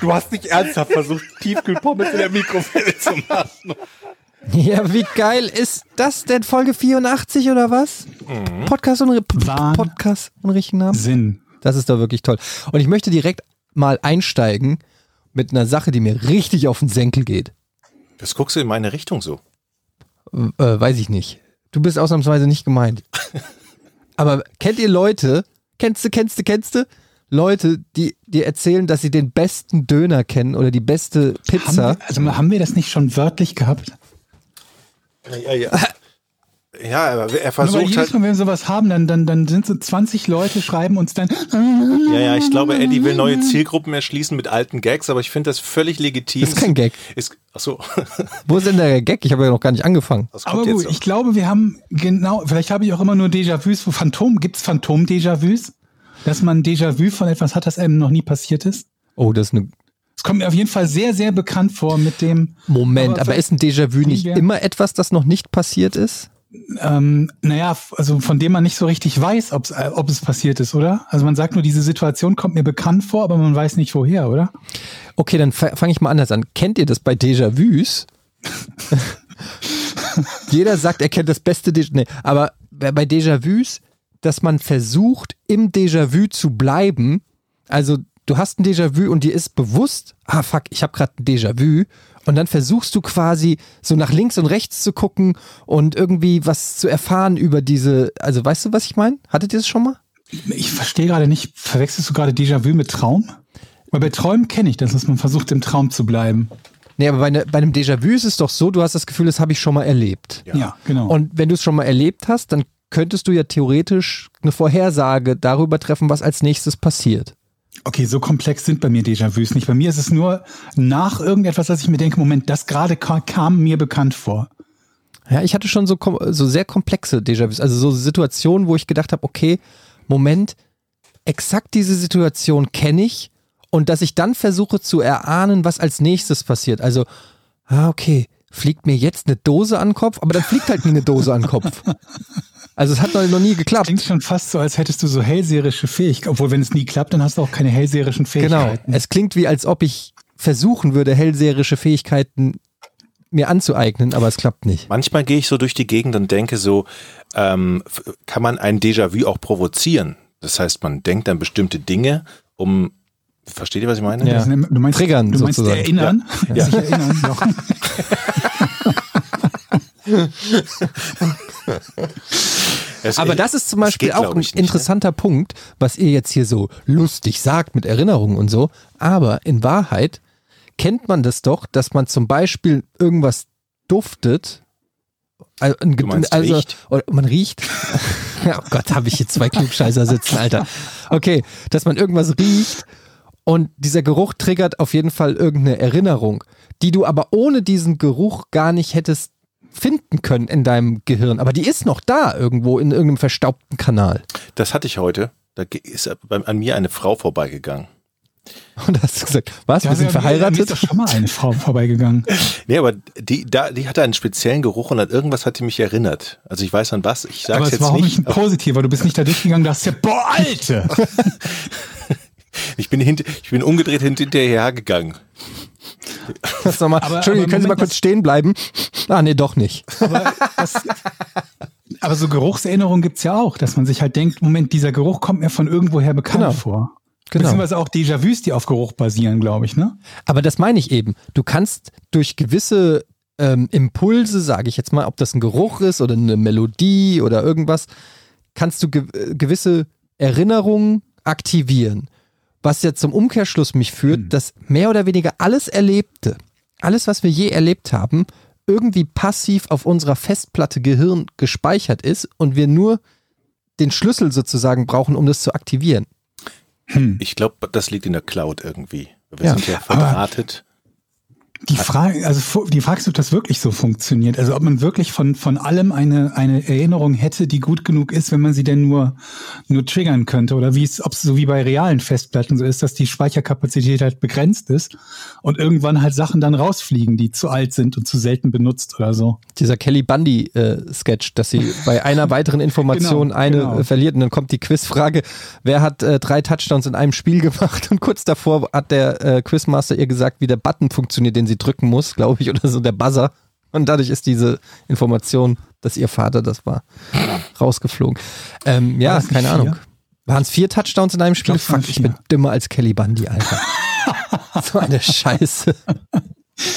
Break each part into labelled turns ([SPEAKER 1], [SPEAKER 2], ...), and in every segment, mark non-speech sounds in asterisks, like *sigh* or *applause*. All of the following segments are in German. [SPEAKER 1] Du hast nicht ernsthaft versucht, Tiefkühlpommes in der Mikrofile zu machen.
[SPEAKER 2] Ja, wie geil ist das denn? Folge 84 oder was? Podcast ohne, P-
[SPEAKER 3] Wahnsinn.
[SPEAKER 2] Podcast ohne richtigen Namen.
[SPEAKER 3] Sinn.
[SPEAKER 2] Das ist doch wirklich toll. Und ich möchte direkt mal einsteigen mit einer Sache, die mir richtig auf den Senkel geht.
[SPEAKER 1] Das guckst du in meine Richtung so.
[SPEAKER 2] W- Äh, weiß ich nicht. Du bist ausnahmsweise nicht
[SPEAKER 3] *laughs*
[SPEAKER 2] gemeint. Aber kennt ihr Leute, kennst du, kennst du, kennst du? Leute, die dir erzählen, dass sie den besten Döner kennen oder die beste
[SPEAKER 3] Haben,
[SPEAKER 2] Pizza.
[SPEAKER 3] wir- also haben wir das nicht schon wörtlich gehabt?
[SPEAKER 1] Ja, ja. *laughs* Ja, aber er
[SPEAKER 3] Nur weil
[SPEAKER 1] versucht
[SPEAKER 3] jedes
[SPEAKER 1] halt.
[SPEAKER 3] Mal, wenn wir sowas haben, dann, dann, dann sind so 20 Leute, schreiben uns dann,
[SPEAKER 1] Ja, ja, ich glaube, Eddie will neue Zielgruppen erschließen mit alten Gags, aber ich finde das völlig legitim.
[SPEAKER 2] Das ist kein Gag.
[SPEAKER 1] Ist, achso,
[SPEAKER 2] Wo ist denn der Gag? Ich habe ja noch gar nicht angefangen.
[SPEAKER 1] *laughs* das kommt
[SPEAKER 3] aber gut,
[SPEAKER 1] jetzt.
[SPEAKER 3] ich
[SPEAKER 1] noch.
[SPEAKER 3] glaube, wir haben genau, vielleicht habe ich auch immer nur Déjà-vus, wo Phantom, gibt's Phantom-Déjà-vus? Dass man ein Déjà-vu von etwas hat, das einem noch nie passiert ist?
[SPEAKER 2] Oh, das ist eine.
[SPEAKER 3] Es kommt mir auf jeden Fall sehr, sehr bekannt vor mit dem,
[SPEAKER 2] Moment,
[SPEAKER 3] Aber
[SPEAKER 2] aber, ist ein Déjà-vu nicht
[SPEAKER 3] Ja.
[SPEAKER 2] immer etwas, das noch nicht passiert ist?
[SPEAKER 3] ähm, naja, f- also von dem man nicht so richtig weiß, ob's, äh, ob es passiert ist, oder? Also man sagt nur, diese Situation kommt mir bekannt vor, aber man weiß nicht woher, oder?
[SPEAKER 2] Okay, dann fange ich mal anders an. Kennt ihr das bei Déjà-vus? Jeder sagt, er kennt das beste Déjà-vu. Nee, aber bei bei Déjà-vus, dass man versucht, im Déjà-vu zu bleiben. Also, du hast ein Déjà-vu und dir ist bewusst, ah fuck, ich habe gerade ein Déjà-vu. Und dann versuchst du quasi so nach links und rechts zu gucken und irgendwie was zu erfahren über diese. Also, weißt du, was ich meine? Hattet ihr das schon mal?
[SPEAKER 3] Ich verstehe gerade nicht, verwechselst du gerade Déjà-vu mit Traum? Weil bei Träumen kenne ich das, dass man versucht, im Traum zu bleiben.
[SPEAKER 2] Nee, aber bei, ne, bei einem Déjà-vu ist es doch so, du hast das Gefühl, das habe ich schon mal erlebt.
[SPEAKER 3] Ja, genau.
[SPEAKER 2] Und wenn du es schon mal erlebt hast, dann könntest du ja theoretisch eine Vorhersage darüber treffen, was als nächstes passiert.
[SPEAKER 3] okay, so komplex sind bei mir Déjà-vus nicht. Bei mir ist es nur nach irgendetwas, dass ich mir denke, Moment, das gerade ka kam mir bekannt vor.
[SPEAKER 2] Ja, ich hatte schon so, kom- so sehr komplexe Déjà-vus, also so Situationen, wo ich gedacht habe, okay, Moment, exakt diese Situation kenne ich und dass ich dann versuche zu erahnen, was als nächstes passiert. Also, ah, okay, fliegt mir jetzt eine Dose an den Kopf, aber dann fliegt halt nie eine Dose an den Kopf. Also es hat noch noch nie geklappt.
[SPEAKER 3] Klingt schon fast so, als hättest du so hellseherische Fähigkeiten. Obwohl, wenn es nie klappt, dann hast du auch keine hellseherischen
[SPEAKER 2] Genau.
[SPEAKER 3] Fähigkeiten.
[SPEAKER 2] Es klingt wie, als ob ich versuchen würde, hellseherische Fähigkeiten mir anzueignen, aber es klappt nicht.
[SPEAKER 1] Manchmal gehe ich so durch die Gegend und denke so, ähm, f- kann man ein Déjà-vu auch provozieren? Das heißt, man denkt an bestimmte Dinge, um, versteht ihr, was ich meine?
[SPEAKER 2] Ja.
[SPEAKER 3] Das nennt- Du meinst,
[SPEAKER 2] Triggern
[SPEAKER 3] du meinst
[SPEAKER 2] sozusagen.
[SPEAKER 3] erinnern?
[SPEAKER 1] Ja.
[SPEAKER 3] Sich erinnern doch.
[SPEAKER 1] Es-
[SPEAKER 2] Aber
[SPEAKER 1] ich-
[SPEAKER 2] das ist zum
[SPEAKER 1] es
[SPEAKER 2] Beispiel
[SPEAKER 1] geht,
[SPEAKER 2] auch
[SPEAKER 1] glaub
[SPEAKER 2] ein
[SPEAKER 1] ich, nicht, ne?
[SPEAKER 2] interessanter Punkt, was ihr jetzt hier so lustig sagt mit Erinnerungen und so. Aber in Wahrheit kennt man das doch, dass man zum Beispiel irgendwas duftet. Also, ein, Ge-
[SPEAKER 1] meinst
[SPEAKER 2] also
[SPEAKER 1] riecht?
[SPEAKER 2] Oder man riecht. *laughs* oh Gott, habe ich hier zwei Klugscheißer sitzen, Alter. Okay, dass man irgendwas riecht und dieser Geruch triggert auf jeden Fall irgendeine Erinnerung, die du aber ohne diesen Geruch gar nicht hättest finden können in deinem Gehirn. Aber die ist noch da irgendwo in irgendeinem verstaubten Kanal. *laughs*
[SPEAKER 1] ne? Das hatte ich heute. Da ge- ist bei- an mir eine Frau vorbeigegangen.
[SPEAKER 2] Und da hast du gesagt, was,
[SPEAKER 3] Ja,
[SPEAKER 2] wir sind
[SPEAKER 3] Mir ist doch
[SPEAKER 2] verheiratet? *laughs*
[SPEAKER 3] schon mal eine Frau vorbeigegangen.
[SPEAKER 1] Nee, aber die, da, die hatte einen speziellen Geruch und an irgendwas hat die mich erinnert. Also ich weiß an was, ich sag's
[SPEAKER 3] Aber es
[SPEAKER 1] jetzt
[SPEAKER 3] war auch nicht
[SPEAKER 1] nicht.
[SPEAKER 3] ein
[SPEAKER 1] aber
[SPEAKER 3] positiver. Du bist nicht da durchgegangen, du hast ja, boah, Alte!
[SPEAKER 1] Ich bin, hint, ich bin umgedreht hint- hinterhergegangen.
[SPEAKER 2] Das nochmal.
[SPEAKER 3] Aber-
[SPEAKER 2] Entschuldigung,
[SPEAKER 3] aber
[SPEAKER 2] können Sie mal
[SPEAKER 3] Moment,
[SPEAKER 2] kurz stehen bleiben? Ah, nee, doch nicht.
[SPEAKER 3] Aber, das, aber so Geruchserinnerungen gibt's ja auch, dass man sich halt denkt, Moment, dieser Geruch kommt mir von irgendwoher bekannt
[SPEAKER 2] Genau.
[SPEAKER 3] vor.
[SPEAKER 2] Genau.
[SPEAKER 3] Beziehungsweise auch Déjà-vus, die auf Geruch basieren, glaube ich, ne?
[SPEAKER 2] Aber das meine ich eben. Du kannst durch gewisse ähm, Impulse, sage ich jetzt mal, ob das ein Geruch ist oder eine Melodie oder irgendwas, kannst du ge äh, gewisse Erinnerungen aktivieren. Was ja zum Umkehrschluss mich führt, dass mehr oder weniger alles Erlebte, alles, was wir je erlebt haben, irgendwie passiv auf unserer Festplatte Gehirn gespeichert ist und wir nur den Schlüssel sozusagen brauchen, um das zu aktivieren.
[SPEAKER 3] Hm.
[SPEAKER 1] Ich glaube, das liegt in der Cloud irgendwie. Wir
[SPEAKER 2] Ja.
[SPEAKER 1] sind ja verdrahtet.
[SPEAKER 3] Die Frage, also fu- die fragst du, ob das wirklich so funktioniert. Also ob man wirklich von, von allem eine, eine Erinnerung hätte, die gut genug ist, wenn man sie denn nur, nur triggern könnte. Oder wie es, ob es so wie bei realen Festplatten so ist, dass die Speicherkapazität halt begrenzt ist und irgendwann halt Sachen dann rausfliegen, die zu alt sind und zu selten benutzt oder so.
[SPEAKER 2] Dieser Kelly Bundy-Sketch, dass sie bei
[SPEAKER 3] *laughs*
[SPEAKER 2] einer weiteren Information
[SPEAKER 3] Genau,
[SPEAKER 2] eine
[SPEAKER 3] genau.
[SPEAKER 2] äh, verliert und dann kommt die Quizfrage, wer hat äh, drei Touchdowns in einem Spiel *laughs* gemacht und kurz davor hat der äh, Quizmaster ihr gesagt, wie der Button funktioniert, den sie drücken muss, glaube ich, *laughs* oder so, der Buzzer. Und dadurch ist diese Information, dass ihr Vater das war, rausgeflogen. Ähm,
[SPEAKER 3] War
[SPEAKER 2] ja,
[SPEAKER 3] das nicht
[SPEAKER 2] keine
[SPEAKER 3] vier?
[SPEAKER 2] Ahnung. Waren es vier Touchdowns in einem Spiel?
[SPEAKER 3] glaub, es waren
[SPEAKER 2] Fuck, ich bin
[SPEAKER 3] vier.
[SPEAKER 2] dümmer als Kelly Bundy,
[SPEAKER 3] *laughs*
[SPEAKER 2] Alter. so eine Scheiße.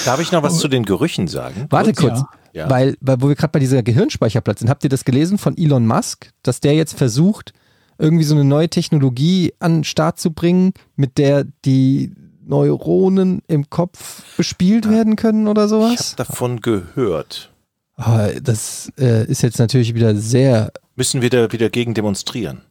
[SPEAKER 1] Darf ich
[SPEAKER 3] Oh.
[SPEAKER 1] noch was zu den Gerüchen sagen?
[SPEAKER 2] Warte
[SPEAKER 3] Kurz,
[SPEAKER 2] kurz,
[SPEAKER 1] ja. Ja.
[SPEAKER 2] Weil, weil wo wir gerade bei dieser Gehirnspeicherplatz sind, habt ihr das gelesen von Elon Musk, dass der jetzt versucht, irgendwie so eine neue Technologie an den Start zu bringen, mit der die Neuronen im Kopf bespielt werden können oder
[SPEAKER 1] Ich habe
[SPEAKER 2] sowas?
[SPEAKER 1] davon gehört.
[SPEAKER 2] Ah, das äh, ist jetzt natürlich wieder sehr.
[SPEAKER 1] Müssen wir da wieder gegen demonstrieren?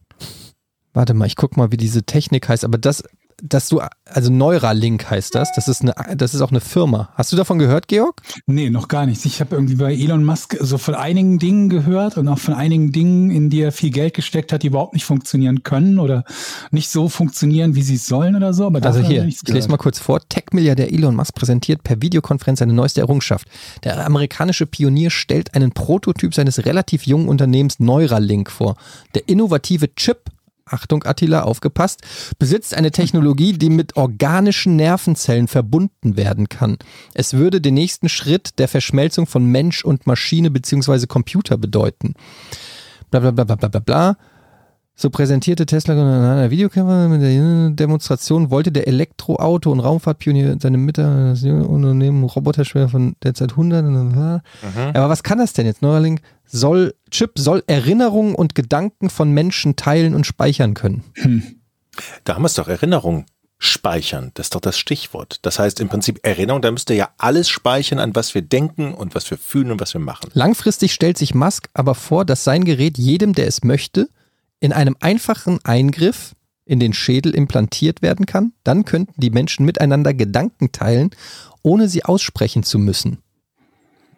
[SPEAKER 2] Warte mal, ich guck mal, wie diese Technik heißt, aber das, dass du, also Neuralink heißt das, das ist eine, das ist auch eine Firma. Hast du davon gehört, Georg?
[SPEAKER 3] Nee, noch gar nichts. Ich habe irgendwie bei Elon Musk so von einigen Dingen gehört und auch von einigen Dingen, in die er viel Geld gesteckt hat, die überhaupt nicht funktionieren können oder nicht so funktionieren, wie sie sollen oder so. Aber
[SPEAKER 2] Also
[SPEAKER 3] davon hab
[SPEAKER 2] hier,
[SPEAKER 3] ich nichts
[SPEAKER 2] ich lese mal
[SPEAKER 3] gehört.
[SPEAKER 2] kurz vor. Tech-Milliardär Elon Musk präsentiert per Videokonferenz seine neueste Errungenschaft. Der amerikanische Pionier stellt einen Prototyp seines relativ jungen Unternehmens Neuralink vor. Der innovative Chip, Achtung Attila, aufgepasst, besitzt eine Technologie, die mit organischen Nervenzellen verbunden werden kann. Es würde den nächsten Schritt der Verschmelzung von Mensch und Maschine bzw. Computer bedeuten. Bla bla bla bla bla bla bla. So präsentierte Tesla in einer Videokamera mit der Demonstration, wollte der Elektroauto- und Raumfahrtpionier seine Mitarbeiter das junge Unternehmen Roboterschwer von derzeit 100. Aber was kann das denn jetzt? Neuralink soll, Chip soll Erinnerungen und Gedanken von Menschen teilen und speichern können.
[SPEAKER 1] Da haben wir es doch Erinnerung speichern. Das ist doch das Stichwort. Das heißt im Prinzip Erinnerung, da müsst ihr ja alles speichern, an was wir denken und was wir fühlen und was wir machen.
[SPEAKER 2] Langfristig stellt sich Musk aber vor, dass sein Gerät jedem, der es möchte, in einem einfachen Eingriff in den Schädel implantiert werden kann. Dann könnten die Menschen miteinander Gedanken teilen, ohne sie aussprechen zu müssen.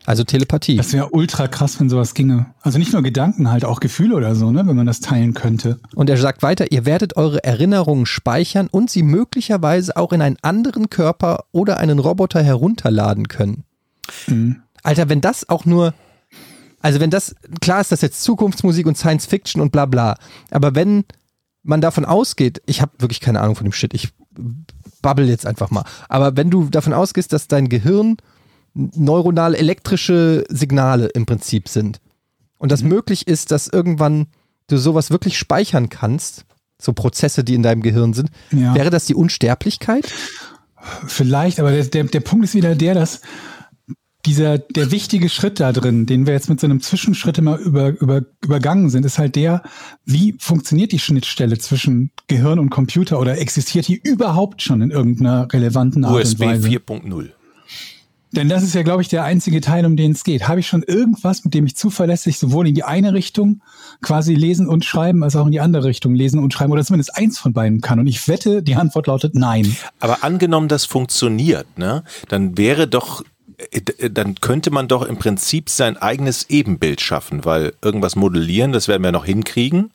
[SPEAKER 2] Also Telepathie.
[SPEAKER 3] Das wäre ultra krass, wenn sowas ginge. Also nicht nur Gedanken, halt auch Gefühle oder so, ne, wenn man das teilen könnte.
[SPEAKER 2] Und er sagt weiter, ihr werdet eure Erinnerungen speichern und sie möglicherweise auch in einen anderen Körper oder einen Roboter herunterladen können. Alter, wenn das auch nur, also wenn das, klar ist das jetzt Zukunftsmusik und Science Fiction und bla bla, aber wenn man davon ausgeht, ich habe wirklich keine Ahnung von dem Shit, ich babbel jetzt einfach mal, aber wenn du davon ausgehst, dass dein Gehirn neuronal elektrische Signale im Prinzip sind und das möglich ist, dass irgendwann du sowas wirklich speichern kannst, so Prozesse, die in deinem Gehirn sind,
[SPEAKER 3] Ja.
[SPEAKER 2] wäre das die Unsterblichkeit?
[SPEAKER 3] Vielleicht, aber der, der, der Punkt ist wieder der, dass dieser, der wichtige Schritt da drin, den wir jetzt mit so einem Zwischenschritt immer über, über, übergangen sind, ist halt der, wie funktioniert die Schnittstelle zwischen Gehirn und Computer oder existiert die überhaupt schon in irgendeiner relevanten Art
[SPEAKER 1] USB
[SPEAKER 3] und Weise?
[SPEAKER 1] 4.0.
[SPEAKER 3] Denn das ist ja, glaube ich, der einzige Teil, um den es geht. Habe ich schon irgendwas, mit dem ich zuverlässig sowohl in die eine Richtung quasi lesen und schreiben, als auch in die andere Richtung lesen und schreiben oder zumindest eins von beiden kann? Und ich wette, die Antwort lautet nein.
[SPEAKER 1] Aber angenommen, das funktioniert, ne, dann wäre doch, äh, d- dann könnte man doch im Prinzip sein eigenes Ebenbild schaffen, weil irgendwas modellieren, das werden wir noch hinkriegen.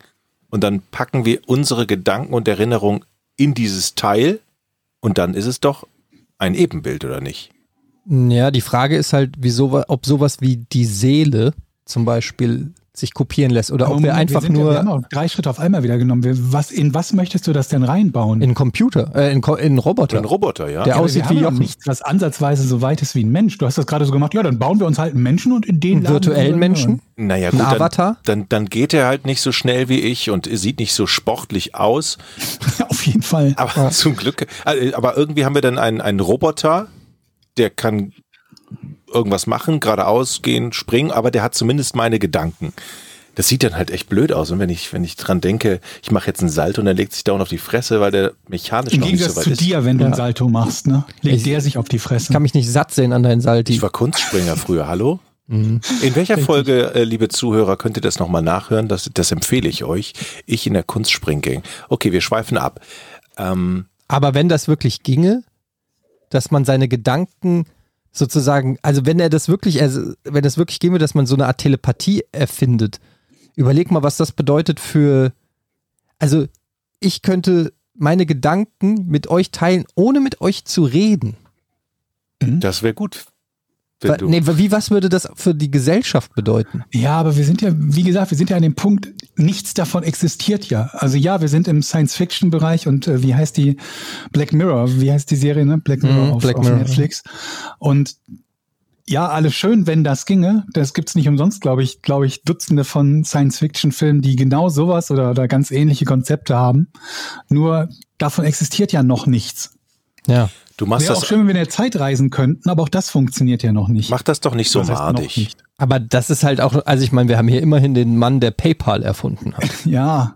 [SPEAKER 1] Und dann packen wir unsere Gedanken und Erinnerungen in dieses Teil und dann ist es doch ein Ebenbild, oder nicht?
[SPEAKER 2] Ja, die Frage ist halt, wieso, wa- ob sowas wie die Seele zum Beispiel sich kopieren lässt oder ob
[SPEAKER 3] Moment,
[SPEAKER 2] Ähm, wir einfach
[SPEAKER 3] sind
[SPEAKER 2] nur
[SPEAKER 3] Ja, wir haben auch drei Schritte auf einmal wieder genommen. Wir, was, in was möchtest du das denn reinbauen?
[SPEAKER 2] in einen Computer, äh, in, einen Co- in einen Roboter.
[SPEAKER 1] Ein Roboter, ja.
[SPEAKER 2] Der
[SPEAKER 3] Aber
[SPEAKER 2] aussieht
[SPEAKER 3] wir
[SPEAKER 2] wie
[SPEAKER 3] haben ja
[SPEAKER 2] Jochen.
[SPEAKER 3] nichts, was ansatzweise so weit ist wie ein Mensch. Du hast das gerade so gemacht. Ja, dann bauen wir uns halt einen Menschen und in den
[SPEAKER 2] Einen
[SPEAKER 3] laden wir
[SPEAKER 2] virtuellen
[SPEAKER 3] unseren
[SPEAKER 2] Menschen?
[SPEAKER 3] Gehirn.
[SPEAKER 1] Naja,
[SPEAKER 2] Ein
[SPEAKER 1] gut,
[SPEAKER 2] Avatar?
[SPEAKER 1] Dann, dann, dann geht er halt nicht so schnell wie ich und sieht nicht so sportlich aus.
[SPEAKER 3] Ja, *laughs* auf jeden Fall.
[SPEAKER 1] Aber *laughs* zum Glück, äh, aber irgendwie haben wir dann einen, einen Roboter, der kann irgendwas machen, geradeaus gehen, springen, aber der hat zumindest meine Gedanken. Das sieht dann halt echt blöd aus. Und wenn ich, wenn ich dran denke, ich mache jetzt einen Salto und dann legt sich dauernd auf die Fresse, weil der mechanisch
[SPEAKER 3] Im
[SPEAKER 1] noch nicht so
[SPEAKER 3] Gegensatz
[SPEAKER 1] weit
[SPEAKER 3] zu
[SPEAKER 1] ist.
[SPEAKER 3] dir, wenn du einen Salto machst, ne? legt
[SPEAKER 2] Ich-
[SPEAKER 3] der sich auf die Fresse.
[SPEAKER 2] Ich kann mich nicht satt sehen an deinen Mhm. Salti.
[SPEAKER 1] Ich war Kunstspringer früher, hallo? In welcher Folge, äh, liebe Zuhörer, könnt ihr das nochmal nachhören? Das, das empfehle ich euch. Ich in der Kunstspringgang. Okay, wir schweifen ab. Ähm,
[SPEAKER 2] Aber wenn das wirklich ginge, dass man seine Gedanken sozusagen, also wenn er das wirklich, also wenn das wirklich gehen würde, dass man so eine Art Telepathie erfindet, überleg mal, was das bedeutet für, also ich könnte meine Gedanken mit euch teilen, ohne mit euch zu reden.
[SPEAKER 1] Das wäre gut. Wenn
[SPEAKER 2] Wa-
[SPEAKER 1] du,
[SPEAKER 2] Nee, wa- wie was würde das für die Gesellschaft bedeuten?
[SPEAKER 3] Ja, aber wir sind ja, wie gesagt, wir sind ja an dem Punkt, nichts davon existiert ja. Also ja, wir sind im Science-Fiction-Bereich und äh, wie heißt die Black Mirror, wie heißt die Serie, ne? Black Mirror
[SPEAKER 2] Mhm,
[SPEAKER 3] auf,
[SPEAKER 2] Black
[SPEAKER 3] auf
[SPEAKER 2] Mirror.
[SPEAKER 3] Netflix. Und ja, alles schön, wenn das ginge. Das gibt's nicht umsonst, glaube ich, glaube ich, Dutzende von Science-Fiction-Filmen, die genau sowas oder, oder ganz ähnliche Konzepte haben. Nur davon existiert ja noch nichts.
[SPEAKER 2] Ja.
[SPEAKER 1] du machst
[SPEAKER 3] Wäre auch
[SPEAKER 1] das,
[SPEAKER 3] schön, wenn wir in der Zeit reisen könnten, aber auch das funktioniert ja noch nicht.
[SPEAKER 1] mach das doch nicht so
[SPEAKER 3] Was heißt noch
[SPEAKER 1] madig.
[SPEAKER 3] nicht?
[SPEAKER 2] Aber das ist halt auch, also ich meine, wir haben hier immerhin den Mann, der PayPal erfunden hat.
[SPEAKER 3] Ja.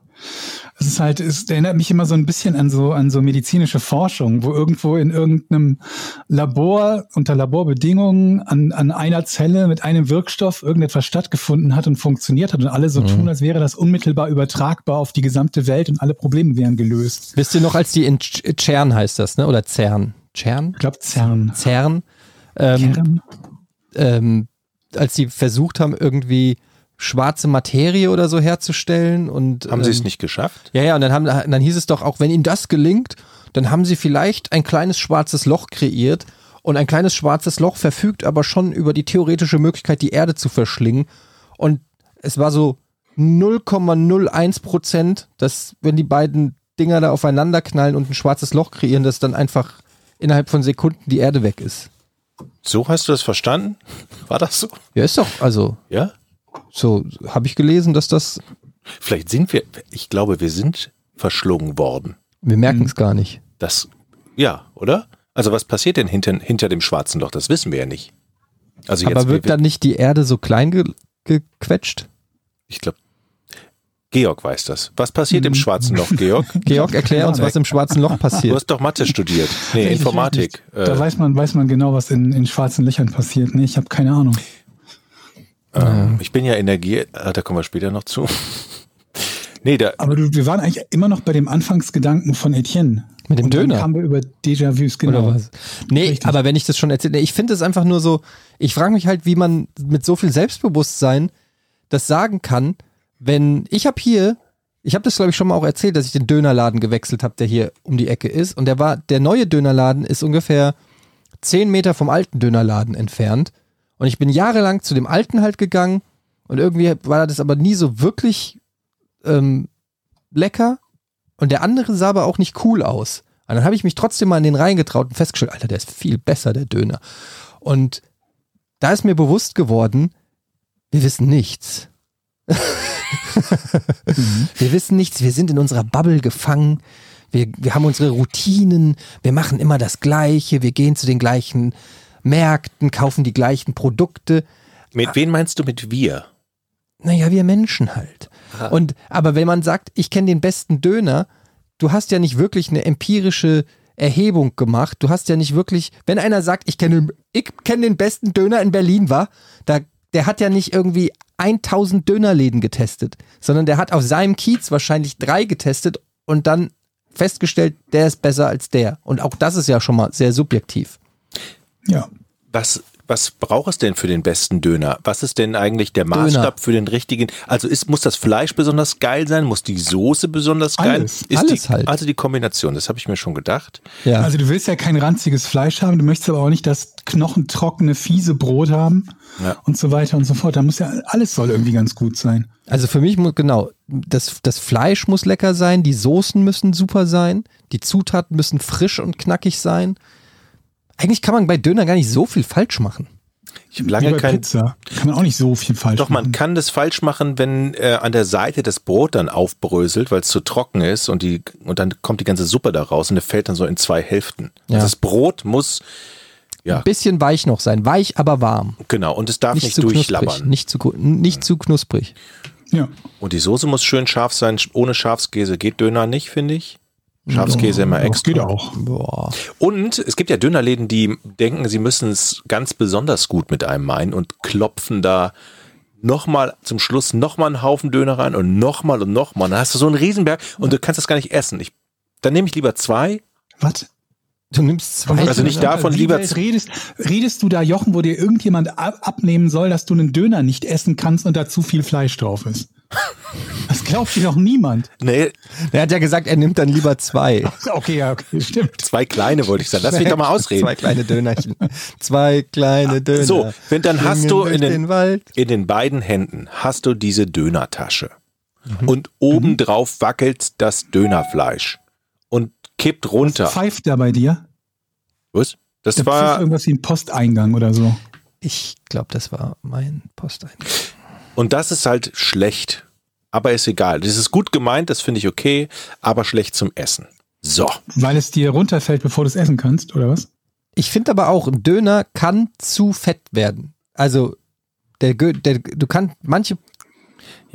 [SPEAKER 3] Es ist halt, es erinnert mich immer so ein bisschen an so, an so medizinische Forschung, wo irgendwo in irgendeinem Labor, unter Laborbedingungen, an, an einer Zelle mit einem Wirkstoff irgendetwas stattgefunden hat und funktioniert hat und alle so tun, als wäre das unmittelbar übertragbar auf die gesamte Welt und alle Probleme wären gelöst.
[SPEAKER 2] Wisst ihr noch, als die in Ch- Chern heißt das, ne? Oder Zern? Chern?
[SPEAKER 3] Ich glaube, CERN.
[SPEAKER 2] Zern? Ähm,
[SPEAKER 3] CERN?
[SPEAKER 2] ähm, als sie versucht haben, irgendwie schwarze Materie oder so herzustellen und
[SPEAKER 1] Haben
[SPEAKER 2] ähm,
[SPEAKER 1] sie es nicht geschafft?
[SPEAKER 2] Ja, ja, und dann, haben, dann hieß es doch auch, wenn ihnen das gelingt, dann haben sie vielleicht ein kleines schwarzes Loch kreiert und ein kleines schwarzes Loch verfügt aber schon über die theoretische Möglichkeit, die Erde zu verschlingen. Und es war so 0,01 Prozent, dass wenn die beiden Dinger da aufeinander knallen und ein schwarzes Loch kreieren, dass dann einfach innerhalb von Sekunden die Erde weg ist.
[SPEAKER 1] So hast du das verstanden? *laughs* War das so?
[SPEAKER 2] Ja, ist doch, also
[SPEAKER 1] Ja?
[SPEAKER 2] so habe ich gelesen, dass das,
[SPEAKER 1] Vielleicht sind wir, ich glaube, wir sind verschlungen worden.
[SPEAKER 2] wir merken es gar nicht.
[SPEAKER 1] Das, ja, oder? Also was passiert denn hinter, hinter dem schwarzen Loch? Das wissen wir ja nicht. Also jetzt,
[SPEAKER 2] Aber wird dann nicht die Erde so klein ge gequetscht?
[SPEAKER 1] ich glaube, Georg weiß das. Was passiert
[SPEAKER 3] Mhm.
[SPEAKER 1] im schwarzen
[SPEAKER 3] *laughs*
[SPEAKER 1] Loch, Georg?
[SPEAKER 2] Georg, erklär uns, was im schwarzen Loch
[SPEAKER 1] Du
[SPEAKER 2] passiert.
[SPEAKER 1] hast doch Mathe studiert. Nee,
[SPEAKER 3] Ich- ich-
[SPEAKER 1] Informatik.
[SPEAKER 3] ich- Da
[SPEAKER 1] Äh,
[SPEAKER 3] weiß man, weiß man genau, was in, in schwarzen Löchern passiert. Nee, ich habe keine Ahnung.
[SPEAKER 1] ähm, ich bin ja Energie, ah, da kommen wir später noch zu. *laughs* Nee, da,
[SPEAKER 3] Aber du, wir waren eigentlich immer noch bei dem Anfangsgedanken von Etienne.
[SPEAKER 2] Mit dem
[SPEAKER 3] und
[SPEAKER 2] Döner.
[SPEAKER 3] Dann kamen wir über Déjà-vus, genau.
[SPEAKER 2] Oder was? Nee,
[SPEAKER 3] Richtig.
[SPEAKER 2] aber wenn ich das schon erzähle, nee, ich finde es einfach nur so, ich frage mich halt, wie man mit so viel Selbstbewusstsein das sagen kann, wenn ich habe hier, ich habe das glaube ich schon mal auch erzählt, dass ich den Dönerladen gewechselt habe, der hier um die Ecke ist und der war, der neue Dönerladen ist ungefähr 10 Meter vom alten Dönerladen entfernt und ich bin jahrelang zu dem alten halt gegangen und irgendwie war das aber nie so wirklich ähm, lecker und der andere sah aber auch nicht cool aus. Und dann habe ich mich trotzdem mal in den reingetraut und festgestellt, Alter, der ist viel besser, der Döner. Und da ist mir bewusst geworden, wir wissen nichts. *laughs* wir wissen nichts, wir sind in unserer Bubble gefangen. Wir, wir haben unsere Routinen, wir machen immer das Gleiche, wir gehen zu den gleichen Märkten, kaufen die gleichen Produkte.
[SPEAKER 1] mit wem meinst du mit wir?
[SPEAKER 2] Naja, wir Menschen halt. Und aber wenn man sagt, ich kenne den besten Döner, du hast ja nicht wirklich eine empirische Erhebung gemacht. Du hast ja nicht wirklich, wenn einer sagt, ich kenne ich kenn den besten Döner in Berlin, war, da, der hat ja nicht irgendwie 1000 Dönerläden getestet, sondern der hat auf seinem Kiez wahrscheinlich drei getestet und dann festgestellt, der ist besser als der. Und auch das ist ja schon mal sehr subjektiv.
[SPEAKER 3] Ja.
[SPEAKER 1] was, was braucht es denn für den besten Döner? Was ist denn eigentlich der Maßstab
[SPEAKER 2] Döner.
[SPEAKER 1] für den richtigen? Also ist, muss das Fleisch besonders geil sein? Muss die Soße besonders geil?
[SPEAKER 3] Alles,
[SPEAKER 1] ist
[SPEAKER 2] alles
[SPEAKER 1] die,
[SPEAKER 2] halt.
[SPEAKER 1] Also die Kombination, das habe ich mir schon gedacht.
[SPEAKER 2] Ja.
[SPEAKER 3] Also du willst ja kein ranziges Fleisch haben, du möchtest aber auch nicht das knochentrockene, fiese Brot haben
[SPEAKER 1] Ja.
[SPEAKER 3] und so weiter und so fort. Da muss ja alles soll irgendwie ganz gut sein.
[SPEAKER 2] Also für mich muss, genau, das, das Fleisch muss lecker sein, die Soßen müssen super sein, die Zutaten müssen frisch und knackig sein. Eigentlich kann man bei Döner gar nicht so viel falsch machen.
[SPEAKER 1] Ich habe lange
[SPEAKER 3] Wie bei
[SPEAKER 1] kein.
[SPEAKER 3] Pizza kann man auch nicht so viel falsch
[SPEAKER 1] Doch, man
[SPEAKER 3] machen.
[SPEAKER 1] kann das falsch machen, wenn äh, an der Seite das Brot dann aufbröselt, weil es zu trocken ist und, die, und dann kommt die ganze Suppe da raus und die fällt dann so in zwei Hälften.
[SPEAKER 2] Ja.
[SPEAKER 1] Also das Brot muss, Ja.
[SPEAKER 2] Ein bisschen weich noch sein, weich aber warm.
[SPEAKER 1] genau, und es darf
[SPEAKER 2] Nicht,
[SPEAKER 1] nicht,
[SPEAKER 2] zu knusprig.
[SPEAKER 1] durchlabbern.
[SPEAKER 2] Nicht zu, ku- nicht zu knusprig.
[SPEAKER 3] Ja.
[SPEAKER 1] Und die Soße muss schön scharf sein. Ohne Schafskäse geht Döner nicht, finde ich. Schafskäse immer
[SPEAKER 3] Doch,
[SPEAKER 1] extra.
[SPEAKER 3] Geht auch.
[SPEAKER 2] Boah.
[SPEAKER 1] Und es gibt ja Dönerläden, die denken, sie müssen es ganz besonders gut mit einem meinen und klopfen da nochmal zum Schluss nochmal einen Haufen Döner rein und nochmal und nochmal. Dann hast du so einen Riesenberg und du kannst das gar nicht essen. Ich, dann nehme ich lieber zwei
[SPEAKER 3] Was?
[SPEAKER 2] Du nimmst zwei.
[SPEAKER 1] Also nicht davon,
[SPEAKER 3] Wie
[SPEAKER 1] lieber
[SPEAKER 3] weit
[SPEAKER 1] zu-
[SPEAKER 3] redest, redest du da, Jochen, wo dir irgendjemand ab abnehmen soll, dass du einen Döner nicht essen kannst und da zu viel Fleisch drauf ist? Das glaubt dir doch niemand.
[SPEAKER 1] Nee,
[SPEAKER 2] Er hat ja gesagt, er nimmt dann lieber zwei.
[SPEAKER 3] Okay, ja, okay, stimmt.
[SPEAKER 1] zwei kleine wollte ich sagen. Lass mich doch mal ausreden.
[SPEAKER 2] *laughs*
[SPEAKER 1] Ah,
[SPEAKER 2] Zwei kleine Dönerchen. Zwei kleine Döner.
[SPEAKER 1] So, wenn dann hast
[SPEAKER 2] Schwingen
[SPEAKER 1] du
[SPEAKER 2] durch
[SPEAKER 1] in den-
[SPEAKER 2] Wald.
[SPEAKER 1] In den beiden Händen hast du diese Dönertasche.
[SPEAKER 2] Mhm.
[SPEAKER 1] Und obendrauf wackelt das Dönerfleisch und kippt runter.
[SPEAKER 3] Pfeift da bei dir?
[SPEAKER 1] Was? Das
[SPEAKER 3] Da pfeift
[SPEAKER 1] war,
[SPEAKER 3] irgendwas wie ein Posteingang oder so.
[SPEAKER 2] Ich glaube, das war mein Postein.
[SPEAKER 1] und das ist halt schlecht. Aber ist egal. Das ist gut gemeint, das finde ich okay, aber schlecht zum Essen. So.
[SPEAKER 3] Weil es dir runterfällt, bevor du es essen kannst, oder was?
[SPEAKER 2] Ich finde aber auch, ein Döner kann zu fett werden. Also, der, Gö- der, du kannst, manche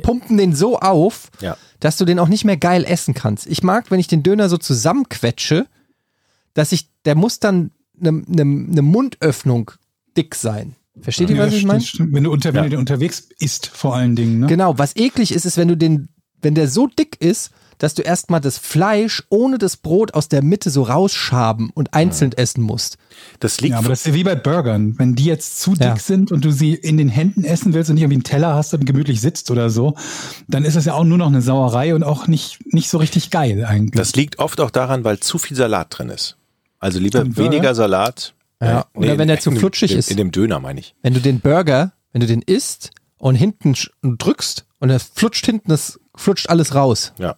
[SPEAKER 2] pumpen den so auf,
[SPEAKER 1] Ja.
[SPEAKER 2] dass du den auch nicht mehr geil essen kannst. Ich mag, wenn ich den Döner so zusammenquetsche, dass ich, der muss dann eine ne, ne Mundöffnung dick sein. Versteht ihr, was ich
[SPEAKER 3] stimmt,
[SPEAKER 2] meine?
[SPEAKER 3] stimmt. Wenn du, unter, wenn
[SPEAKER 1] Ja.
[SPEAKER 3] du den unterwegs isst, vor allen Dingen. Ne?
[SPEAKER 2] Genau, was eklig ist, ist, wenn du den, wenn der so dick ist, dass du erstmal das Fleisch ohne das Brot aus der Mitte so rausschaben und einzeln essen musst.
[SPEAKER 1] Das liegt
[SPEAKER 3] Ja, aber das ist ja wie bei Burgern. Wenn die jetzt zu dick
[SPEAKER 2] Ja.
[SPEAKER 3] sind und du sie in den Händen essen willst und nicht irgendwie einen Teller hast und gemütlich sitzt oder so, dann ist das ja auch nur noch eine Sauerei und auch nicht, nicht so richtig geil eigentlich.
[SPEAKER 1] Das liegt oft auch daran, weil zu viel Salat drin ist. Also lieber
[SPEAKER 3] Stimmt,
[SPEAKER 1] weniger
[SPEAKER 3] ja.
[SPEAKER 1] Salat.
[SPEAKER 2] Ja, oder wenn der zu
[SPEAKER 1] dem-
[SPEAKER 2] flutschig
[SPEAKER 1] in,
[SPEAKER 2] ist.
[SPEAKER 1] In dem Döner meine ich.
[SPEAKER 2] Wenn du den Burger, wenn du den isst und hinten sch- und drückst und er flutscht hinten, das flutscht alles raus.
[SPEAKER 1] Ja.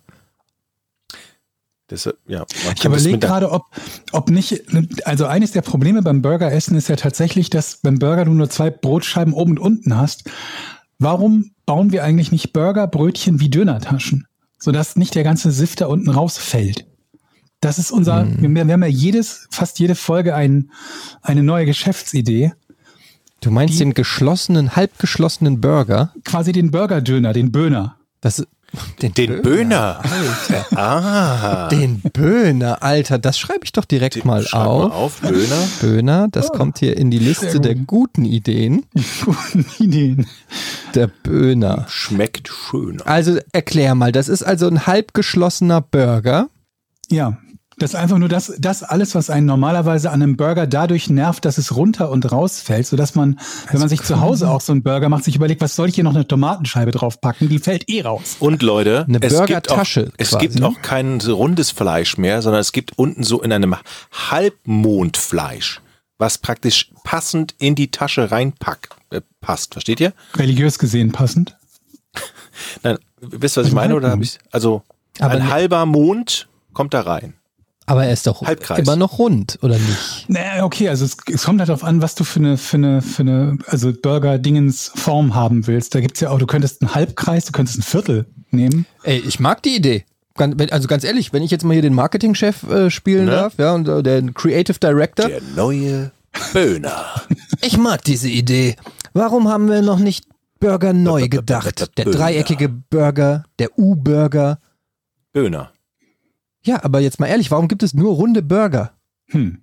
[SPEAKER 1] Das, äh, ja, man kann
[SPEAKER 3] Ich
[SPEAKER 1] das
[SPEAKER 3] überlege
[SPEAKER 1] mit der-
[SPEAKER 3] gerade, ob, ob nicht, also eines der Probleme beim Burgeressen ist ja tatsächlich, dass beim Burger du nur zwei Brotscheiben oben und unten hast. Warum bauen wir eigentlich nicht Burger, Brötchen wie Dönertaschen? Sodass nicht der ganze Sift da unten rausfällt. Das ist unser,
[SPEAKER 1] Hm.
[SPEAKER 3] wir, wir haben ja jedes, fast jede Folge ein, eine neue Geschäftsidee.
[SPEAKER 2] Du meinst
[SPEAKER 3] Die-
[SPEAKER 2] den geschlossenen, halbgeschlossenen Burger?
[SPEAKER 3] Quasi den Burger-Döner, den Böhner. *laughs*
[SPEAKER 1] *laughs*
[SPEAKER 2] Das, den
[SPEAKER 1] Den Böhner. *laughs* Ah.
[SPEAKER 2] Den Böhner, Alter, das schreibe ich doch direkt mal
[SPEAKER 1] Schreib
[SPEAKER 2] auf.
[SPEAKER 1] Mal auf, Böhner. Ah.
[SPEAKER 2] Böhner, das kommt hier in die Liste
[SPEAKER 3] gut.
[SPEAKER 2] der guten Ideen.
[SPEAKER 3] Guten Ideen.
[SPEAKER 2] Der Böhner.
[SPEAKER 1] Schmeckt schöner.
[SPEAKER 2] Also erklär mal, das ist also ein halbgeschlossener Burger.
[SPEAKER 3] Ja, das ist einfach nur das, das alles, was einen normalerweise an einem Burger dadurch nervt, dass es runter und rausfällt, sodass man, wenn man sich zu Hause auch so einen Burger macht, sich überlegt, was soll ich hier noch eine Tomatenscheibe draufpacken? Die fällt eh raus.
[SPEAKER 1] Und Leute,
[SPEAKER 2] Eine
[SPEAKER 1] es, gibt auch,
[SPEAKER 2] Burgertasche
[SPEAKER 1] es
[SPEAKER 2] quasi. ne?
[SPEAKER 1] gibt auch kein so rundes Fleisch mehr, sondern es gibt unten so in einem Halbmondfleisch, was praktisch passend in die Tasche reinpackt. Äh, passt, versteht ihr?
[SPEAKER 3] Religiös gesehen passend.
[SPEAKER 1] Nein, wisst ihr, was ich meine? Oder hab ich, also
[SPEAKER 2] Mhm. Aber
[SPEAKER 1] ein
[SPEAKER 2] ne-
[SPEAKER 1] halber Mond kommt da rein.
[SPEAKER 2] Aber er ist doch
[SPEAKER 1] Halbkreis.
[SPEAKER 2] immer noch rund, oder nicht?
[SPEAKER 3] Naja, okay, also es, es kommt halt darauf an, was du für eine, für eine, für eine also Burger-Dingens-Form haben willst. Da gibt's ja auch, du könntest einen Halbkreis, du könntest ein Viertel nehmen.
[SPEAKER 2] Ey, ich mag die Idee. Gan- wenn- Also ganz ehrlich, wenn ich jetzt mal hier den Marketingchef äh, spielen
[SPEAKER 1] Ne?
[SPEAKER 2] darf, ja, und äh, den Creative Director,
[SPEAKER 1] Der neue Böhner.
[SPEAKER 2] ich mag diese Idee. Warum haben wir noch nicht Burger neu gedacht? Der
[SPEAKER 1] Böhner.
[SPEAKER 2] dreieckige Burger, der U-Burger.
[SPEAKER 1] Böhner.
[SPEAKER 2] Ja, aber jetzt mal ehrlich, warum gibt es nur runde Burger?
[SPEAKER 3] Hm.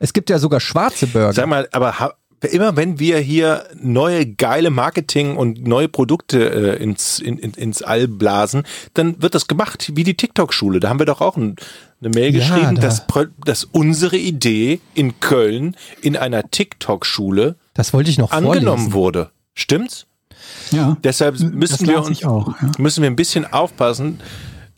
[SPEAKER 2] Es gibt ja sogar schwarze Burger.
[SPEAKER 1] Sag mal, aber ha- immer wenn wir hier neue geile Marketing und neue Produkte äh, ins, in, in, ins All blasen, dann wird das gemacht wie die TikTok-Schule. Da haben wir doch auch ein, eine Mail
[SPEAKER 2] Ja,
[SPEAKER 1] geschrieben,
[SPEAKER 2] da-
[SPEAKER 1] dass, pro- dass unsere Idee in Köln in einer TikTok-Schule
[SPEAKER 2] Das wollte ich noch
[SPEAKER 1] angenommen
[SPEAKER 2] vorlesen.
[SPEAKER 1] wurde. Stimmt's?
[SPEAKER 3] Ja.
[SPEAKER 1] Deshalb müssen
[SPEAKER 3] das
[SPEAKER 1] wir
[SPEAKER 3] las
[SPEAKER 1] uns
[SPEAKER 3] ich auch. Ja.
[SPEAKER 1] müssen wir ein bisschen aufpassen,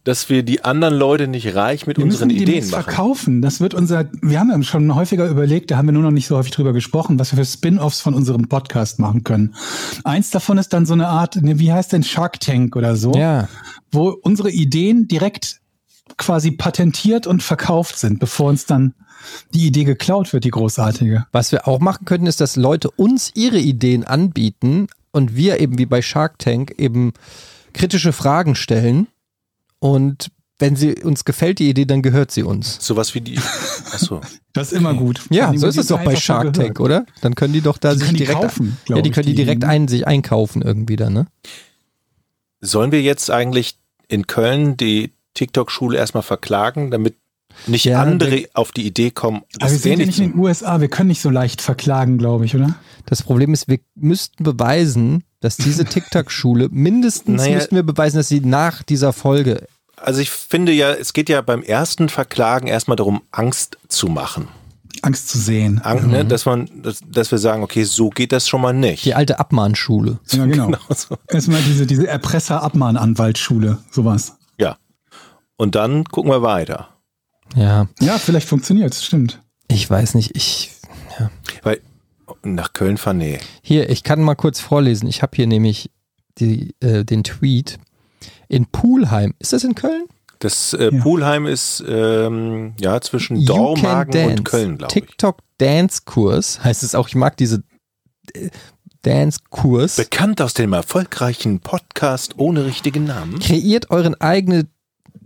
[SPEAKER 1] dass wir die anderen Leute nicht reich mit
[SPEAKER 3] Wir
[SPEAKER 1] unseren
[SPEAKER 3] müssen
[SPEAKER 1] Ideen
[SPEAKER 3] demnächst
[SPEAKER 1] machen.
[SPEAKER 3] verkaufen. Das wird unser, wir haben ja schon häufiger überlegt, da haben wir nur noch nicht so häufig drüber gesprochen, was wir für Spin-offs von unserem Podcast machen können. Eins davon ist dann so eine Art, ne, wie heißt denn Shark Tank oder so,
[SPEAKER 2] Ja.
[SPEAKER 3] wo unsere Ideen direkt quasi patentiert und verkauft sind, bevor uns dann die Idee geklaut wird, die großartige.
[SPEAKER 2] Was wir auch machen könnten, ist, dass Leute uns ihre Ideen anbieten und wir eben wie bei Shark Tank eben kritische Fragen stellen. Und wenn sie uns gefällt, die Idee, dann gehört sie uns.
[SPEAKER 1] Sowas wie die. Achso.
[SPEAKER 3] Das ist immer gut.
[SPEAKER 2] Ja,
[SPEAKER 3] Vor allem,
[SPEAKER 2] so
[SPEAKER 3] wenn
[SPEAKER 2] ist
[SPEAKER 3] die
[SPEAKER 2] es doch
[SPEAKER 3] Zeit
[SPEAKER 2] bei
[SPEAKER 3] auch schon
[SPEAKER 2] Shark
[SPEAKER 3] gehört.
[SPEAKER 2] Tank, oder? Dann können die doch da
[SPEAKER 3] Die
[SPEAKER 2] sich
[SPEAKER 3] können die
[SPEAKER 2] direkt.
[SPEAKER 3] kaufen, glaub
[SPEAKER 2] ja, die
[SPEAKER 3] ich,
[SPEAKER 2] können die
[SPEAKER 3] die-
[SPEAKER 2] direkt ein, sich einkaufen irgendwie dann, ne?
[SPEAKER 1] Sollen wir jetzt eigentlich in Köln die TikTok-Schule erstmal verklagen, damit nicht
[SPEAKER 2] Ja,
[SPEAKER 1] andere auf die Idee kommen,
[SPEAKER 3] Aber wir
[SPEAKER 1] das
[SPEAKER 3] sind ja
[SPEAKER 1] ähnlich
[SPEAKER 3] nicht
[SPEAKER 1] zu
[SPEAKER 3] in den USA, wir können nicht so leicht verklagen, glaube ich, oder?
[SPEAKER 2] Das Problem ist, wir müssten
[SPEAKER 3] *laughs*
[SPEAKER 2] beweisen, dass diese TikTok-Schule, mindestens
[SPEAKER 1] Naja.
[SPEAKER 2] müssten wir beweisen, dass sie nach dieser Folge
[SPEAKER 1] Also ich finde ja, es geht ja beim ersten Verklagen erstmal darum, Angst zu machen.
[SPEAKER 3] Angst zu sehen.
[SPEAKER 1] Angst, ne? dass, man, dass, dass wir sagen, okay, so geht das schon mal nicht. *laughs*
[SPEAKER 2] Die alte Abmahnschule.
[SPEAKER 3] Ja, genau.
[SPEAKER 1] so.
[SPEAKER 3] Erstmal diese, diese Erpresser-Abmahnanwaltsschule, sowas.
[SPEAKER 1] Ja. Und dann gucken wir weiter.
[SPEAKER 2] Ja,
[SPEAKER 3] Ja, vielleicht funktioniert es, stimmt.
[SPEAKER 2] ich weiß nicht. Ich, ja.
[SPEAKER 1] Weil nach Köln fahren, nee.
[SPEAKER 2] Hier, ich kann mal kurz vorlesen. Ich habe hier nämlich die, äh, den Tweet. In Pulheim, ist das in Köln?
[SPEAKER 1] Das äh,
[SPEAKER 3] Ja.
[SPEAKER 1] Poolheim ist ähm, ja zwischen
[SPEAKER 2] You Can
[SPEAKER 1] Dormagen und Köln, glaube ich.
[SPEAKER 2] TikTok Dance Kurs heißt es auch. Ich mag diese äh, Dance Kurs.
[SPEAKER 1] Bekannt aus dem erfolgreichen Podcast ohne richtigen Namen.
[SPEAKER 2] kreiert euren eigene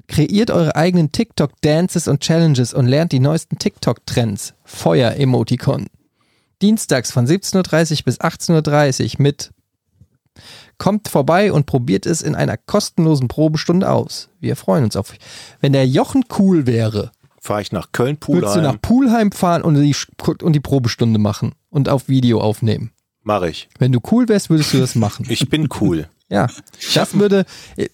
[SPEAKER 2] kreiert eure eigenen TikTok Dances und Challenges und lernt die neuesten TikTok Trends. Feuer Emoticon. Dienstags von 17:30 bis 18:30 mit Kommt vorbei und probiert es in einer kostenlosen Probestunde aus. Wir freuen uns auf euch. Wenn der Jochen cool wäre,
[SPEAKER 1] Fahre ich nach Köln,
[SPEAKER 2] würdest du nach
[SPEAKER 1] Poolheim,
[SPEAKER 2] Poolheim fahren und die, und die Probestunde machen und auf Video aufnehmen.
[SPEAKER 1] mache ich.
[SPEAKER 2] Wenn du cool wärst, würdest du das machen.
[SPEAKER 1] Ich bin cool.
[SPEAKER 2] Ja, das würde,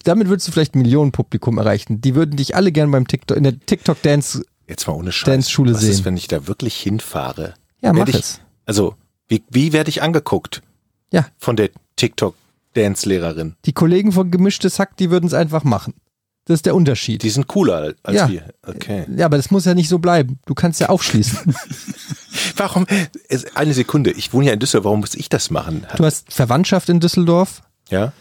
[SPEAKER 2] damit würdest du vielleicht ein Millionenpublikum erreichen. Die würden dich alle gern beim TikTok, in der TikTok-Dance,
[SPEAKER 1] *laughs* Jetzt mal ohne Scheiß.
[SPEAKER 2] Dance-Schule
[SPEAKER 1] Was
[SPEAKER 2] sehen.
[SPEAKER 1] ist, wenn ich da wirklich hinfahre?
[SPEAKER 2] ja, mach
[SPEAKER 1] Werd ich,
[SPEAKER 2] es.
[SPEAKER 1] Also, wie, wie werde ich angeguckt?
[SPEAKER 2] Ja.
[SPEAKER 1] Von der TikTok-Dance-Lehrerin.
[SPEAKER 2] Die Kollegen von Gemischtes Hack, die würden es einfach machen. Das ist der Unterschied.
[SPEAKER 1] Die sind cooler als
[SPEAKER 2] Ja.
[SPEAKER 1] wir. Okay.
[SPEAKER 2] ja, aber das muss ja nicht so bleiben. Du kannst
[SPEAKER 1] *laughs*
[SPEAKER 2] ja aufschließen.
[SPEAKER 1] Warum? es- Eine Sekunde. Ich wohne ja in Düsseldorf. Warum muss ich das machen?
[SPEAKER 2] Du hast Verwandtschaft in Düsseldorf.
[SPEAKER 1] Ja.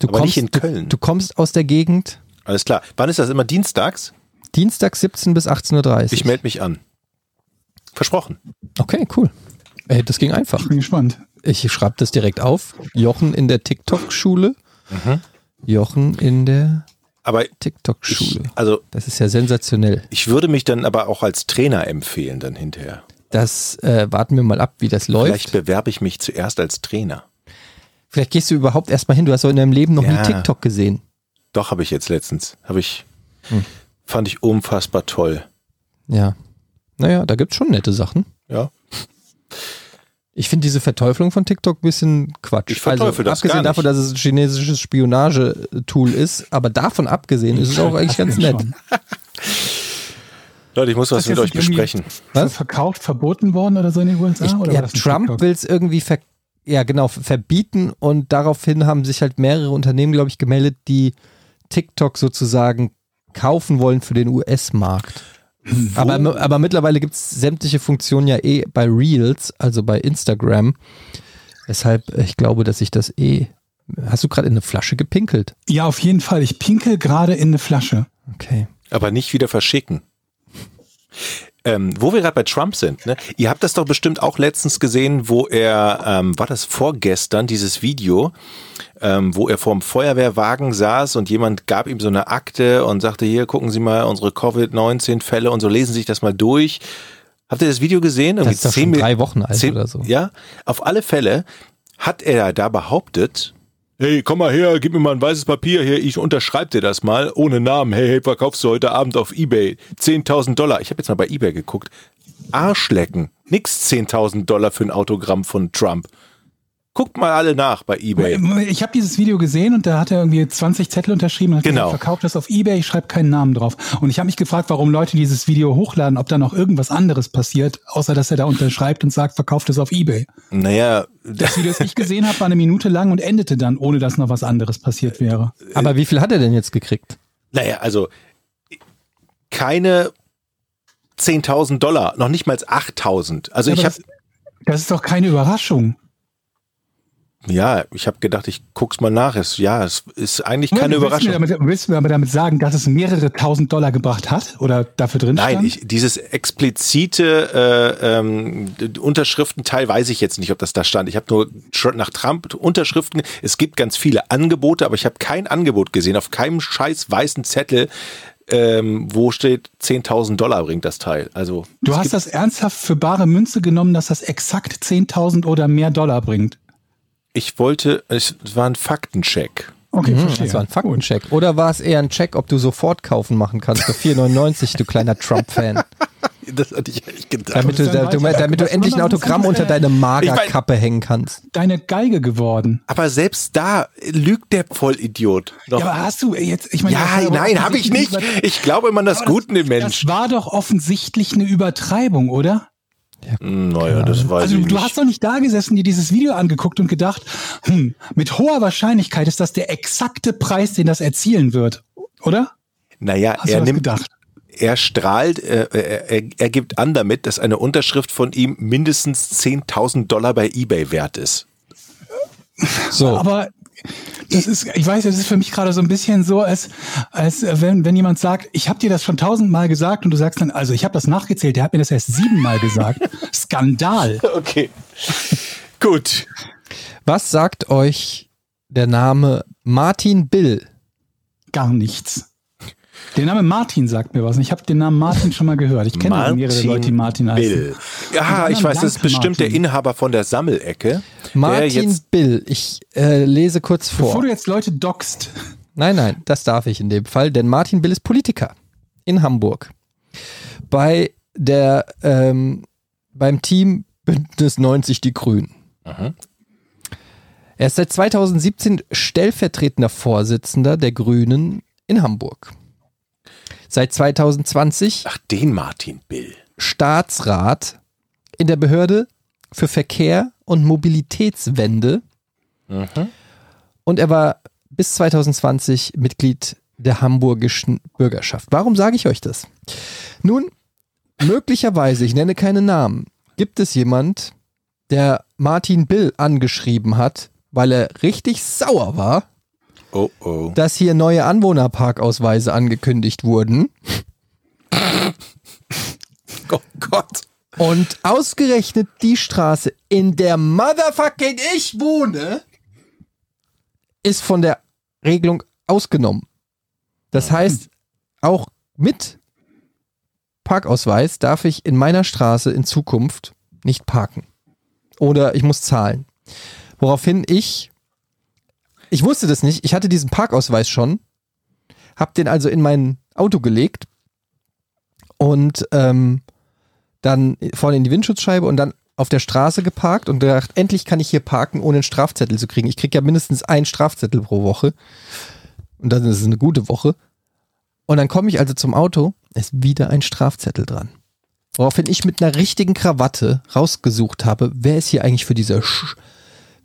[SPEAKER 2] Du
[SPEAKER 1] Aber nicht
[SPEAKER 2] kommst,
[SPEAKER 1] in Köln.
[SPEAKER 2] Du, du kommst aus der Gegend.
[SPEAKER 1] Alles klar. Wann ist das immer dienstags?
[SPEAKER 2] Dienstag 17 bis 18.30 Uhr.
[SPEAKER 1] Ich melde mich an. Versprochen.
[SPEAKER 2] Okay, cool. Ey, das ging einfach.
[SPEAKER 3] Ich bin gespannt.
[SPEAKER 2] Ich schreibe das direkt auf. Jochen in der TikTok-Schule. Jochen in der
[SPEAKER 1] Aber Mhm. ich,
[SPEAKER 2] TikTok-Schule.
[SPEAKER 1] also
[SPEAKER 2] Das ist ja sensationell.
[SPEAKER 1] ich würde mich dann aber auch als Trainer empfehlen dann hinterher.
[SPEAKER 2] Das äh, warten wir mal ab, wie das läuft.
[SPEAKER 1] Vielleicht
[SPEAKER 2] Vielleicht,
[SPEAKER 1] bewerbe ich mich zuerst als Trainer.
[SPEAKER 2] gehst du überhaupt erstmal hin. Du hast doch in deinem Leben noch
[SPEAKER 1] Ja.
[SPEAKER 2] nie TikTok gesehen.
[SPEAKER 1] Doch, habe ich jetzt letztens. Habe ich.
[SPEAKER 2] Hm.
[SPEAKER 1] Fand ich unfassbar toll.
[SPEAKER 2] Ja. Naja, da gibt's schon nette Sachen.
[SPEAKER 1] Ja.
[SPEAKER 2] Ich finde diese Verteufelung von TikTok ein bisschen Quatsch. Also,
[SPEAKER 1] Ich verteufel das
[SPEAKER 2] abgesehen
[SPEAKER 1] gar nicht.
[SPEAKER 2] davon, dass es ein chinesisches Spionagetool ist, aber davon abgesehen ist es auch eigentlich ganz
[SPEAKER 3] Hatten wir
[SPEAKER 2] nett.
[SPEAKER 3] schon.
[SPEAKER 1] Leute, ich muss was
[SPEAKER 3] Das
[SPEAKER 1] mit
[SPEAKER 3] jetzt
[SPEAKER 1] euch
[SPEAKER 3] irgendwie-
[SPEAKER 1] besprechen.
[SPEAKER 3] Ist das verkauft, verboten worden oder so in den USA?
[SPEAKER 2] Ich,
[SPEAKER 3] oder
[SPEAKER 2] ja,
[SPEAKER 3] war das ein
[SPEAKER 2] Trump
[SPEAKER 3] TikTok?
[SPEAKER 2] will es irgendwie ver ja, genau, verbieten und daraufhin haben sich halt mehrere Unternehmen, glaube ich, gemeldet, die TikTok sozusagen kaufen wollen für den US-Markt. Aber, aber mittlerweile gibt es sämtliche Funktionen ja eh bei Reels, also bei Instagram. Weshalb äh, ich glaube, dass ich das eh. Hast du gerade in eine Flasche gepinkelt?
[SPEAKER 3] Ja, auf jeden Fall. Ich pinkel gerade in eine Flasche.
[SPEAKER 2] Okay.
[SPEAKER 1] Aber nicht wieder verschicken. Ähm, wo wir gerade bei Trump sind, ne? ihr habt das doch bestimmt auch letztens gesehen, wo er, ähm, war das vorgestern, dieses Video, ähm, wo er vorm Feuerwehrwagen saß und jemand gab ihm so eine Akte und sagte, hier gucken Sie mal unsere Covid-19-Fälle und so lesen Sie sich das mal durch. Habt ihr das Video gesehen?
[SPEAKER 2] Das ist doch schon
[SPEAKER 1] Mil-
[SPEAKER 2] drei Wochen alt
[SPEAKER 1] zehn-
[SPEAKER 2] oder so.
[SPEAKER 1] Ja, auf alle Fälle hat er da behauptet, hey, komm mal her, gib mir mal ein weißes Papier hier, ich unterschreibe dir das mal, ohne Namen, hey, hey, verkaufst du heute Abend auf Ebay, 10.000 Dollar, ich habe jetzt mal bei Ebay geguckt, Arschlecken, nix 10.000 Dollar für ein Autogramm von Trump. Guckt mal alle nach bei Ebay.
[SPEAKER 3] Ich habe dieses Video gesehen und da hat er irgendwie 20 Zettel unterschrieben und hat
[SPEAKER 1] Genau.
[SPEAKER 3] gesagt, verkauft das auf Ebay, ich schreibe keinen Namen drauf. Und ich habe mich gefragt, warum Leute dieses Video hochladen, ob da noch irgendwas anderes passiert, außer dass er da unterschreibt und sagt, verkauft es auf Ebay.
[SPEAKER 1] Naja,
[SPEAKER 3] Das Video, das ich gesehen habe, war eine Minute lang und endete dann, ohne dass noch was anderes passiert wäre.
[SPEAKER 1] äh,
[SPEAKER 2] Aber wie viel hat er denn jetzt gekriegt?
[SPEAKER 1] naja, also keine 10.000 Dollar, noch nicht mal 8.000. Also
[SPEAKER 3] Aber
[SPEAKER 1] ich habe
[SPEAKER 3] das, das ist doch keine Überraschung.
[SPEAKER 1] Ja, ich habe gedacht, ich guck's mal nach. Es, ja, es ist eigentlich keine
[SPEAKER 3] Willst du mir
[SPEAKER 1] Überraschung.
[SPEAKER 3] Damit, willst du mir aber damit sagen, dass es mehrere tausend Dollar gebracht hat oder dafür drin
[SPEAKER 1] Nein,
[SPEAKER 3] stand?
[SPEAKER 1] ich, dieses explizite äh, ähm, d- Unterschriftenteil weiß ich jetzt nicht, ob das da stand. Ich habe nur tr- nach Trump Unterschriften. Es gibt ganz viele Angebote, aber ich habe kein Angebot gesehen auf keinem scheiß weißen Zettel, ähm, wo steht 10.000 Dollar bringt das Teil. Also
[SPEAKER 3] Du
[SPEAKER 1] es
[SPEAKER 3] hast
[SPEAKER 1] gibt-
[SPEAKER 3] das ernsthaft für bare Münze genommen, dass das exakt 10.000 oder mehr Dollar bringt.
[SPEAKER 1] Ich wollte, es war ein Faktencheck.
[SPEAKER 3] Okay, verstehe.
[SPEAKER 2] Mhm, Das war ein Faktencheck. Oder war es eher ein Check, ob du sofort kaufen machen kannst für 4,99, du kleiner Trump-Fan?
[SPEAKER 1] Das hatte ich echt gedacht.
[SPEAKER 2] *laughs* Damit du,
[SPEAKER 3] dann
[SPEAKER 2] da, du,
[SPEAKER 3] weiter.
[SPEAKER 2] damit du
[SPEAKER 3] Was
[SPEAKER 2] endlich ein
[SPEAKER 3] anderes
[SPEAKER 2] Autogramm
[SPEAKER 3] ist-
[SPEAKER 2] unter deine Magerkappe hängen kannst.
[SPEAKER 3] Deine Geige geworden.
[SPEAKER 1] aber selbst da lügt der Vollidiot. Noch.
[SPEAKER 3] Ja, aber hast du jetzt, ich meine.
[SPEAKER 1] Ja,
[SPEAKER 3] das war aber
[SPEAKER 1] nein, habe ich
[SPEAKER 3] offensichtlich
[SPEAKER 1] nicht. ne,
[SPEAKER 3] über-
[SPEAKER 1] Ich glaube immer an das
[SPEAKER 3] Aber das-
[SPEAKER 1] Gute in dem
[SPEAKER 3] Das
[SPEAKER 1] Menschen.
[SPEAKER 3] war doch offensichtlich eine Übertreibung, oder?
[SPEAKER 1] Naja, das weiß
[SPEAKER 3] Also
[SPEAKER 1] ich
[SPEAKER 3] du, du
[SPEAKER 1] nicht.
[SPEAKER 3] hast doch nicht da gesessen, dir dieses Video angeguckt und gedacht, hm, mit hoher Wahrscheinlichkeit ist das der exakte Preis, den das erzielen wird, oder?
[SPEAKER 1] naja,
[SPEAKER 3] Hast
[SPEAKER 1] er
[SPEAKER 3] du das
[SPEAKER 1] nimmt,
[SPEAKER 3] gedacht?
[SPEAKER 1] er strahlt, äh, er, er, er gibt an damit, dass eine Unterschrift von ihm mindestens 10.000 Dollar bei eBay wert ist.
[SPEAKER 2] So.
[SPEAKER 3] Aber das ist, ich weiß, das ist für mich gerade so ein bisschen so, als, als äh, wenn, wenn jemand sagt, ich habe dir das schon tausendmal gesagt und du sagst dann, also ich habe das nachgezählt, der hat mir das erst siebenmal
[SPEAKER 1] *laughs*
[SPEAKER 3] gesagt. Skandal.
[SPEAKER 1] Okay. *laughs* Gut.
[SPEAKER 2] Was sagt euch der Name Martin Bill?
[SPEAKER 3] Gar nichts. Der Name Martin sagt mir was. und Ich habe den Namen Martin schon mal gehört. Ich kenne auch mehrere Leute, die Martin heißen.
[SPEAKER 1] Bill. Ja, ich weiß, das ist
[SPEAKER 3] Also, Danke,
[SPEAKER 1] bestimmt der
[SPEAKER 3] Martin.
[SPEAKER 1] Inhaber von der Sammelecke. der
[SPEAKER 2] Martin
[SPEAKER 1] jetzt,
[SPEAKER 2] Bill. Ich äh, lese kurz
[SPEAKER 3] Bevor
[SPEAKER 2] vor.
[SPEAKER 3] du jetzt Leute dockst,
[SPEAKER 2] Nein, nein, das darf ich in dem Fall, denn Martin Bill ist Politiker in Hamburg. Bei der, ähm, beim Team Bündnis 90 Die Grünen. Er ist seit 2017 stellvertretender Vorsitzender der Grünen in Hamburg. Seit 2020
[SPEAKER 1] ach, den Martin Bill.
[SPEAKER 2] Staatsrat in der Behörde für Verkehr und Mobilitätswende. Und er war bis 2020 Mitglied der hamburgischen Bürgerschaft. Warum sage ich euch das? Nun, möglicherweise, ich nenne keine Namen, gibt es jemand, der Martin Bill angeschrieben hat, weil er richtig sauer war,
[SPEAKER 1] Oh, oh.
[SPEAKER 2] dass hier neue Anwohnerparkausweise angekündigt wurden.
[SPEAKER 1] Oh Gott.
[SPEAKER 2] Und ausgerechnet die Straße, in der motherfucking ich wohne, ist von der Regelung ausgenommen. Das heißt, auch mit Parkausweis darf ich in meiner Straße in Zukunft nicht parken. Oder ich muss zahlen. Woraufhin ich, ich wusste das nicht, ich hatte diesen Parkausweis schon, hab den also in mein Auto gelegt und ähm, dann vorne in die Windschutzscheibe und dann auf der Straße geparkt und gedacht, endlich kann ich hier parken, ohne einen Strafzettel zu kriegen. Ich kriege ja mindestens einen Strafzettel pro Woche. Und dann ist es eine gute Woche. Und dann komme ich also zum Auto, ist wieder ein Strafzettel dran. Woraufhin ich mit einer richtigen Krawatte rausgesucht habe, wer ist hier eigentlich für, dieser Sch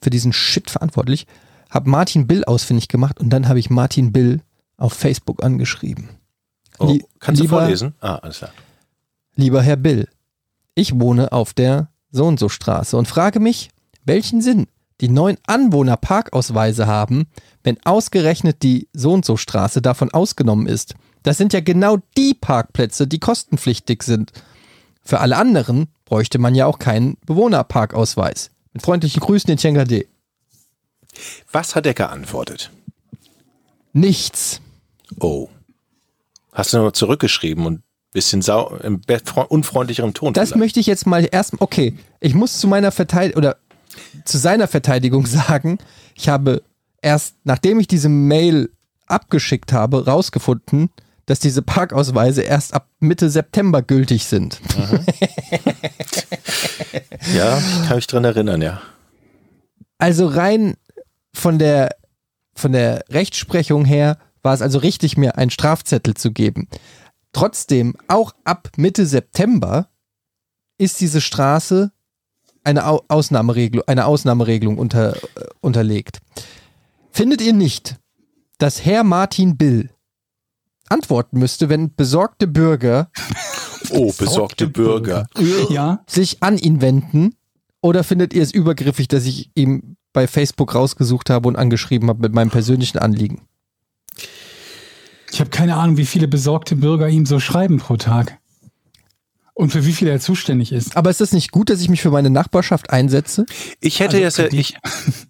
[SPEAKER 2] für diesen Shit verantwortlich, habe Martin Bill ausfindig gemacht und dann habe ich Martin Bill auf Facebook angeschrieben.
[SPEAKER 1] Oh,
[SPEAKER 2] Lie-
[SPEAKER 1] kannst du
[SPEAKER 2] lieber-
[SPEAKER 1] vorlesen? Ah, alles klar.
[SPEAKER 2] Lieber Herr Bill, ich wohne auf der so und so Straße und frage mich, welchen Sinn die neuen Anwohner Parkausweise haben, wenn ausgerechnet die so und so Straße davon ausgenommen ist. Das sind ja genau die Parkplätze, die kostenpflichtig sind. Für alle anderen bräuchte man ja auch keinen Bewohnerparkausweis. Mit freundlichen Grüßen in Chengade.
[SPEAKER 1] Was hat er geantwortet?
[SPEAKER 2] Nichts.
[SPEAKER 1] Oh. Hast du nochmal zurückgeschrieben und ein bisschen sau im be- fre- unfreundlicherem Ton.
[SPEAKER 2] Das
[SPEAKER 1] vielleicht.
[SPEAKER 2] möchte ich jetzt mal erst. Okay, ich muss zu meiner Verteidigung oder zu seiner Verteidigung *laughs* sagen, ich habe erst nachdem ich diese Mail abgeschickt habe, rausgefunden, dass diese Parkausweise erst ab Mitte September gültig sind.
[SPEAKER 1] ja, ich kann mich dran erinnern, ja.
[SPEAKER 2] Also rein von der von der Rechtsprechung her war es also richtig, mir einen Strafzettel zu geben. Trotzdem, auch ab Mitte September ist diese Straße eine Au Ausnahmeregelung, eine Ausnahmeregelung unter, äh, unterlegt. Findet ihr nicht, dass Herr Martin Bill antworten müsste, wenn besorgte Bürger
[SPEAKER 1] Oh, besorgte Bürger.
[SPEAKER 3] ja,
[SPEAKER 2] sich an ihn wenden? Oder findet ihr es übergriffig, dass ich ihm bei Facebook rausgesucht habe und angeschrieben habe mit meinem persönlichen Anliegen?
[SPEAKER 3] ich habe keine Ahnung, wie viele besorgte Bürger ihm so schreiben pro Tag. Und für wie viel er zuständig ist.
[SPEAKER 2] Aber ist das nicht gut, dass ich mich für meine Nachbarschaft einsetze?
[SPEAKER 1] Ich hätte
[SPEAKER 3] Also,
[SPEAKER 1] jetzt, ich,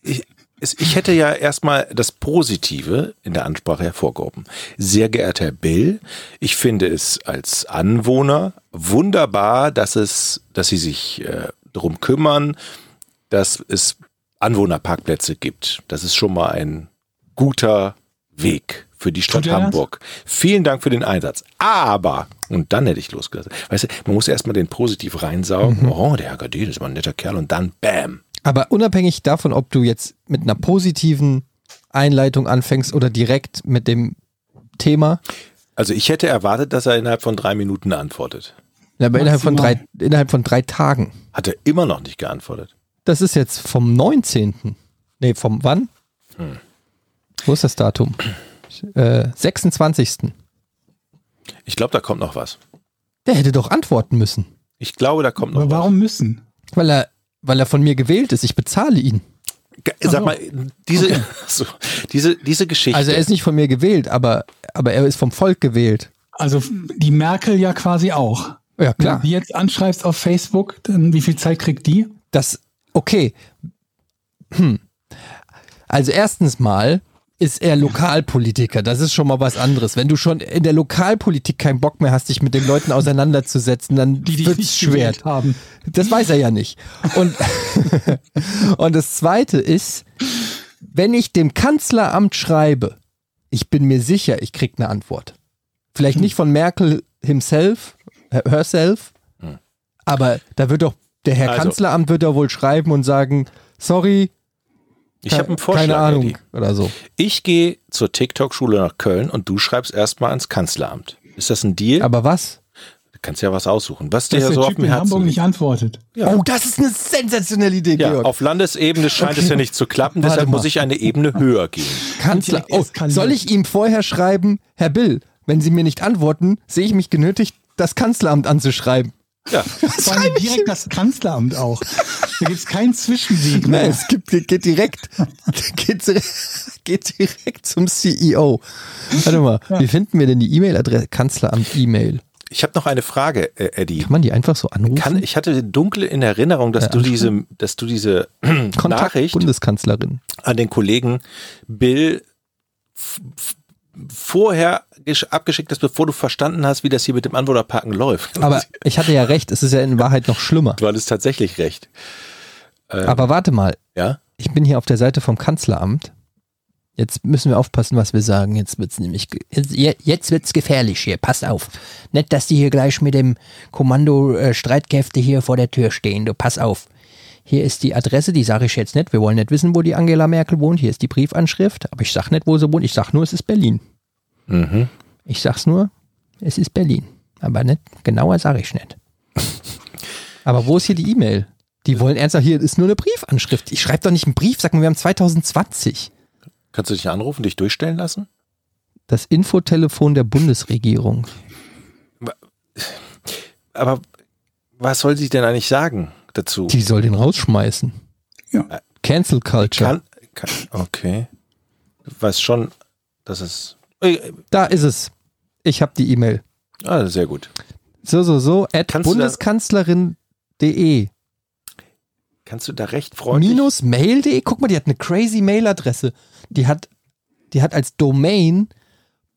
[SPEAKER 1] ich, es- ich hätte ja erstmal das Positive in der Ansprache hervorgehoben. Sehr geehrter Herr Bill, ich finde es als Anwohner wunderbar, dass es, dass Sie sich äh, darum kümmern, dass es Anwohnerparkplätze gibt. Das ist schon mal ein guter Weg für die Stadt
[SPEAKER 3] er das?
[SPEAKER 1] Hamburg. Vielen Dank für den Einsatz. Aber Und dann hätte ich losgelassen. Weißt du, man muss erstmal den positiv reinsaugen. Oh, der Herr Gardin ist mal ein netter Kerl. Und dann bam.
[SPEAKER 2] Aber unabhängig davon, ob du jetzt mit einer positiven Einleitung anfängst oder direkt mit dem Thema,
[SPEAKER 1] Also ich hätte erwartet, dass er innerhalb von drei Minuten antwortet.
[SPEAKER 2] aber innerhalb von,
[SPEAKER 3] Maximal.
[SPEAKER 2] drei, innerhalb von drei Tagen.
[SPEAKER 1] Hat er immer noch nicht geantwortet.
[SPEAKER 2] Das ist jetzt vom 19. Nee, vom wann? Wo ist das Datum? Äh, 26.
[SPEAKER 1] Ich glaube, da kommt noch was.
[SPEAKER 2] Der hätte doch antworten müssen,
[SPEAKER 1] Ich glaube, da kommt noch
[SPEAKER 3] Aber warum müssen?
[SPEAKER 2] weil er, weil er von mir gewählt ist. Ich bezahle ihn.
[SPEAKER 1] was. Ge- Sag mal, diese, *laughs* so, diese, diese Geschichte.
[SPEAKER 2] Also er
[SPEAKER 3] äh,
[SPEAKER 2] ist nicht von mir gewählt, aber, aber er ist vom Volk gewählt.
[SPEAKER 3] Also die Merkel ja quasi auch.
[SPEAKER 2] Ja,
[SPEAKER 3] Wenn du
[SPEAKER 2] klar.
[SPEAKER 3] die jetzt anschreibst auf Facebook, dann wie viel Zeit kriegt die?
[SPEAKER 2] Das, okay. Hm. Also erstens mal ist er Lokalpolitiker. Das ist schon mal was anderes. Wenn du schon in der Lokalpolitik keinen Bock mehr hast, dich mit den Leuten auseinanderzusetzen, dann
[SPEAKER 3] Die, die
[SPEAKER 2] wird's schwer.
[SPEAKER 3] gewählt haben.
[SPEAKER 2] Das weiß er ja nicht.
[SPEAKER 3] *laughs*
[SPEAKER 2] Und, und das Zweite ist, wenn ich dem Kanzleramt schreibe, ich bin mir sicher, ich krieg eine Antwort.
[SPEAKER 1] Hm.
[SPEAKER 2] Vielleicht nicht von Merkel himself, herself, aber da wird doch, der Herr
[SPEAKER 1] Hm. Also.
[SPEAKER 2] Kanzleramt wird da wohl schreiben und sagen, sorry,
[SPEAKER 1] ich habe einen
[SPEAKER 2] ke-
[SPEAKER 1] Vorschlag.
[SPEAKER 2] keine Ahnung
[SPEAKER 1] Eddie.
[SPEAKER 2] oder so.
[SPEAKER 1] Ich gehe zur TikTok-Schule nach Köln und du schreibst erstmal ans Kanzleramt. Ist das ein Deal?
[SPEAKER 2] Aber was?
[SPEAKER 1] du kannst ja was aussuchen. Was dir
[SPEAKER 3] Dass
[SPEAKER 1] ja
[SPEAKER 3] der
[SPEAKER 1] so auf
[SPEAKER 3] Typ
[SPEAKER 1] dem
[SPEAKER 3] in Hamburg
[SPEAKER 1] Herzen liegt.
[SPEAKER 3] nicht antwortet.
[SPEAKER 1] Ja.
[SPEAKER 2] Oh, das ist eine sensationelle Idee,
[SPEAKER 1] Ja,
[SPEAKER 2] Georg.
[SPEAKER 1] auf Landesebene scheint es ja nicht zu klappen,
[SPEAKER 2] Warte
[SPEAKER 1] deshalb
[SPEAKER 2] mal.
[SPEAKER 1] muss ich eine Ebene höher gehen.
[SPEAKER 2] Kanzler.
[SPEAKER 3] Direkt
[SPEAKER 2] Oh,
[SPEAKER 3] eskaliert.
[SPEAKER 2] soll ich ihm vorher schreiben, Herr Bill, wenn Sie mir nicht antworten, sehe ich mich genötigt, das Kanzleramt anzuschreiben?
[SPEAKER 1] Ja,
[SPEAKER 3] Vor allem direkt das Kanzleramt auch. Da gibt es keinen Zwischenweg
[SPEAKER 2] Nee,
[SPEAKER 3] mehr.
[SPEAKER 2] es gibt, geht direkt, *laughs* geht, direkt- geht direkt zum CEO. Warte mal, wie finden wir denn die E-Mail-Adresse? Kanzleramt-E-Mail.
[SPEAKER 1] ich habe noch eine Frage, äh, Eddie.
[SPEAKER 2] Kann man die einfach so anrufen?
[SPEAKER 1] Kann, ich hatte dunkel in Erinnerung, dass du diese, dass du diese
[SPEAKER 2] *clears throat* Kontakt
[SPEAKER 1] Nachricht
[SPEAKER 2] Bundeskanzlerin.
[SPEAKER 1] an den Kollegen Bill f- f- vorher gesch- abgeschickt hast, bevor du verstanden hast, wie das hier mit dem Antworterparken läuft.
[SPEAKER 2] Aber ich hatte ja recht, es ist ja in Wahrheit noch schlimmer.
[SPEAKER 1] du hattest tatsächlich recht.
[SPEAKER 2] Aber warte mal,
[SPEAKER 1] Ja?
[SPEAKER 2] ich bin hier auf der Seite vom Kanzleramt. Jetzt müssen wir aufpassen, was wir sagen. Jetzt wird's nämlich, ge- jetzt, je- jetzt wird's gefährlich hier. Passt auf. Nicht, dass die hier gleich mit dem Kommando äh, Streitkräfte hier vor der Tür stehen. Du pass auf. Hier ist die Adresse, die sage ich jetzt nicht. Wir wollen nicht wissen, wo die Angela Merkel wohnt. Hier ist die Briefanschrift. Aber ich sag nicht, wo sie wohnt. Ich sag nur, es ist Berlin. Ich sag's nur, es ist Berlin. Aber nicht, genauer sage ich nicht. Aber wo ist hier die E-Mail? Die wollen ernsthaft, hier ist nur eine Briefanschrift. Ich schreibe doch nicht einen Brief, sag mal, wir haben 2020.
[SPEAKER 1] Kannst du dich anrufen, dich durchstellen lassen?
[SPEAKER 2] Das Infotelefon der Bundesregierung.
[SPEAKER 1] Aber was soll sie denn eigentlich sagen dazu?
[SPEAKER 2] Die soll den rausschmeißen. Äh,
[SPEAKER 3] Ja.
[SPEAKER 2] Cancel Culture.
[SPEAKER 1] Kann, kann, okay. Du weißt schon, dass es. Äh, äh,
[SPEAKER 2] Da ist es. Ich habe die E-Mail.
[SPEAKER 1] Ah, sehr gut.
[SPEAKER 2] So, so, so. At
[SPEAKER 1] Kannst du da-
[SPEAKER 2] bundeskanzlerin.de.
[SPEAKER 1] Kannst du da recht freundlich.
[SPEAKER 2] Minus mail.de. Guck mal, die hat eine crazy Mailadresse. Die hat, die hat als Domain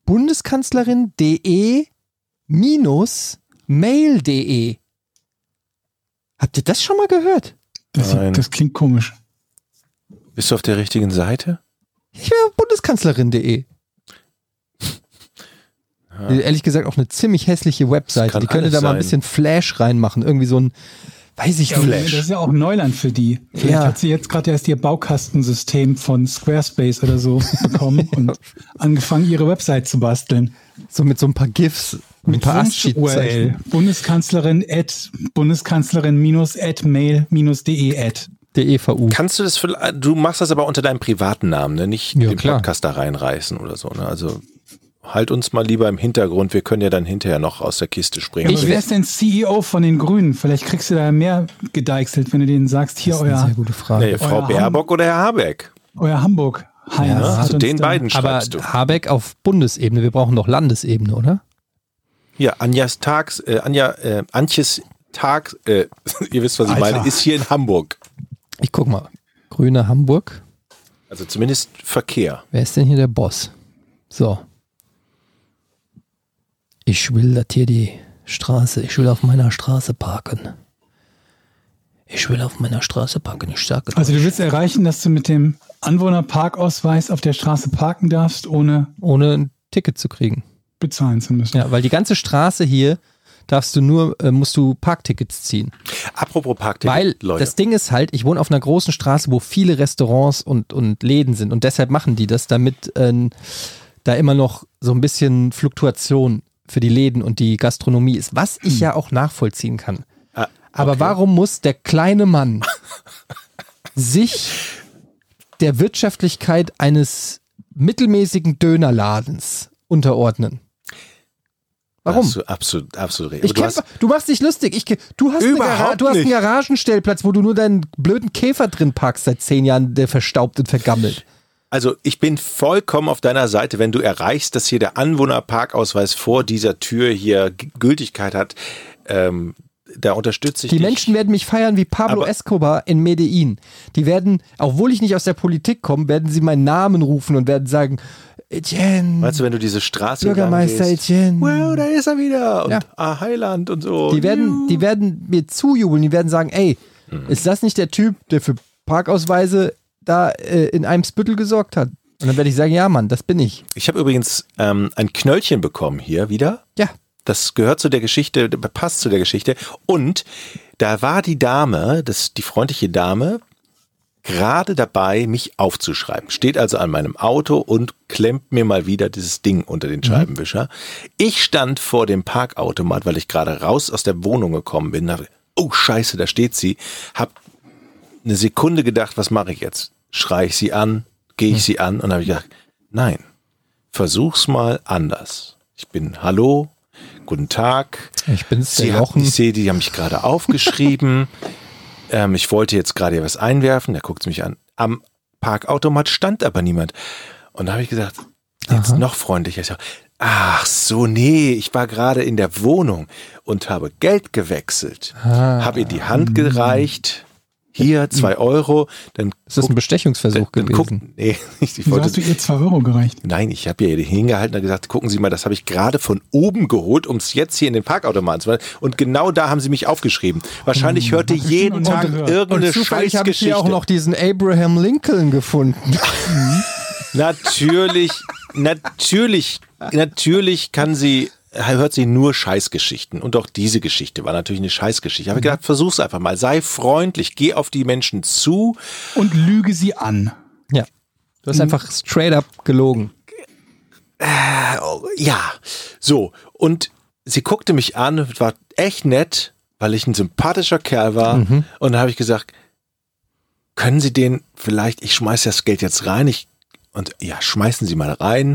[SPEAKER 2] bundeskanzlerin.de minus mail.de. Habt ihr das schon mal gehört?
[SPEAKER 3] Das,
[SPEAKER 1] Nein.
[SPEAKER 3] das klingt komisch.
[SPEAKER 1] Bist du auf der richtigen Seite?
[SPEAKER 2] Ich wäre bundeskanzlerin.de. Ehrlich gesagt auch eine ziemlich hässliche Webseite.
[SPEAKER 1] kann
[SPEAKER 2] Die könnte
[SPEAKER 1] alles
[SPEAKER 2] da mal ein
[SPEAKER 1] sein.
[SPEAKER 2] bisschen Flash reinmachen. Irgendwie so ein, weiß ich nicht.
[SPEAKER 3] Das ist ja auch Neuland für die. Vielleicht
[SPEAKER 2] Ja.
[SPEAKER 3] hat sie jetzt gerade erst ihr Baukastensystem von Squarespace
[SPEAKER 1] *laughs*
[SPEAKER 3] oder so bekommen und angefangen, ihre Website zu basteln.
[SPEAKER 2] So mit so ein paar GIFs. Mit ein paar
[SPEAKER 3] URL.
[SPEAKER 2] ASCII-Zeichen.
[SPEAKER 3] Bundeskanzlerin at bundeskanzlerin-at-mail-de at.
[SPEAKER 2] DEVU.
[SPEAKER 1] Kannst du das vielleicht, du machst das aber unter deinem privaten Namen, ne? nicht
[SPEAKER 2] Ja,
[SPEAKER 1] den
[SPEAKER 2] klar.
[SPEAKER 1] Podcast da reinreißen oder so. Ne? Also halt uns mal lieber im Hintergrund, wir können ja dann hinterher noch aus der Kiste springen.
[SPEAKER 2] Ich
[SPEAKER 3] Aber wer ist denn CEO von den Grünen? Vielleicht kriegst du da mehr gedeichselt, wenn du denen sagst, hier
[SPEAKER 2] Das ist eine
[SPEAKER 3] euer,
[SPEAKER 2] sehr gute Frage.
[SPEAKER 1] nee, Frau
[SPEAKER 3] Euer
[SPEAKER 1] Baerbock oder Herr Habeck?
[SPEAKER 3] euer Hamburg. Hein,
[SPEAKER 2] Ja,
[SPEAKER 1] Ne?
[SPEAKER 3] hat
[SPEAKER 1] Zu
[SPEAKER 3] uns
[SPEAKER 1] den
[SPEAKER 3] da-
[SPEAKER 1] beiden
[SPEAKER 2] Aber
[SPEAKER 1] schreibst du.
[SPEAKER 2] Habeck auf Bundesebene, wir brauchen doch Landesebene, oder?
[SPEAKER 1] Ja, Anjas Tags, äh, Anja, äh, Antjes Tag, äh, *laughs* ihr wisst, was ich
[SPEAKER 3] Alter.
[SPEAKER 1] meine, ist hier in Hamburg.
[SPEAKER 2] Ich guck mal. Grüne Hamburg.
[SPEAKER 1] Also zumindest Verkehr.
[SPEAKER 2] Wer ist denn hier der Boss? So. Ich will, dass hier die Straße, ich will auf meiner Straße parken. Ich will auf meiner Straße parken, ich sage
[SPEAKER 3] Also du willst erreichen, dass du mit dem Anwohnerparkausweis auf der Straße parken darfst, ohne
[SPEAKER 2] ohne ein Ticket zu kriegen.
[SPEAKER 3] bezahlen zu müssen.
[SPEAKER 2] Ja, weil die ganze Straße hier darfst du nur, äh, musst du Parktickets ziehen.
[SPEAKER 1] Apropos Parkticket,
[SPEAKER 2] Weil
[SPEAKER 1] Leute.
[SPEAKER 2] das Ding ist halt, ich wohne auf einer großen Straße, wo viele Restaurants und, und Läden sind. Und deshalb machen die das, damit ähm, da immer noch so ein bisschen Fluktuation für die Läden und die Gastronomie ist, was ich ja auch nachvollziehen kann.
[SPEAKER 1] Ah,
[SPEAKER 2] Aber warum muss der kleine Mann sich der Wirtschaftlichkeit eines mittelmäßigen Dönerladens unterordnen? Warum?
[SPEAKER 1] Hast du absolut, absolut recht.
[SPEAKER 2] Ich
[SPEAKER 1] Aber du
[SPEAKER 2] kenn,
[SPEAKER 1] hast,
[SPEAKER 2] du machst dich lustig. Ich, ke- du, hast eine
[SPEAKER 1] Überhaupt
[SPEAKER 2] Gara- du hast einen
[SPEAKER 1] nicht.
[SPEAKER 2] Garagenstellplatz, wo du nur deinen blöden Käfer drin parkst seit zehn Jahren, der verstaubt und vergammelt.
[SPEAKER 1] also ich bin vollkommen auf deiner Seite, wenn du erreichst, dass hier der Anwohnerparkausweis vor dieser Tür hier G- Gültigkeit hat. Ähm, da unterstütze ich
[SPEAKER 2] Die
[SPEAKER 1] dich.
[SPEAKER 2] Menschen werden mich feiern wie Pablo
[SPEAKER 1] Aber-
[SPEAKER 2] Escobar in Medellin. Die werden, obwohl ich nicht aus der Politik komme, werden sie meinen Namen rufen und werden sagen, Etienne,
[SPEAKER 1] Weißt du, wenn du diese Straße entlang
[SPEAKER 2] Bürgermeister
[SPEAKER 1] gehst,
[SPEAKER 2] Etienne.
[SPEAKER 1] Wow, da ist er wieder. Und
[SPEAKER 2] Ja.
[SPEAKER 1] ah, Heiland und so.
[SPEAKER 2] Die werden, die werden mir zujubeln, die werden sagen, ey,
[SPEAKER 1] Mhm.
[SPEAKER 2] ist das nicht der Typ, der für Parkausweise da äh, in einem Spüttel gesorgt hat? Und dann werde ich sagen, ja Mann, das bin ich.
[SPEAKER 1] Ich habe übrigens ähm, ein Knöllchen bekommen hier wieder.
[SPEAKER 2] Ja.
[SPEAKER 1] Das gehört zu der Geschichte, passt zu der Geschichte. Und da war die Dame, das, die freundliche Dame, gerade dabei, mich aufzuschreiben. Steht also an meinem Auto und klemmt mir mal wieder dieses Ding unter den Scheibenwischer. Ich stand vor dem Parkautomat, weil ich gerade raus aus der Wohnung gekommen bin. Dachte, oh Scheiße, da steht sie. Hab eine Sekunde gedacht, was mache ich jetzt? Schrei ich sie an? Gehe ich sie an? Und habe ich gedacht, nein, versuch's mal anders. Ich bin Hallo, guten Tag.
[SPEAKER 2] Ich bin's,
[SPEAKER 1] Sie hat, ich sehe, die haben mich gerade
[SPEAKER 2] *laughs*
[SPEAKER 1] aufgeschrieben. ähm, ich wollte jetzt gerade hier was einwerfen, da guckt sie mich an. Am Parkautomat stand aber niemand. Und da habe ich gesagt, jetzt noch freundlicher. Ich sag, Ach so, nee, ich war gerade in der Wohnung und habe Geld gewechselt.
[SPEAKER 2] Ah.
[SPEAKER 1] Habe ihr die
[SPEAKER 2] Hm.
[SPEAKER 1] Hand gereicht. Hier, zwei Euro. Dann
[SPEAKER 2] Ist das ein Bestechungsversuch
[SPEAKER 1] Äh, dann guck,
[SPEAKER 2] gewesen?
[SPEAKER 1] nee, *laughs* ich, ich
[SPEAKER 3] Wieso
[SPEAKER 1] wollte
[SPEAKER 3] hast du ihr zwei Euro gereicht?
[SPEAKER 1] Nein, ich habe ihr die hingehalten und gesagt, gucken Sie mal, das habe ich gerade von oben geholt, um es jetzt hier in den Parkautomaten zu machen. Und genau da haben sie mich aufgeschrieben.
[SPEAKER 2] Hm.
[SPEAKER 1] Wahrscheinlich hörte jeden
[SPEAKER 3] und
[SPEAKER 1] Tag
[SPEAKER 3] gehört.
[SPEAKER 1] irgendeine
[SPEAKER 2] Und zufällig habe ich hier
[SPEAKER 1] Scheißgeschichte.
[SPEAKER 2] auch noch diesen Abraham Lincoln gefunden. *laughs*
[SPEAKER 1] natürlich, natürlich, natürlich kann sie hört sie nur Scheißgeschichten und auch diese Geschichte war natürlich eine Scheißgeschichte.
[SPEAKER 2] Mhm.
[SPEAKER 1] Aber ich gedacht, versuch's einfach mal, sei freundlich, geh auf die Menschen zu.
[SPEAKER 3] Und lüge sie an.
[SPEAKER 2] Ja. *laughs* Du hast einfach straight up gelogen.
[SPEAKER 1] Ja, so und sie guckte mich an und war echt nett, weil ich ein sympathischer Kerl war
[SPEAKER 3] Mhm.
[SPEAKER 1] und dann habe ich gesagt, können Sie den vielleicht, ich schmeiß das Geld jetzt rein, ich und ja, schmeißen Sie mal rein.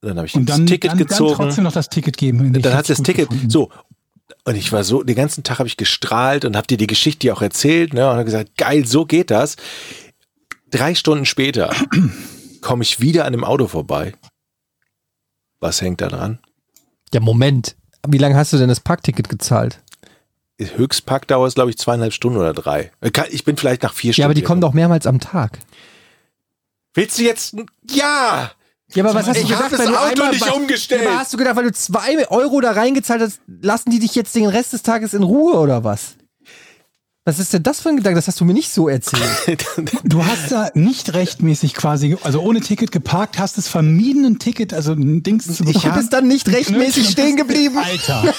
[SPEAKER 1] Und dann habe ich
[SPEAKER 3] Und
[SPEAKER 1] das
[SPEAKER 3] dann,
[SPEAKER 1] Ticket
[SPEAKER 3] dann,
[SPEAKER 1] gezogen.
[SPEAKER 3] dann trotzdem noch das Ticket geben. wenn ich
[SPEAKER 1] dann hat
[SPEAKER 3] das
[SPEAKER 1] sie das
[SPEAKER 3] gut
[SPEAKER 1] Ticket.
[SPEAKER 3] gefunden.
[SPEAKER 1] So. Und ich war so, den ganzen Tag habe ich gestrahlt und habe dir die Geschichte ja auch erzählt, ne? Und habe gesagt, geil, so geht das. Drei Stunden
[SPEAKER 2] *clears throat*
[SPEAKER 1] später komme ich wieder an dem Auto vorbei. Was hängt da dran?
[SPEAKER 2] Ja, Moment. Wie lange hast du denn das Parkticket gezahlt?
[SPEAKER 1] Höchstparkdauer ist, glaube ich, zweieinhalb Stunden oder drei. Äh, Ich bin vielleicht nach vier Stunden.
[SPEAKER 2] Ja, aber die
[SPEAKER 1] hier.
[SPEAKER 2] kommen doch mehrmals am Tag.
[SPEAKER 1] Willst du jetzt? ein- Ja!
[SPEAKER 2] Ja, aber was
[SPEAKER 1] Ich hab das Auto nicht
[SPEAKER 2] bei-
[SPEAKER 1] umgestellt.
[SPEAKER 2] Ja, aber hast du gedacht, weil du zwei Euro da reingezahlt hast, lassen die dich jetzt den Rest des Tages in Ruhe oder was? Was ist denn das für ein Gedanke? Das hast du mir nicht so erzählt.
[SPEAKER 1] *laughs*
[SPEAKER 3] Du hast da nicht rechtmäßig quasi, also ohne Ticket geparkt, hast es vermieden, ein Ticket, also ein Dings zu
[SPEAKER 2] Ich habe es dann nicht rechtmäßig
[SPEAKER 3] Knöpfchen-
[SPEAKER 2] stehen geblieben. *laughs*
[SPEAKER 3] Alter.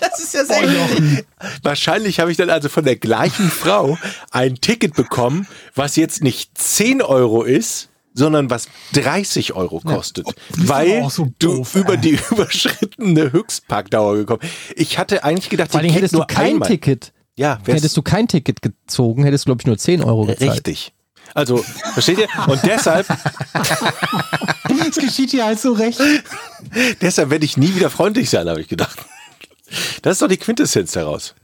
[SPEAKER 2] Das ist ja sehr
[SPEAKER 1] Wahrscheinlich habe ich dann also von der gleichen Frau ein Ticket bekommen, was jetzt nicht 10 Euro ist, sondern was 30 Euro
[SPEAKER 2] oh,
[SPEAKER 1] kostet,
[SPEAKER 3] bist aber
[SPEAKER 1] weil
[SPEAKER 3] auch so
[SPEAKER 1] du
[SPEAKER 3] doof,
[SPEAKER 1] über
[SPEAKER 3] ey.
[SPEAKER 1] die *laughs* überschrittene Höchstparkdauer gekommen. Ich hatte eigentlich gedacht,
[SPEAKER 2] Vor allem
[SPEAKER 1] die geht
[SPEAKER 2] hättest du
[SPEAKER 1] nur
[SPEAKER 2] kein
[SPEAKER 1] einmal.
[SPEAKER 2] Ticket.
[SPEAKER 1] Ja, wär's-
[SPEAKER 2] Hättest du kein Ticket gezogen, hättest du, glaube ich, nur 10 Euro gezahlt.
[SPEAKER 1] richtig. Also, versteht ihr? Und
[SPEAKER 2] *laughs*
[SPEAKER 1] deshalb,
[SPEAKER 3] Es geschieht dir halt so recht.
[SPEAKER 1] deshalb werde ich nie wieder freundlich sein, habe ich gedacht. Das ist doch die Quintessenz daraus.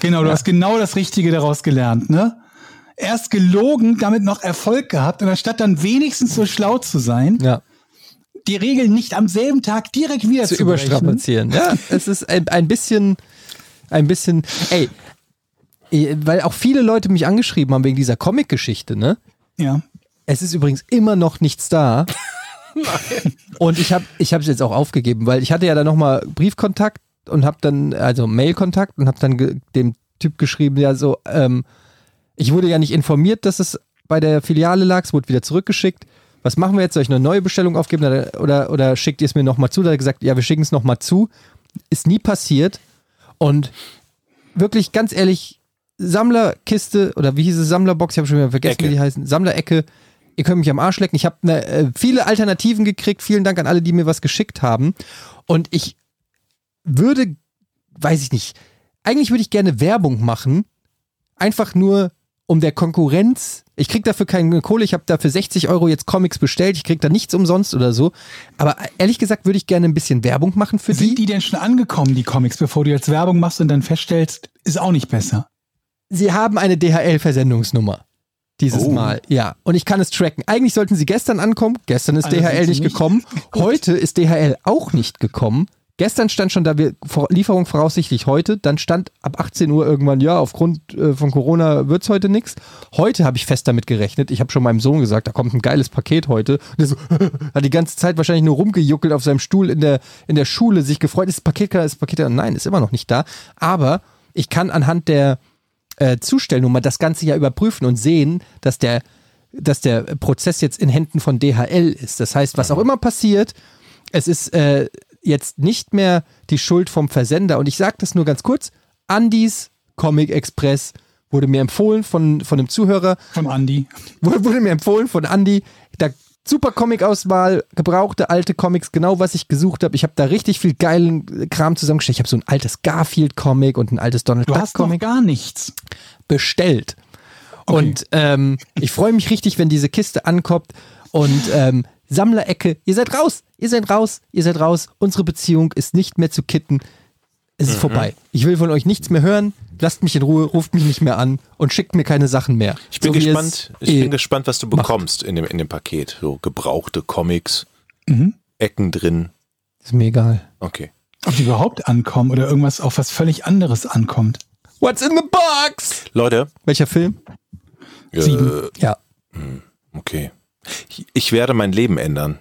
[SPEAKER 3] Genau, du hast genau das Richtige daraus gelernt, ne? Erst gelogen, damit noch Erfolg gehabt und anstatt dann wenigstens so schlau zu sein,
[SPEAKER 2] Ja.
[SPEAKER 3] die Regeln nicht am selben Tag direkt wieder
[SPEAKER 2] Zu
[SPEAKER 3] zu, brechen.
[SPEAKER 2] überstrapazieren. Ja, *laughs* es ist ein, ein bisschen, ein bisschen, ey, eh, weil auch viele Leute mich angeschrieben haben wegen dieser Comic-Geschichte, ne?
[SPEAKER 3] Ja.
[SPEAKER 2] Es ist übrigens immer noch nichts da. und ich habe ich es jetzt auch aufgegeben, weil ich hatte ja dann nochmal Briefkontakt und habe dann, also Mailkontakt und habe dann ge- dem Typ geschrieben, ja so, ähm, ich wurde ja nicht informiert, dass es bei der Filiale lag, es wurde wieder zurückgeschickt. Was machen wir jetzt? Soll ich eine neue Bestellung aufgeben oder, oder, oder schickt ihr es mir nochmal zu? Da hat er gesagt, ja, wir schicken es nochmal zu. ist nie passiert. Und wirklich ganz ehrlich, Sammlerkiste oder wie hieß es, Sammlerbox, ich habe schon wieder vergessen,
[SPEAKER 1] Ecke.
[SPEAKER 2] wie die heißen, Sammlerecke. Ihr könnt mich am Arsch lecken. Ich habe ne, äh, viele Alternativen gekriegt. Vielen Dank an alle, die mir was geschickt haben. Und ich würde, weiß ich nicht, eigentlich würde ich gerne Werbung machen. Einfach nur um der Konkurrenz. Ich krieg dafür keine Kohle. Ich habe dafür 60 Euro jetzt Comics bestellt. Ich krieg da nichts umsonst oder so. Aber ehrlich gesagt würde ich gerne ein bisschen Werbung machen für die.
[SPEAKER 3] Sind die denn schon angekommen, die Comics, bevor du jetzt Werbung machst und dann feststellst, ist auch nicht besser?
[SPEAKER 2] Sie haben eine DHL-Versendungsnummer. Dieses
[SPEAKER 1] Oh.
[SPEAKER 2] Mal, ja. Und ich kann es tracken. Eigentlich sollten sie gestern ankommen. Gestern ist
[SPEAKER 3] Also sind
[SPEAKER 2] DHL
[SPEAKER 3] sie
[SPEAKER 2] nicht
[SPEAKER 3] nicht.
[SPEAKER 2] gekommen. Heute ist DHL auch nicht gekommen. Gestern stand schon da, wir, vor- Lieferung voraussichtlich heute. Dann stand ab 18 Uhr irgendwann, ja, aufgrund äh, von Corona wird's heute nichts. Heute habe ich fest damit gerechnet. Ich habe schon meinem Sohn gesagt, da kommt ein geiles Paket heute. Und er so, *laughs* hat die ganze Zeit wahrscheinlich nur rumgejuckelt auf seinem Stuhl in der, in der Schule, sich gefreut, ist das Paket da, ist das Paket da? Nein, ist immer noch nicht da. Aber ich kann anhand der, äh, Zustellnummer das Ganze ja überprüfen und sehen, dass der, dass der Prozess jetzt in Händen von DHL ist. Das heißt,
[SPEAKER 3] Mhm.
[SPEAKER 2] was auch immer passiert, es ist äh, jetzt nicht mehr die Schuld vom Versender. Und ich sage das nur ganz kurz. Andys Comic Express wurde mir empfohlen von, von einem Zuhörer, *laughs*
[SPEAKER 3] Von Andy.
[SPEAKER 2] wurde, wurde mir empfohlen von Andy. Da super Comic-Auswahl, gebrauchte alte Comics, genau was ich gesucht habe. Ich habe da richtig viel geilen Kram zusammengestellt. Ich habe so ein altes Garfield-Comic und ein altes Donald
[SPEAKER 3] Du hast noch
[SPEAKER 2] Duck-Comic
[SPEAKER 3] gar nichts.
[SPEAKER 2] bestellt. Und ähm, ich freue mich richtig, wenn diese Kiste ankommt. Und ähm, Sammlerecke, ihr seid raus, ihr seid raus, ihr seid raus. Unsere Beziehung ist nicht mehr zu kitten. Es
[SPEAKER 1] Mhm.
[SPEAKER 2] ist vorbei. Ich will von euch nichts mehr hören. Lasst mich in Ruhe, ruft mich nicht mehr an und schickt mir keine Sachen mehr.
[SPEAKER 1] Ich bin
[SPEAKER 2] So wie ihr
[SPEAKER 1] gespannt,
[SPEAKER 2] es
[SPEAKER 1] ich
[SPEAKER 2] eh
[SPEAKER 1] bin gespannt, was du bekommst in dem, in dem Paket. So gebrauchte Comics,
[SPEAKER 2] Mhm.
[SPEAKER 1] Ecken drin.
[SPEAKER 2] Ist mir egal.
[SPEAKER 1] Okay.
[SPEAKER 3] Ob die überhaupt ankommen oder irgendwas auf was völlig anderes ankommt.
[SPEAKER 2] What's in the box?
[SPEAKER 1] Leute,
[SPEAKER 2] Welcher Film?
[SPEAKER 1] äh,
[SPEAKER 3] Sieben.
[SPEAKER 2] Ja.
[SPEAKER 1] okay. Ich- Ich werde mein Leben ändern.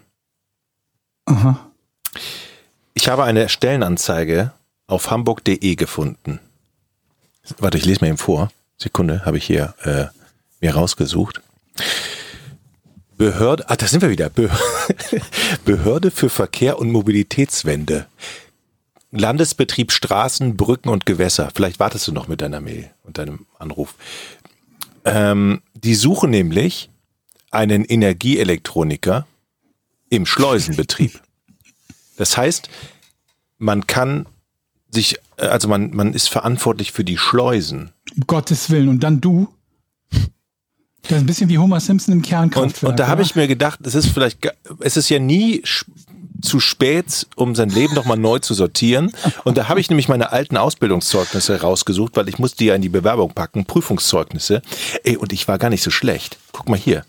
[SPEAKER 3] Aha.
[SPEAKER 1] Ich habe eine Stellenanzeige auf hamburg.de gefunden. Warte, ich lese mir eben vor. Sekunde, habe ich hier äh, mir rausgesucht. Behörde, ah, da sind wir wieder. Be *laughs* Behörde für Verkehr und Mobilitätswende. Landesbetrieb Straßen, Brücken und Gewässer. Vielleicht wartest du noch mit deiner Mail und deinem Anruf. Ähm, die suchen nämlich einen Energieelektroniker im
[SPEAKER 2] *laughs*
[SPEAKER 1] Schleusenbetrieb. Das heißt, man kann sich, äh, also man, man ist verantwortlich für die Schleusen.
[SPEAKER 3] Um Gottes Willen. Und
[SPEAKER 1] *laughs*
[SPEAKER 3] dann du. Das ist ein bisschen wie Homer Simpson im
[SPEAKER 1] Und,
[SPEAKER 3] Kernkraftwerk.
[SPEAKER 1] und da habe
[SPEAKER 3] oder?
[SPEAKER 1] ich mir gedacht, es ist vielleicht, ge- es ist ja nie sch- zu spät, um sein Leben nochmal neu zu sortieren. Und da habe ich nämlich meine alten Ausbildungszeugnisse rausgesucht, weil ich musste die ja in die Bewerbung packen, Prüfungszeugnisse. Ey, und ich war gar nicht so schlecht. Guck mal hier.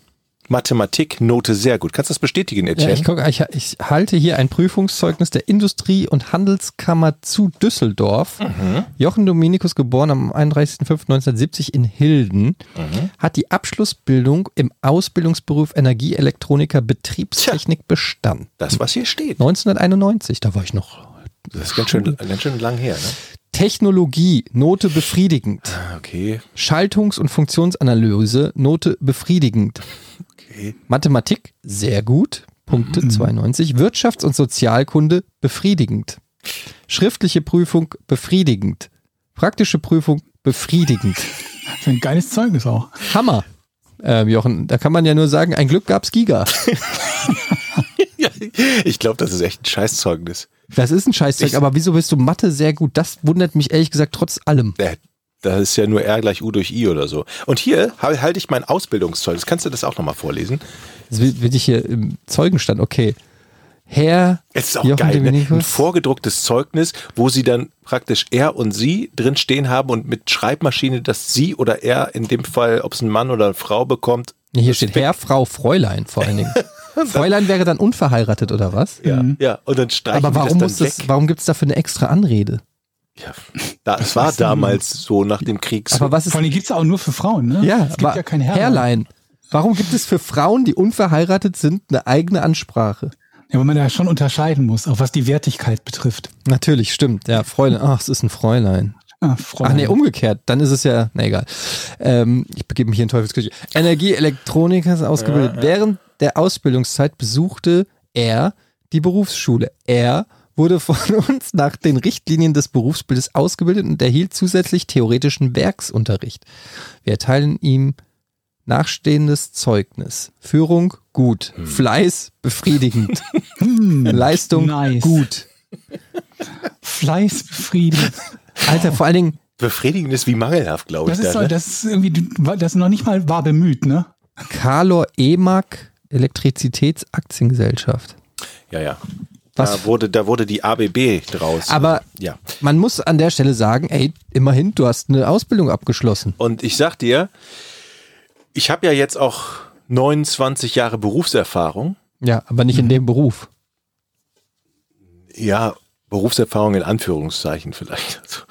[SPEAKER 1] Mathematik, Note sehr gut. Kannst du das bestätigen,
[SPEAKER 2] Ja,
[SPEAKER 1] Etienne?
[SPEAKER 2] ich, guck, ich, ich halte hier ein Prüfungszeugnis der Industrie- und Handelskammer zu Düsseldorf. Jochen Dominikus, geboren am 31.05.1970 in Hilden, hat die Abschlussbildung im Ausbildungsberuf Energieelektroniker Betriebstechnik bestanden.
[SPEAKER 1] das, was hier steht.
[SPEAKER 2] 1991, da war ich noch.
[SPEAKER 1] Das ist ganz schön, ganz schön lang her. Ne?
[SPEAKER 2] Technologie, Note befriedigend.
[SPEAKER 1] Ah, Okay.
[SPEAKER 2] Schaltungs- und Funktionsanalyse, Note befriedigend. Mathematik, sehr gut, Punkte
[SPEAKER 1] Mhm.
[SPEAKER 2] 92. Wirtschafts- und Sozialkunde, befriedigend. Schriftliche Prüfung, befriedigend. Praktische Prüfung,
[SPEAKER 1] *laughs*
[SPEAKER 2] befriedigend.
[SPEAKER 3] Das ist ein geiles Zeugnis auch.
[SPEAKER 2] Hammer. Ähm, Jochen, da kann man ja nur sagen, ein Glück gab's Giga.
[SPEAKER 1] Ich glaube, das ist echt ein Scheißzeugnis.
[SPEAKER 2] Das ist ein Scheißzeug,
[SPEAKER 1] Ich-
[SPEAKER 2] aber wieso bist du Mathe sehr gut? Das wundert mich ehrlich gesagt trotz allem.
[SPEAKER 1] Äh, Das ist ja nur R gleich U durch I oder so. Und hier hal- halte ich mein Ausbildungszeugnis. Kannst du das auch nochmal vorlesen?
[SPEAKER 2] Jetzt will, will ich hier im Zeugenstand, okay. Herr
[SPEAKER 1] Es ist auch
[SPEAKER 2] Jochen
[SPEAKER 1] geil. Ne? Ein
[SPEAKER 2] Dominikus.
[SPEAKER 1] vorgedrucktes Zeugnis, wo sie dann praktisch er und sie drin stehen haben und mit Schreibmaschine, dass sie oder er in dem Fall, ob es ein Mann oder eine Frau bekommt.
[SPEAKER 2] Ja, hier
[SPEAKER 1] das
[SPEAKER 2] steht Herr, Frau, Fräulein vor allen
[SPEAKER 3] *laughs*
[SPEAKER 2] Dingen. Fräulein wäre dann unverheiratet oder was?
[SPEAKER 1] Ja, ja, und dann streichen
[SPEAKER 2] Aber warum,
[SPEAKER 1] die
[SPEAKER 2] muss
[SPEAKER 1] das dann
[SPEAKER 2] das,
[SPEAKER 1] weg.
[SPEAKER 2] warum gibt's dafür eine extra Anrede?
[SPEAKER 1] ja, da, das war damals so nach dem Krieg. so.
[SPEAKER 2] Aber was ist.
[SPEAKER 3] Vor allem gibt es auch nur für Frauen, ne?
[SPEAKER 2] ja,
[SPEAKER 3] es
[SPEAKER 2] wa-
[SPEAKER 3] gibt ja kein Herrlein.
[SPEAKER 2] Herrlein. Warum gibt es für Frauen, die unverheiratet sind, eine eigene Ansprache?
[SPEAKER 3] Ja, weil man da schon unterscheiden muss, auch was die Wertigkeit betrifft.
[SPEAKER 2] Natürlich, stimmt. Ja, Fräulein. Ach, es ist ein Fräulein.
[SPEAKER 3] Ah,
[SPEAKER 2] Ach
[SPEAKER 3] Freunde.
[SPEAKER 2] nee,
[SPEAKER 1] um
[SPEAKER 2] umgekehrt. Dann ist es ja. Na egal. Ähm, ich begebe mich hier in Teufelsküche. Energieelektroniker ist ausgebildet. Während der Ausbildungszeit besuchte er die Berufsschule. Er wurde von *laughs* uns nach den Richtlinien des Berufsbildes ausgebildet und erhielt zusätzlich theoretischen Werksunterricht. Wir erteilen ihm nachstehendes Zeugnis. Führung gut, Fleiß befriedigend, Leistung
[SPEAKER 3] nice.
[SPEAKER 2] gut.
[SPEAKER 3] Fleiß
[SPEAKER 1] *laughs*
[SPEAKER 3] befriedigen.
[SPEAKER 2] Alter, vor allen Dingen,
[SPEAKER 1] Befriedigend ist wie mangelhaft, glaube ich.
[SPEAKER 3] Das ist,
[SPEAKER 1] da,
[SPEAKER 3] so,
[SPEAKER 1] ne?
[SPEAKER 3] das ist irgendwie, du- das noch nicht mal war bemüht, ne?
[SPEAKER 2] Kalor EMAG, Elektrizitätsaktiengesellschaft.
[SPEAKER 1] ja, ja.
[SPEAKER 2] Was-
[SPEAKER 1] Da wurde, da wurde die ABB draus.
[SPEAKER 2] Aber
[SPEAKER 1] ja.
[SPEAKER 2] man muss an der Stelle sagen, ey, immerhin, du hast eine Ausbildung abgeschlossen.
[SPEAKER 1] Und ich sag dir, ich habe ja jetzt auch 29 Jahre Berufserfahrung.
[SPEAKER 2] Ja, aber nicht in dem Beruf.
[SPEAKER 1] Ja, Berufserfahrung in Anführungszeichen vielleicht. Also,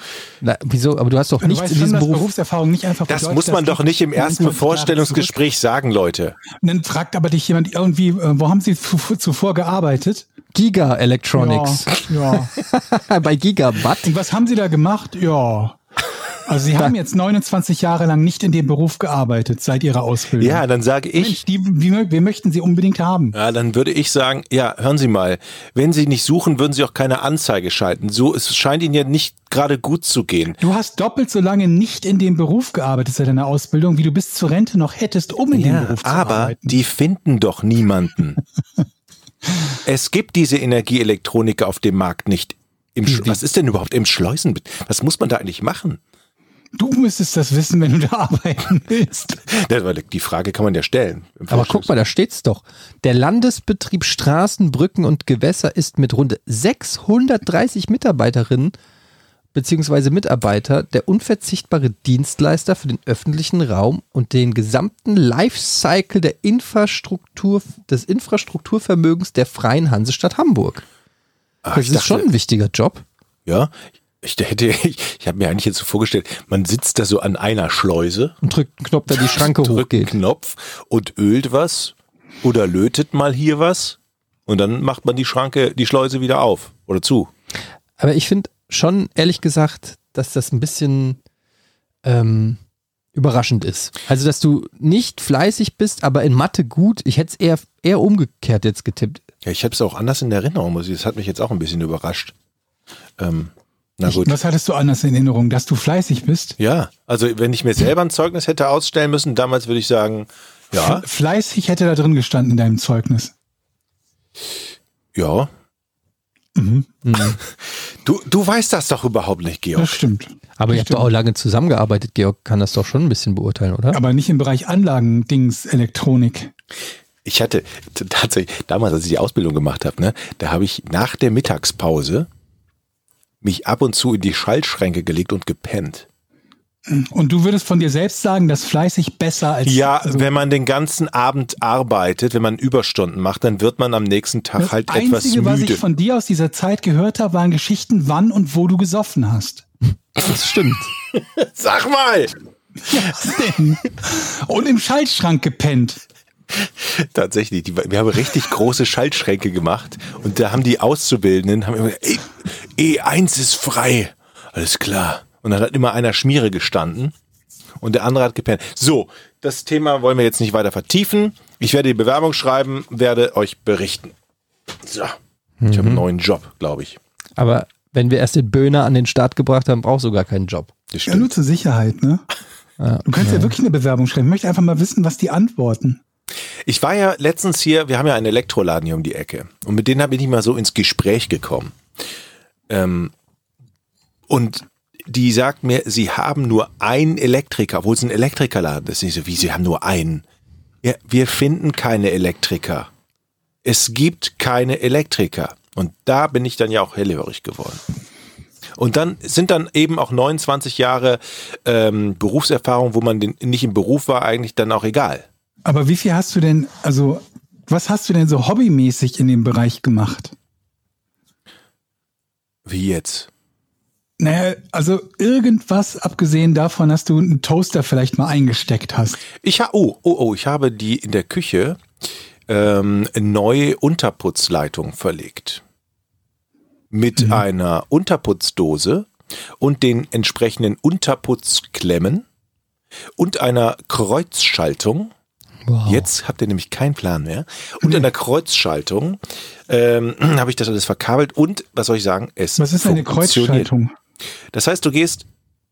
[SPEAKER 2] Na, wieso? Aber du hast doch
[SPEAKER 3] Du
[SPEAKER 2] nichts
[SPEAKER 3] weißt
[SPEAKER 2] in
[SPEAKER 3] schon,
[SPEAKER 2] diesem
[SPEAKER 3] dass
[SPEAKER 2] Beruf.
[SPEAKER 3] Berufserfahrung nicht einfach
[SPEAKER 1] Das
[SPEAKER 3] bedeutet,
[SPEAKER 1] muss man
[SPEAKER 3] dass
[SPEAKER 1] doch
[SPEAKER 3] die-
[SPEAKER 1] nicht im
[SPEAKER 3] die
[SPEAKER 1] ersten
[SPEAKER 3] 29 Jahre
[SPEAKER 1] Vorstellungsgespräch sagen, Leute.
[SPEAKER 3] zurück- Dann fragt aber dich jemand irgendwie, äh, wo haben Sie zuvor, zuvor gearbeitet?
[SPEAKER 2] Giga Electronics.
[SPEAKER 3] Ja, ja.
[SPEAKER 2] *laughs* Bei Gigawatt.
[SPEAKER 3] Und was haben Sie da gemacht? Ja. Also Sie haben jetzt 29 Jahre lang nicht in dem Beruf gearbeitet seit Ihrer Ausbildung.
[SPEAKER 1] Ja, dann sage ich,
[SPEAKER 3] Mensch, die, wie, mö- wir möchten Sie unbedingt haben.
[SPEAKER 1] ja, dann würde ich sagen, ja, hören Sie mal, wenn Sie nicht suchen, würden Sie auch keine Anzeige schalten. So, es scheint Ihnen ja nicht gerade gut zu gehen.
[SPEAKER 3] Du hast doppelt so lange nicht in dem Beruf gearbeitet seit deiner Ausbildung, wie du bis zur Rente noch hättest, um in dem Beruf zu
[SPEAKER 1] aber
[SPEAKER 3] arbeiten.
[SPEAKER 1] die finden doch
[SPEAKER 2] *laughs*
[SPEAKER 1] niemanden. es gibt diese Energieelektroniker auf dem Markt nicht. Im Sch- was ist denn überhaupt im Schleusen? Was muss man da eigentlich machen?
[SPEAKER 3] Du müsstest das wissen, wenn du da *laughs* arbeiten willst.
[SPEAKER 1] Ja, weil Die Frage kann man ja stellen. Im
[SPEAKER 2] Aber guck mal, da steht's doch. Der Landesbetrieb Straßen, Brücken und Gewässer ist mit rund 630 Mitarbeiterinnen bzw. Mitarbeiter der unverzichtbare Dienstleister für den öffentlichen Raum und den gesamten Lifecycle der Infrastruktur, des Infrastrukturvermögens der Freien Hansestadt Hamburg.
[SPEAKER 1] Ach,
[SPEAKER 2] Das
[SPEAKER 1] Ah, ich
[SPEAKER 2] ist
[SPEAKER 1] dachte-
[SPEAKER 2] schon ein wichtiger Job.
[SPEAKER 1] Ja, ich hätte, ich, ich habe mir eigentlich jetzt so vorgestellt, man sitzt da so an einer Schleuse,
[SPEAKER 2] Und drückt einen Knopf, da
[SPEAKER 1] *laughs*
[SPEAKER 2] die Schranke
[SPEAKER 1] drückt einen
[SPEAKER 2] hochgeht.
[SPEAKER 1] Knopf und ölt was oder lötet mal hier was und dann macht man die Schranke, die Schleuse wieder auf oder zu.
[SPEAKER 2] Aber ich finde schon, ehrlich gesagt, dass das ein bisschen ähm, überraschend ist. Also, dass du nicht fleißig bist, aber in Mathe gut. Ich hätte es eher, eher umgekehrt jetzt getippt.
[SPEAKER 1] Ja, ich habe es auch anders in Erinnerung, muss ich. Das hat mich jetzt auch ein bisschen überrascht. Ähm, na gut.
[SPEAKER 3] Was hattest du anders in Erinnerung? Dass du fleißig bist?
[SPEAKER 1] Ja, also wenn ich mir selber ein Zeugnis hätte ausstellen müssen, damals würde ich sagen, ja,
[SPEAKER 3] F- Fleißig hätte da drin gestanden in deinem Zeugnis.
[SPEAKER 1] ja.
[SPEAKER 3] Mhm.
[SPEAKER 1] Mhm. Du, du weißt das doch überhaupt nicht,
[SPEAKER 3] Das
[SPEAKER 1] Georg.
[SPEAKER 3] stimmt.
[SPEAKER 2] Aber ihr habt
[SPEAKER 3] Stimmt.
[SPEAKER 2] doch auch lange zusammengearbeitet. Georg kann das doch schon ein bisschen beurteilen, oder?
[SPEAKER 3] Aber nicht im Bereich Anlagen, Dings, Elektronik.
[SPEAKER 1] Ich hatte t- tatsächlich, damals, als ich die Ausbildung gemacht habe, ne, da habe ich nach der Mittagspause mich ab und zu in die Schaltschränke gelegt und gepennt.
[SPEAKER 3] Und du würdest von dir selbst sagen, dass fleißig besser als
[SPEAKER 1] Ja,
[SPEAKER 3] also,
[SPEAKER 1] wenn man den ganzen Abend arbeitet, wenn man Überstunden macht, dann wird man am nächsten Tag
[SPEAKER 3] das
[SPEAKER 1] halt
[SPEAKER 3] Einzige,
[SPEAKER 1] etwas müde.
[SPEAKER 3] was ich von dir aus dieser Zeit gehört habe, waren Geschichten, wann und wo du gesoffen hast.
[SPEAKER 2] Das stimmt.
[SPEAKER 1] Sag mal!
[SPEAKER 3] und im Schaltschrank gepennt.
[SPEAKER 1] Tatsächlich, die, wir haben richtig große Schaltschränke gemacht und da haben die Auszubildenden haben immer gesagt, "E- E1 ist frei. Alles klar. Und dann hat immer einer Schmiere gestanden und der andere hat gepennt. So, das Thema wollen wir jetzt nicht weiter vertiefen. Ich werde die Bewerbung schreiben, werde euch berichten. So, ich
[SPEAKER 3] Mhm.
[SPEAKER 1] habe einen neuen Job, glaube ich.
[SPEAKER 2] Aber wenn wir erst den Böhner an den Start gebracht haben, brauchst du gar keinen Job.
[SPEAKER 1] Das
[SPEAKER 3] Ja, nur
[SPEAKER 1] stimmt.
[SPEAKER 3] zur Sicherheit, ne? Du kannst ja. wirklich eine Bewerbung schreiben. Ich möchte einfach mal wissen, was die antworten.
[SPEAKER 1] Ich war ja letztens hier, wir haben ja einen Elektroladen hier um die Ecke und mit denen bin ich mal so ins Gespräch gekommen. Ähm, und die sagt mir, sie haben nur einen Elektriker, obwohl es ein Elektrikerladen ist. Ich so, wie, sie haben nur einen? Ja, wir finden keine Elektriker. Es gibt keine Elektriker. Und da bin ich dann ja auch hellhörig geworden. Und dann sind dann eben auch 29 Jahre ähm, Berufserfahrung, wo man den, nicht im Beruf war, eigentlich dann auch egal.
[SPEAKER 3] Aber wie viel hast du denn, also, was hast du denn so hobbymäßig in dem Bereich gemacht?
[SPEAKER 1] Wie jetzt?
[SPEAKER 3] Naja, also irgendwas abgesehen davon, dass du einen Toaster vielleicht mal eingesteckt hast.
[SPEAKER 1] Ich ha oh, oh, oh, ich habe die in der Küche ähm, neue Unterputzleitung verlegt.
[SPEAKER 3] Mhm.
[SPEAKER 1] Mit einer Unterputzdose und den entsprechenden Unterputzklemmen und einer Kreuzschaltung
[SPEAKER 3] Oh.
[SPEAKER 2] Wow.
[SPEAKER 1] Jetzt habt ihr nämlich keinen Plan mehr. Und an der Kreuzschaltung ähm, *clears throat* habe ich das alles verkabelt und was soll ich sagen? Es
[SPEAKER 3] Was ist eine
[SPEAKER 1] funktioniert.
[SPEAKER 3] Kreuzschaltung?
[SPEAKER 1] Das heißt, du gehst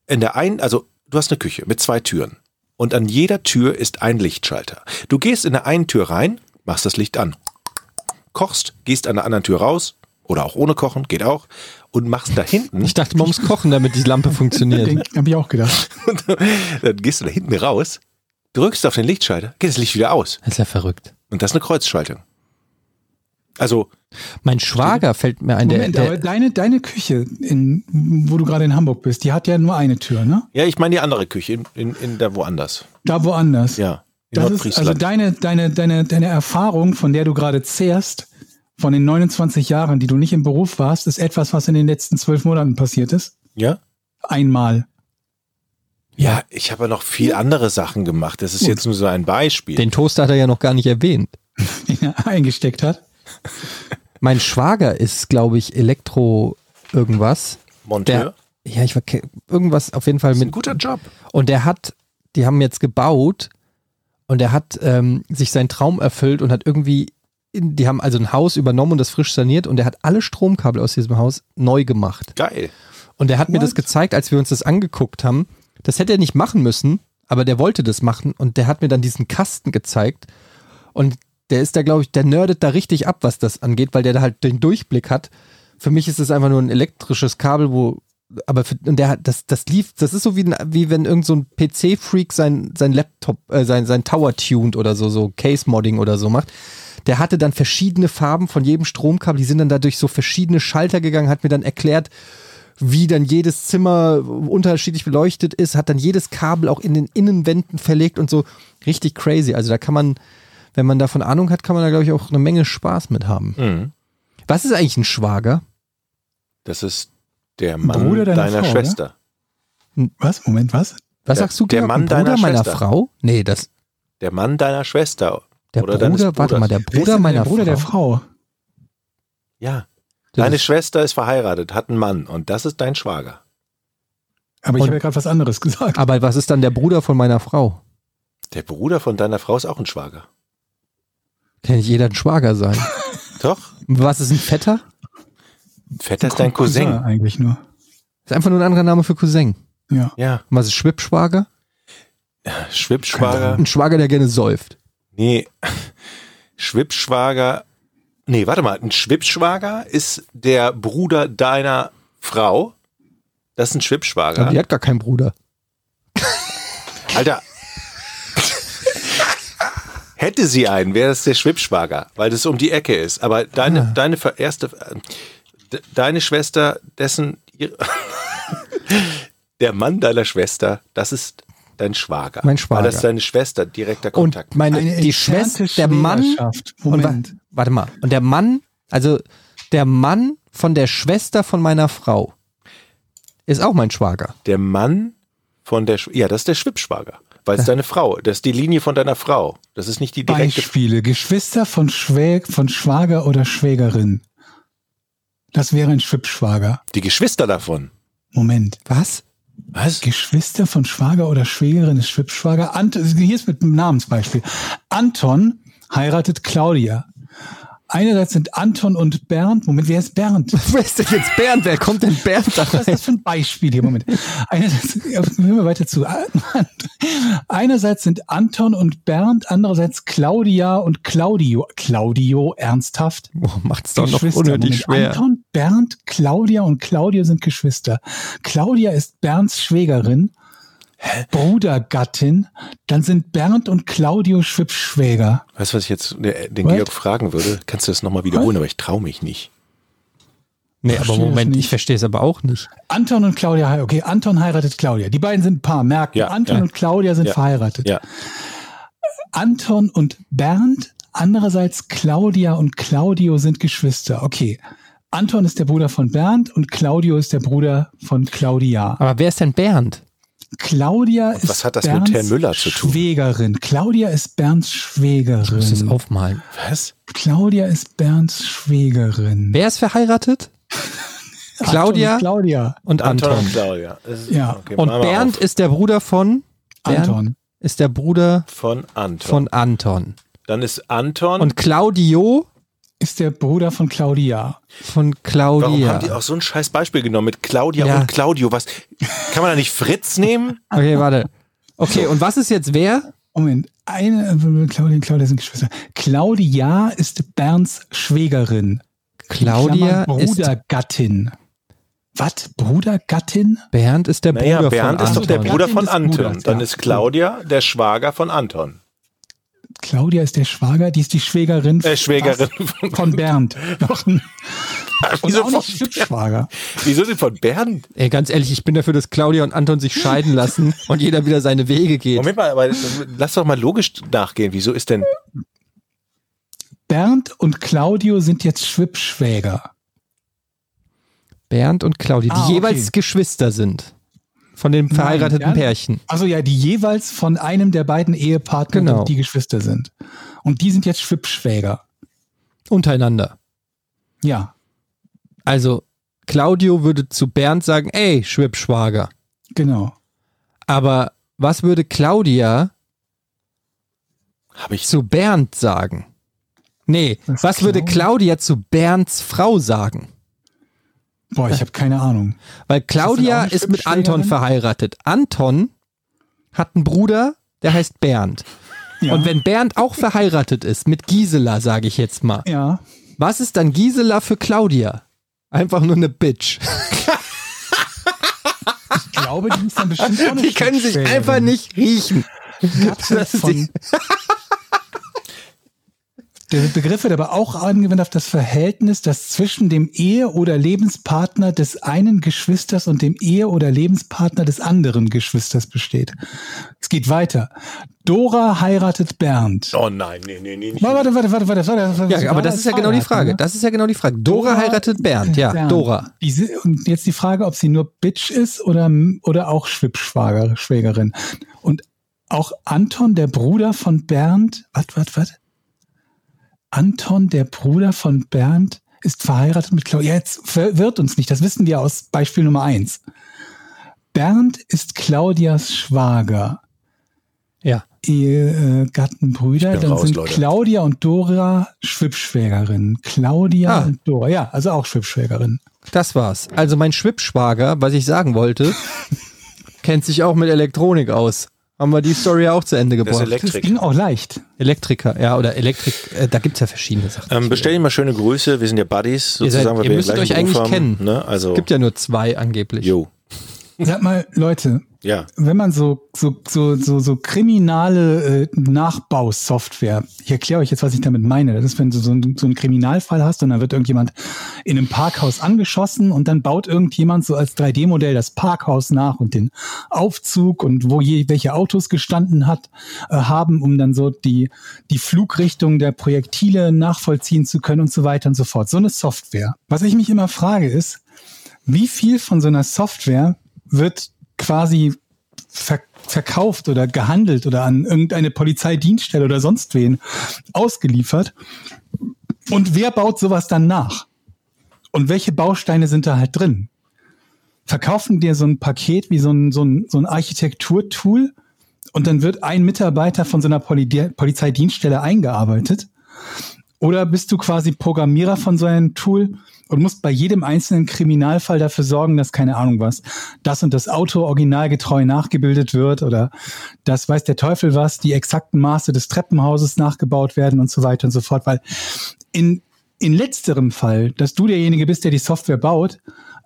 [SPEAKER 1] in der einen, also du hast eine Küche mit zwei Türen und an jeder Tür ist ein Lichtschalter. Du gehst in der einen Tür rein, machst das Licht an, kochst, gehst an der anderen Tür raus oder auch ohne Kochen, geht auch und machst da hinten,
[SPEAKER 2] Ich dachte, man muss kochen, damit die Lampe funktioniert.
[SPEAKER 3] Habe ich auch gedacht.
[SPEAKER 1] *laughs* dann gehst du da hinten raus, drückst auf den Lichtschalter, geht das Licht wieder aus
[SPEAKER 2] Das ist ja verrückt.
[SPEAKER 1] und das ist eine Kreuzschaltung. Also
[SPEAKER 2] Mein Schwager fällt mir ein, der,
[SPEAKER 3] Moment, aber
[SPEAKER 2] der
[SPEAKER 3] deine, deine Küche, in, wo du gerade in Hamburg bist, die hat ja nur eine Tür, ne?
[SPEAKER 1] ja, ich meine die andere Küche in, in, in da woanders.
[SPEAKER 3] Da woanders.
[SPEAKER 1] Ja, in
[SPEAKER 3] Das ist also
[SPEAKER 1] Nordfriesland.
[SPEAKER 3] deine, deine, deine, deine Erfahrung, von der du gerade zehrst, von den 29 Jahren, die du nicht im Beruf warst, ist etwas, was in den letzten zwölf Monaten passiert ist.
[SPEAKER 1] ja.
[SPEAKER 3] Einmal. *laughs*
[SPEAKER 1] Ja, ich habe ja noch viel andere Sachen gemacht. Das ist jetzt nur so ein Beispiel.
[SPEAKER 2] den Toaster hat er ja noch gar nicht erwähnt.
[SPEAKER 3] den er eingesteckt hat.
[SPEAKER 2] Mein Schwager ist, glaube ich, Elektro irgendwas. Der,
[SPEAKER 1] Monteur.
[SPEAKER 2] ja, ich war ke- irgendwas auf jeden Fall
[SPEAKER 1] ist ein
[SPEAKER 2] mit.
[SPEAKER 1] guter Job.
[SPEAKER 2] Und der hat, die haben jetzt gebaut und der hat ähm, sich seinen Traum erfüllt und hat irgendwie, in, die haben also ein Haus übernommen und das frisch saniert und der hat alle Stromkabel aus diesem Haus neu gemacht.
[SPEAKER 1] Geil.
[SPEAKER 2] Und er hat mir
[SPEAKER 3] What?
[SPEAKER 2] das gezeigt, als wir uns das angeguckt haben. Das hätte er nicht machen müssen, aber der wollte das machen und der hat mir dann diesen Kasten gezeigt. Und der ist da, glaube ich, der nerdet da richtig ab, was das angeht, weil der da halt den Durchblick hat. Für mich ist es einfach nur ein elektrisches Kabel, wo. Aber für, und der hat, das, das lief, das ist so wie, ein- wie wenn irgend so ein PC-Freak sein, sein Laptop, äh, sein, sein Tower tuned oder so, so Case-Modding oder so macht. Der hatte dann verschiedene Farben von jedem Stromkabel, die sind dann dadurch so verschiedene Schalter gegangen, hat mir dann erklärt, wie dann jedes Zimmer unterschiedlich beleuchtet ist, hat dann jedes Kabel auch in den Innenwänden verlegt und so. Richtig crazy. Also da kann man, wenn man davon Ahnung hat, kann man da, glaube ich, auch eine Menge Spaß mit haben.
[SPEAKER 1] Mhm.
[SPEAKER 2] Was ist eigentlich ein Schwager?
[SPEAKER 1] Das ist der Mann
[SPEAKER 3] Bruder deiner
[SPEAKER 1] deiner,
[SPEAKER 3] Frau,
[SPEAKER 1] Schwester.
[SPEAKER 3] Was? Moment, was?
[SPEAKER 1] Der-
[SPEAKER 2] Was sagst du
[SPEAKER 1] der
[SPEAKER 2] Georg?
[SPEAKER 1] Mann
[SPEAKER 2] Ein Bruder
[SPEAKER 1] deiner
[SPEAKER 2] meiner
[SPEAKER 1] Schwester.
[SPEAKER 2] Frau? Nee, das,
[SPEAKER 1] Der Mann deiner Schwester.
[SPEAKER 2] der
[SPEAKER 1] Oder deines
[SPEAKER 2] Bruder, warte
[SPEAKER 1] Bruders.
[SPEAKER 2] mal, der
[SPEAKER 3] Wer ist denn
[SPEAKER 2] Bruder meiner
[SPEAKER 3] der Bruder
[SPEAKER 2] Frau.
[SPEAKER 3] der Frau.
[SPEAKER 1] Ja.
[SPEAKER 2] Das
[SPEAKER 1] Deine
[SPEAKER 2] ist-
[SPEAKER 1] Schwester ist verheiratet, hat einen Mann und das ist dein Schwager.
[SPEAKER 3] Aber ich
[SPEAKER 2] Und-
[SPEAKER 3] habe ja gerade was anderes gesagt.
[SPEAKER 2] Aber was ist dann der Bruder von meiner Frau?
[SPEAKER 1] Der Bruder von deiner Frau ist auch ein Schwager.
[SPEAKER 2] Kann nicht jeder ein
[SPEAKER 1] *laughs*
[SPEAKER 2] Schwager sein.
[SPEAKER 1] Doch?
[SPEAKER 2] was ist ein Vetter?
[SPEAKER 1] Vetter ist dein Cousin.
[SPEAKER 3] Eigentlich nur.
[SPEAKER 2] Ist einfach nur ein anderer Name für Cousin.
[SPEAKER 3] Ja.
[SPEAKER 1] Ja.
[SPEAKER 2] Und was ist Schwippschwager?
[SPEAKER 1] Schwippschwager.
[SPEAKER 2] Ein Schwager, der gerne säuft.
[SPEAKER 1] Nee. Schwippschwager. Nee, warte mal. Ein Schwippschwager ist der Bruder deiner Frau. Das ist ein
[SPEAKER 2] Aber
[SPEAKER 1] Schwippschwager.
[SPEAKER 2] die hat gar keinen Bruder.
[SPEAKER 1] Alter. Hätte sie einen, wäre das der Schwippschwager, weil das um die Ecke ist. Aber deine, deine ver- erste, äh, de- deine Schwester, dessen, ihre, der Mann deiner Schwester, das ist dein Schwager.
[SPEAKER 2] Mein Schwager.
[SPEAKER 1] Weil das ist deine Schwester, direkter Kontakt.
[SPEAKER 2] Und meine,
[SPEAKER 3] Eine
[SPEAKER 2] die
[SPEAKER 3] entfernte
[SPEAKER 2] Schwester, der Mann.
[SPEAKER 3] Schwägerschaft.
[SPEAKER 2] Und wa
[SPEAKER 3] Moment.
[SPEAKER 2] warte mal. Und der Mann, also der Mann von der Schwester von meiner Frau ist auch mein Schwager.
[SPEAKER 1] der Mann von der, Sch- ja, das ist der Schwippschwager, weil es deine Frau, das ist die Linie von deiner Frau. Das ist nicht die direkte.
[SPEAKER 3] Beispiele. Geschwister von, Schwä von Schwager oder Schwägerin. Das wäre ein Schwippschwager.
[SPEAKER 1] Die Geschwister davon.
[SPEAKER 3] Moment.
[SPEAKER 2] Was?
[SPEAKER 1] Was?
[SPEAKER 3] Geschwister von Schwager oder Schwägerin ist Schwippschwager. Ant hier ist mit einem Namensbeispiel. Anton heiratet Claudia. Einerseits sind Anton und Bernd. Moment, wer ist Bernd? Was
[SPEAKER 2] Wer ist denn jetzt Bernd? Wer kommt denn Bernd da
[SPEAKER 3] ist
[SPEAKER 2] rein?
[SPEAKER 3] das für ein Beispiel hier? Moment. Einerseits, ja, hören wir weiter zu. Einerseits sind Anton und Bernd, andererseits Claudia und Claudio. Claudio, ernsthaft?
[SPEAKER 2] Boah, macht's doch noch
[SPEAKER 3] Geschwister.
[SPEAKER 2] unnötig
[SPEAKER 3] Moment,
[SPEAKER 2] schwer.
[SPEAKER 3] Anton, Bernd, Claudia und Claudio sind Geschwister. Claudia ist Bernds Schwägerin, Brudergattin. Dann sind Bernd und Claudio Schwippschwäger.
[SPEAKER 1] Weißt du, was ich jetzt äh, den
[SPEAKER 3] What?
[SPEAKER 1] Georg fragen würde? Kannst du das nochmal wiederholen, aber ich traue mich nicht.
[SPEAKER 2] Nee,
[SPEAKER 3] Verstehe
[SPEAKER 2] aber
[SPEAKER 3] das
[SPEAKER 2] Moment, ich
[SPEAKER 3] nicht.
[SPEAKER 2] verstehe es aber auch nicht.
[SPEAKER 3] Anton und Claudia, hei- okay, Anton heiratet Claudia. Die beiden sind ein Paar, merkt
[SPEAKER 1] Ja,
[SPEAKER 3] ihr. Anton
[SPEAKER 1] ja.
[SPEAKER 3] und Claudia sind
[SPEAKER 1] Ja,
[SPEAKER 3] verheiratet.
[SPEAKER 1] Ja.
[SPEAKER 3] Anton und Bernd, andererseits Claudia und Claudio sind Geschwister. Okay. Anton ist der Bruder von Bernd und Claudio ist der Bruder von Claudia.
[SPEAKER 2] Aber wer ist denn Bernd?
[SPEAKER 3] Claudia ist
[SPEAKER 1] was hat das mit
[SPEAKER 3] Bernds
[SPEAKER 1] Herrn Müller zu tun?
[SPEAKER 3] Schwägerin. Claudia ist Bernds
[SPEAKER 2] Ich muss das
[SPEAKER 3] Schwägerin.
[SPEAKER 2] aufmalen.
[SPEAKER 1] Was?
[SPEAKER 3] Claudia ist Bernds Schwägerin.
[SPEAKER 2] Wer ist verheiratet?
[SPEAKER 3] Anton
[SPEAKER 2] Claudia
[SPEAKER 3] und Claudia.
[SPEAKER 2] und Anton.
[SPEAKER 1] Claudia. Das ist-
[SPEAKER 3] Ja.
[SPEAKER 1] okay,
[SPEAKER 2] Und
[SPEAKER 1] machen wir
[SPEAKER 2] Bernd
[SPEAKER 1] auf.
[SPEAKER 2] ist der Bruder von Bernd?
[SPEAKER 3] Anton.
[SPEAKER 2] ist der Bruder
[SPEAKER 1] Von Anton.
[SPEAKER 2] von Anton.
[SPEAKER 1] Dann ist Anton.
[SPEAKER 2] Und Claudio
[SPEAKER 3] Ist der Bruder von Claudia.
[SPEAKER 1] Warum
[SPEAKER 2] von Claudia.
[SPEAKER 1] haben die auch so ein scheiß Beispiel genommen mit Claudia
[SPEAKER 2] Ja.
[SPEAKER 1] und Claudio? Was? Kann man da nicht Fritz
[SPEAKER 2] *laughs*
[SPEAKER 1] nehmen?
[SPEAKER 2] okay, warte. Okay, und was ist jetzt wer?
[SPEAKER 3] Moment, eine, äh, Claudia und Claudia sind Geschwister. Claudia ist Bernds Schwägerin.
[SPEAKER 2] Claudia
[SPEAKER 3] Klammer,
[SPEAKER 2] ist
[SPEAKER 3] Brudergattin. Was? Brudergattin?
[SPEAKER 2] Bernd ist der
[SPEAKER 1] Naja,
[SPEAKER 2] Bruder
[SPEAKER 1] Bernd
[SPEAKER 2] von
[SPEAKER 1] ist
[SPEAKER 2] Anton.
[SPEAKER 1] doch der Bruder
[SPEAKER 3] Martin
[SPEAKER 1] von
[SPEAKER 3] des
[SPEAKER 1] Anton.
[SPEAKER 3] Bruders,
[SPEAKER 1] Dann
[SPEAKER 3] ja.
[SPEAKER 1] ist Claudia der Schwager von Anton.
[SPEAKER 3] Claudia ist der Schwager, die ist die Schwägerin,
[SPEAKER 1] Äh, Schwägerin.
[SPEAKER 3] von- von
[SPEAKER 1] *laughs*
[SPEAKER 3] Bernd. Und
[SPEAKER 1] Wieso
[SPEAKER 3] auch nicht
[SPEAKER 1] von,
[SPEAKER 3] Stippschwager.
[SPEAKER 1] wieso denn von Bernd?
[SPEAKER 2] Ey, ganz ehrlich, ich bin dafür, dass Claudia und Anton sich scheiden
[SPEAKER 3] *laughs*
[SPEAKER 2] lassen und jeder wieder seine Wege geht.
[SPEAKER 1] Moment mal, aber lass doch mal logisch nachgehen. Wieso ist denn
[SPEAKER 3] Bernd und Claudio sind jetzt Schwippschwäger.
[SPEAKER 2] Bernd und Claudia, die
[SPEAKER 3] Ah, okay.
[SPEAKER 2] jeweils Geschwister sind. Von den verheirateten
[SPEAKER 3] Bernd-
[SPEAKER 2] Pärchen.
[SPEAKER 3] Also ja, die jeweils von einem der beiden Ehepartner,
[SPEAKER 2] Genau.
[SPEAKER 3] die Geschwister sind. Und die sind jetzt Schwippschwäger.
[SPEAKER 2] Untereinander.
[SPEAKER 3] Ja,
[SPEAKER 2] Also, Claudio würde zu Bernd sagen, ey, Schwippschwager.
[SPEAKER 3] genau.
[SPEAKER 2] Aber was würde Claudia
[SPEAKER 1] habe ich
[SPEAKER 2] zu Bernd sagen? Nee,
[SPEAKER 3] Was
[SPEAKER 2] was würde
[SPEAKER 3] Claudia-
[SPEAKER 2] Claudia zu Bernds Frau sagen?
[SPEAKER 3] Boah, ich habe keine Ahnung.
[SPEAKER 2] Weil Claudia
[SPEAKER 3] auch eine
[SPEAKER 2] ist mit Anton
[SPEAKER 3] Schwippschwägerin?
[SPEAKER 2] verheiratet. Anton hat einen Bruder, der heißt Bernd.
[SPEAKER 3] Ja.
[SPEAKER 2] Und wenn Bernd auch verheiratet ist mit Gisela, sage ich jetzt mal,
[SPEAKER 3] ja.
[SPEAKER 2] was ist dann Gisela für Claudia? Einfach nur eine Bitch.
[SPEAKER 3] Ich glaube, die ist
[SPEAKER 2] *laughs*
[SPEAKER 3] dann bestimmt auch eine
[SPEAKER 2] Die können sich
[SPEAKER 3] Schwippschwägerin.
[SPEAKER 2] einfach nicht riechen.
[SPEAKER 3] Gattin
[SPEAKER 2] Das ist
[SPEAKER 3] von. *laughs* Der Begriff wird aber auch angewendet auf das Verhältnis, das zwischen dem Ehe- oder Lebenspartner des einen Geschwisters und dem Ehe- oder Lebenspartner des anderen Geschwisters besteht. Es geht weiter. Dora heiratet Bernd.
[SPEAKER 1] Oh nein, nee, nee, nee. Nicht.
[SPEAKER 3] Warte, warte, warte, warte, warte. warte
[SPEAKER 2] Ja, aber das ist ja genau die Frage.
[SPEAKER 3] ne?
[SPEAKER 2] Das ist ja genau die Frage. Dora heiratet Bernd, ja,
[SPEAKER 3] Bernd.
[SPEAKER 2] Dora.
[SPEAKER 3] Die si- und jetzt die Frage, ob sie nur Bitch ist oder, oder auch Schwippschwager, Schwägerin. Und auch Anton, der Bruder von Bernd, was, was, was? Anton, der Bruder von Bernd, ist verheiratet mit Claudia. Jetzt verwirrt uns nicht, das wissen wir aus Beispiel Nummer eins. Bernd ist Claudias Schwager.
[SPEAKER 2] Ja.
[SPEAKER 3] Ehegattenbrüder,
[SPEAKER 1] Ich bin
[SPEAKER 3] dann
[SPEAKER 1] raus,
[SPEAKER 3] sind
[SPEAKER 1] Leute.
[SPEAKER 3] Claudia und Dora Schwippschwägerinnen. Claudia
[SPEAKER 2] Ah.
[SPEAKER 3] und Dora, ja, also auch Schwippschwägerin.
[SPEAKER 2] Das war's. Also mein Schwippschwager, was ich sagen wollte, kennt sich auch mit Elektronik aus. Haben wir die Story ja auch zu Ende
[SPEAKER 1] Das
[SPEAKER 2] gebracht.
[SPEAKER 1] ist
[SPEAKER 3] Das
[SPEAKER 1] Elektrik.
[SPEAKER 3] ging auch leicht.
[SPEAKER 2] Elektriker, ja, oder Elektrik, äh, da gibt's ja verschiedene Sachen.
[SPEAKER 1] Ähm, bestell ihm mal schöne Grüße. Wir sind ja Buddies
[SPEAKER 2] Ihr seid-
[SPEAKER 1] sozusagen. weil
[SPEAKER 2] ihr
[SPEAKER 1] wir
[SPEAKER 2] müsst
[SPEAKER 1] den gleichen
[SPEAKER 2] euch eigentlich
[SPEAKER 1] Beruf haben,
[SPEAKER 2] kennen.
[SPEAKER 1] Ne? Also,
[SPEAKER 2] Gibt ja nur zwei angeblich.
[SPEAKER 1] jo.
[SPEAKER 3] Sag mal, Leute,
[SPEAKER 1] Ja.
[SPEAKER 3] wenn man so, so, so, so, so kriminale äh, Nachbausoftware, ich erkläre euch jetzt, was ich damit meine. Das ist, wenn du so, ein, so einen Kriminalfall hast und dann wird irgendjemand in einem Parkhaus angeschossen und dann baut irgendjemand so als 3D-Modell das Parkhaus nach und den Aufzug und wo je, welche Autos gestanden hat, äh, haben, um dann so die, die Flugrichtung der Projektile nachvollziehen zu können und so weiter und so fort. So eine Software. Was ich mich immer frage ist, wie viel von so einer Software wird quasi ver verkauft oder gehandelt oder an irgendeine Polizeidienststelle oder sonst wen ausgeliefert? Und wer baut sowas dann nach? Und welche Bausteine sind da halt drin? Verkaufen dir so ein Paket wie so ein, so ein, so ein Architekturtool und dann wird ein Mitarbeiter von so einer Poli Polizeidienststelle eingearbeitet? Oder bist du quasi Programmierer von so einem Tool und musst bei jedem einzelnen Kriminalfall dafür sorgen, dass keine Ahnung was, das und das Auto originalgetreu nachgebildet wird oder das weiß der Teufel was, die exakten Maße des Treppenhauses nachgebaut werden und so weiter und so fort, weil in, in letzterem Fall, dass du derjenige bist, der die Software baut,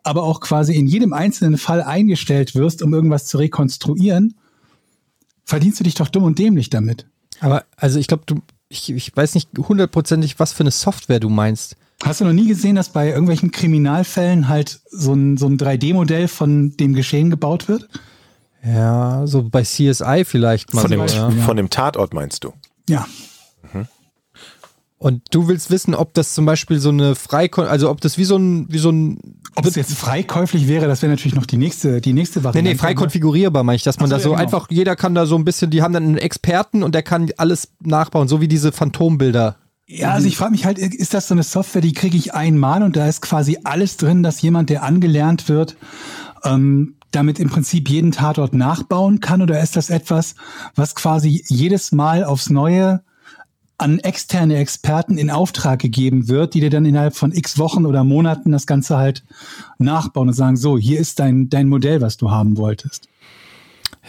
[SPEAKER 3] aber auch quasi in jedem einzelnen Fall eingestellt wirst, um irgendwas zu rekonstruieren, verdienst du dich doch dumm und dämlich damit.
[SPEAKER 2] Aber also ich glaube, du, ich, ich weiß nicht hundertprozentig, was für eine Software du meinst.
[SPEAKER 3] Hast du noch nie gesehen, dass bei irgendwelchen Kriminalfällen halt so ein, so ein 3D-Modell von dem Geschehen gebaut wird?
[SPEAKER 2] Ja, so bei CSI vielleicht mal.
[SPEAKER 1] Von
[SPEAKER 2] so,
[SPEAKER 1] dem,
[SPEAKER 2] ja.
[SPEAKER 1] von dem Tatort meinst du?
[SPEAKER 3] Ja.
[SPEAKER 2] Und du willst wissen, ob das zum Beispiel so eine Freikon, also ob das wie so ein, wie so ein,
[SPEAKER 3] Ob es jetzt freikäuflich wäre, das wäre natürlich noch die nächste, die nächste
[SPEAKER 2] Also nee,
[SPEAKER 3] Variante.
[SPEAKER 2] nee, frei konfigurierbar meine ich, dass man
[SPEAKER 3] Ach so,
[SPEAKER 2] da ne? so
[SPEAKER 3] ja, genau.
[SPEAKER 2] einfach, jeder kann da so ein bisschen, die haben dann einen Experten und der kann alles nachbauen, so wie diese Phantombilder.
[SPEAKER 3] Ja, also ich frage mich halt, ist das so eine Software, die kriege ich einmal und da ist quasi alles drin, dass jemand, der angelernt wird, ähm, damit im Prinzip jeden Tatort nachbauen kann? Oder ist das etwas, was quasi jedes Mal aufs Neue an externe Experten in Auftrag gegeben wird, die dir dann innerhalb von x Wochen oder Monaten das Ganze halt nachbauen und sagen, so, hier ist dein, dein Modell, was du haben wolltest?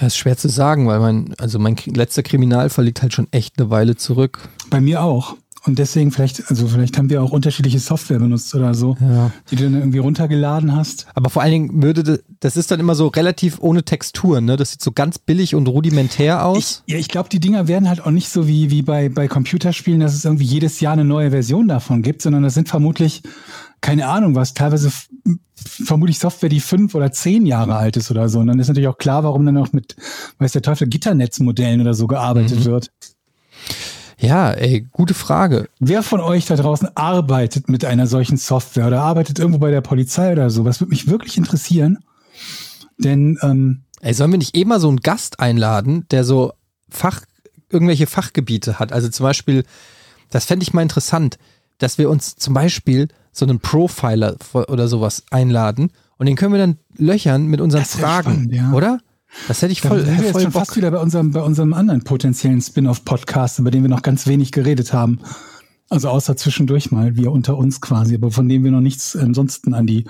[SPEAKER 2] Ja, ist schwer zu sagen, weil mein, also mein letzter Kriminalfall liegt halt schon echt eine Weile zurück.
[SPEAKER 3] Bei mir auch. Und deswegen vielleicht, also vielleicht haben wir auch unterschiedliche Software benutzt oder so,
[SPEAKER 2] Ja.
[SPEAKER 3] die du dann irgendwie runtergeladen hast.
[SPEAKER 2] Aber vor allen Dingen würde, de- das ist dann immer so relativ ohne Texturen, ne? Das sieht so ganz billig und rudimentär aus.
[SPEAKER 3] Ich, ja, ich glaube, die Dinger werden halt auch nicht so wie, wie bei, bei Computerspielen, dass es irgendwie jedes Jahr eine neue Version davon gibt, sondern das sind vermutlich, keine Ahnung was, teilweise f- vermutlich Software, die fünf oder zehn Jahre alt ist oder so. Und dann ist natürlich auch klar, warum dann auch mit, weiß der Teufel, Gitternetzmodellen oder so gearbeitet wird.
[SPEAKER 2] ja, ey, gute Frage.
[SPEAKER 3] Wer von euch da draußen arbeitet mit einer solchen Software oder arbeitet irgendwo bei der Polizei oder so? Was würde mich wirklich interessieren? Denn ähm,
[SPEAKER 2] Ey, sollen wir nicht eh mal so einen Gast einladen, der so Fach, irgendwelche Fachgebiete hat? Also zum Beispiel, das fände ich mal interessant, dass wir uns zum Beispiel so einen Profiler vo- oder sowas einladen und den können wir dann löchern mit unseren
[SPEAKER 3] Das wär
[SPEAKER 2] Fragen,
[SPEAKER 3] spannend, ja.
[SPEAKER 2] oder? Das hätte ich
[SPEAKER 3] Da
[SPEAKER 2] voll,
[SPEAKER 3] sind wir jetzt
[SPEAKER 2] voll
[SPEAKER 3] schon
[SPEAKER 2] Bock.
[SPEAKER 3] fast wieder bei unserem, bei unserem anderen potenziellen Spin-off-Podcast, über den wir noch ganz wenig geredet haben. Also außer zwischendurch mal, wir unter uns quasi, aber von dem wir noch nichts ansonsten an die,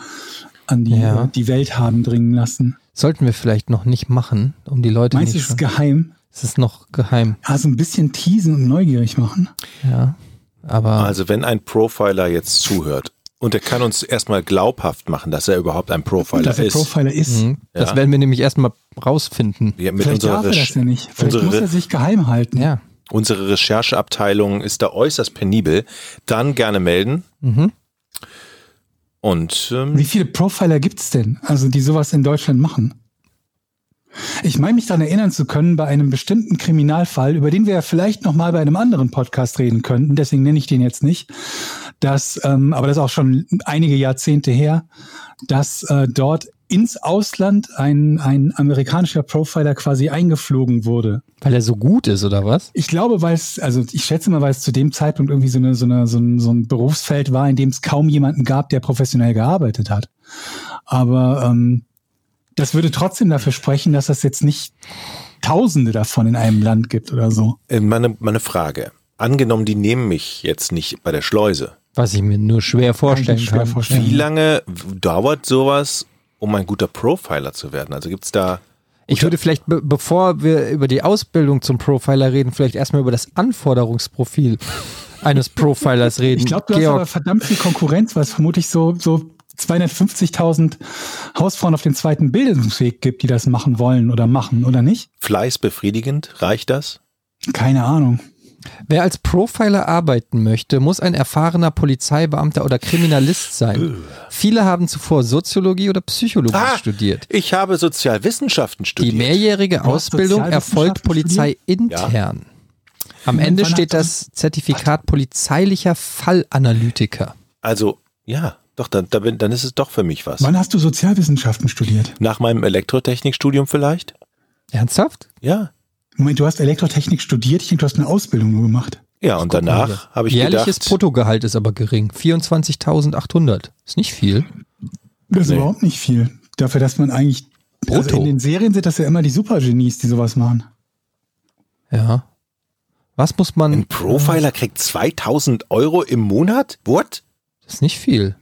[SPEAKER 3] an die,
[SPEAKER 2] Ja.
[SPEAKER 3] äh, die Welt haben dringen lassen.
[SPEAKER 2] Sollten wir vielleicht noch nicht machen, um die Leute
[SPEAKER 3] Meinst du,
[SPEAKER 2] nicht
[SPEAKER 3] es ist
[SPEAKER 2] schon,
[SPEAKER 3] geheim?
[SPEAKER 2] Es ist noch geheim,
[SPEAKER 3] Also ein bisschen teasen und neugierig machen.
[SPEAKER 2] ja. Aber
[SPEAKER 1] Also wenn ein Profiler jetzt zuhört und er kann uns erstmal glaubhaft machen, dass er überhaupt ein Profiler
[SPEAKER 3] dass er
[SPEAKER 1] ist.
[SPEAKER 3] Profiler ist.
[SPEAKER 2] mh, Hm, das
[SPEAKER 1] ja.
[SPEAKER 2] werden wir nämlich erstmal rausfinden.
[SPEAKER 1] Ja, mit
[SPEAKER 3] Vielleicht
[SPEAKER 1] unserer,
[SPEAKER 3] darf er das ja
[SPEAKER 1] Recher
[SPEAKER 3] nicht. Vielleicht
[SPEAKER 1] unsere
[SPEAKER 3] muss
[SPEAKER 1] Re-
[SPEAKER 3] er sich geheim halten.
[SPEAKER 2] Ja.
[SPEAKER 1] unsere Rechercheabteilung ist da äußerst penibel. Dann gerne melden.
[SPEAKER 2] Mhm.
[SPEAKER 1] Und
[SPEAKER 3] Wie
[SPEAKER 1] ähm,
[SPEAKER 3] viele Profiler gibt's denn, also die sowas in Deutschland machen? Ich meine mich daran erinnern zu können, bei einem bestimmten Kriminalfall, über den wir ja vielleicht nochmal bei einem anderen Podcast reden könnten, deswegen nenne ich den jetzt nicht, dass, ähm, aber das ist auch schon einige Jahrzehnte her, dass äh, dort ins Ausland ein, ein amerikanischer Profiler quasi eingeflogen wurde.
[SPEAKER 2] Weil er so gut ist, oder was?
[SPEAKER 3] Ich glaube, weil es, also ich schätze mal, weil es zu dem Zeitpunkt irgendwie so, eine, so, eine, so, ein, so ein Berufsfeld war, in dem es kaum jemanden gab, der professionell gearbeitet hat. Aber ähm, das würde trotzdem dafür sprechen, dass das jetzt nicht Tausende davon in einem Land gibt oder so.
[SPEAKER 1] äh, meine, meine Frage. Angenommen, die nehmen mich jetzt nicht bei der Schleuse.
[SPEAKER 2] Was ich mir nur schwer vorstellen
[SPEAKER 3] Kann ich mir schwer
[SPEAKER 2] kann.
[SPEAKER 3] vorstellen.
[SPEAKER 1] Wie lange w- dauert sowas, um ein guter Profiler zu werden? Also gibt's da
[SPEAKER 2] Ich würde vielleicht, be bevor wir über die Ausbildung zum Profiler reden, vielleicht erstmal über das Anforderungsprofil eines *laughs* Profilers reden.
[SPEAKER 3] Ich glaube, du hast aber verdammt viel Konkurrenz, weil es vermutlich so, so 250.000 Hausfrauen auf dem zweiten Bildungsweg gibt, die das machen wollen oder machen, oder nicht?
[SPEAKER 1] Fleiß befriedigend? Reicht das?
[SPEAKER 3] Keine Ahnung.
[SPEAKER 2] Wer als Profiler arbeiten möchte, muss ein erfahrener Polizeibeamter oder Kriminalist sein. Viele haben zuvor Soziologie oder Psychologie
[SPEAKER 1] Ah,
[SPEAKER 2] studiert.
[SPEAKER 1] Ich habe Sozialwissenschaften
[SPEAKER 2] Die
[SPEAKER 1] studiert.
[SPEAKER 2] mehrjährige
[SPEAKER 3] hast
[SPEAKER 2] Ausbildung erfolgt
[SPEAKER 3] Sozialwissenschaften
[SPEAKER 2] polizeiintern. Am Ende
[SPEAKER 3] Wann
[SPEAKER 2] steht
[SPEAKER 3] hat-
[SPEAKER 2] das Zertifikat polizeilicher Fallanalytiker.
[SPEAKER 1] also ja, doch, dann, dann, bin- dann ist es doch für mich was.
[SPEAKER 3] Wann hast du Sozialwissenschaften studiert?
[SPEAKER 1] Nach meinem Elektrotechnikstudium vielleicht?
[SPEAKER 2] Ernsthaft?
[SPEAKER 1] Ja.
[SPEAKER 3] Moment, du hast Elektrotechnik studiert, ich denke, du hast eine Ausbildung nur gemacht.
[SPEAKER 1] Ja, und danach habe ich
[SPEAKER 2] Jährliches
[SPEAKER 1] gedacht,
[SPEAKER 2] Bruttogehalt ist aber gering. 24.800. Ist nicht viel.
[SPEAKER 3] Das ist
[SPEAKER 1] Nee.
[SPEAKER 3] überhaupt nicht viel. Dafür, dass man eigentlich. Also
[SPEAKER 2] Brutto.
[SPEAKER 3] in den Serien sind das ja immer die Supergenies, die sowas machen.
[SPEAKER 2] Ja. Was muss man.
[SPEAKER 1] ein Profiler kriegt 2000 Euro im Monat? What?
[SPEAKER 2] Das ist nicht viel.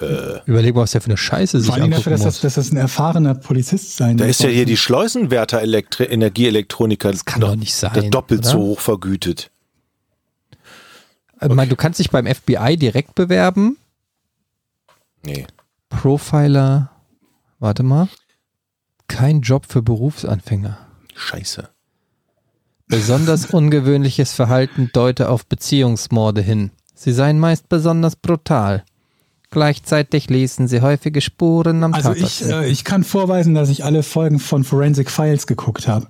[SPEAKER 1] Äh.
[SPEAKER 2] Überleg mal, was der für eine Scheiße sich
[SPEAKER 3] Vor allem
[SPEAKER 2] angucken
[SPEAKER 3] dafür, dass das,
[SPEAKER 2] muss.
[SPEAKER 3] dass das ein erfahrener Polizist sein
[SPEAKER 1] Da
[SPEAKER 3] muss.
[SPEAKER 1] ist ja hier die Schleusenwärter Elektri Energieelektroniker das
[SPEAKER 2] kann doch nicht sein,
[SPEAKER 1] doppelt
[SPEAKER 2] oder?
[SPEAKER 1] so hoch vergütet.
[SPEAKER 2] Ich meine, du kannst dich beim FBI direkt bewerben.
[SPEAKER 1] Nee.
[SPEAKER 2] Profiler. Warte mal. Kein Job für Berufsanfänger.
[SPEAKER 1] Scheiße.
[SPEAKER 3] *laughs*
[SPEAKER 2] Besonders ungewöhnliches Verhalten deute auf Beziehungsmorde hin. Sie seien meist besonders brutal. Gleichzeitig ließen sie häufige Spuren am
[SPEAKER 3] Also
[SPEAKER 2] Tatort.
[SPEAKER 3] ich, äh, ich kann vorweisen, dass ich alle Folgen von Forensic Files geguckt habe.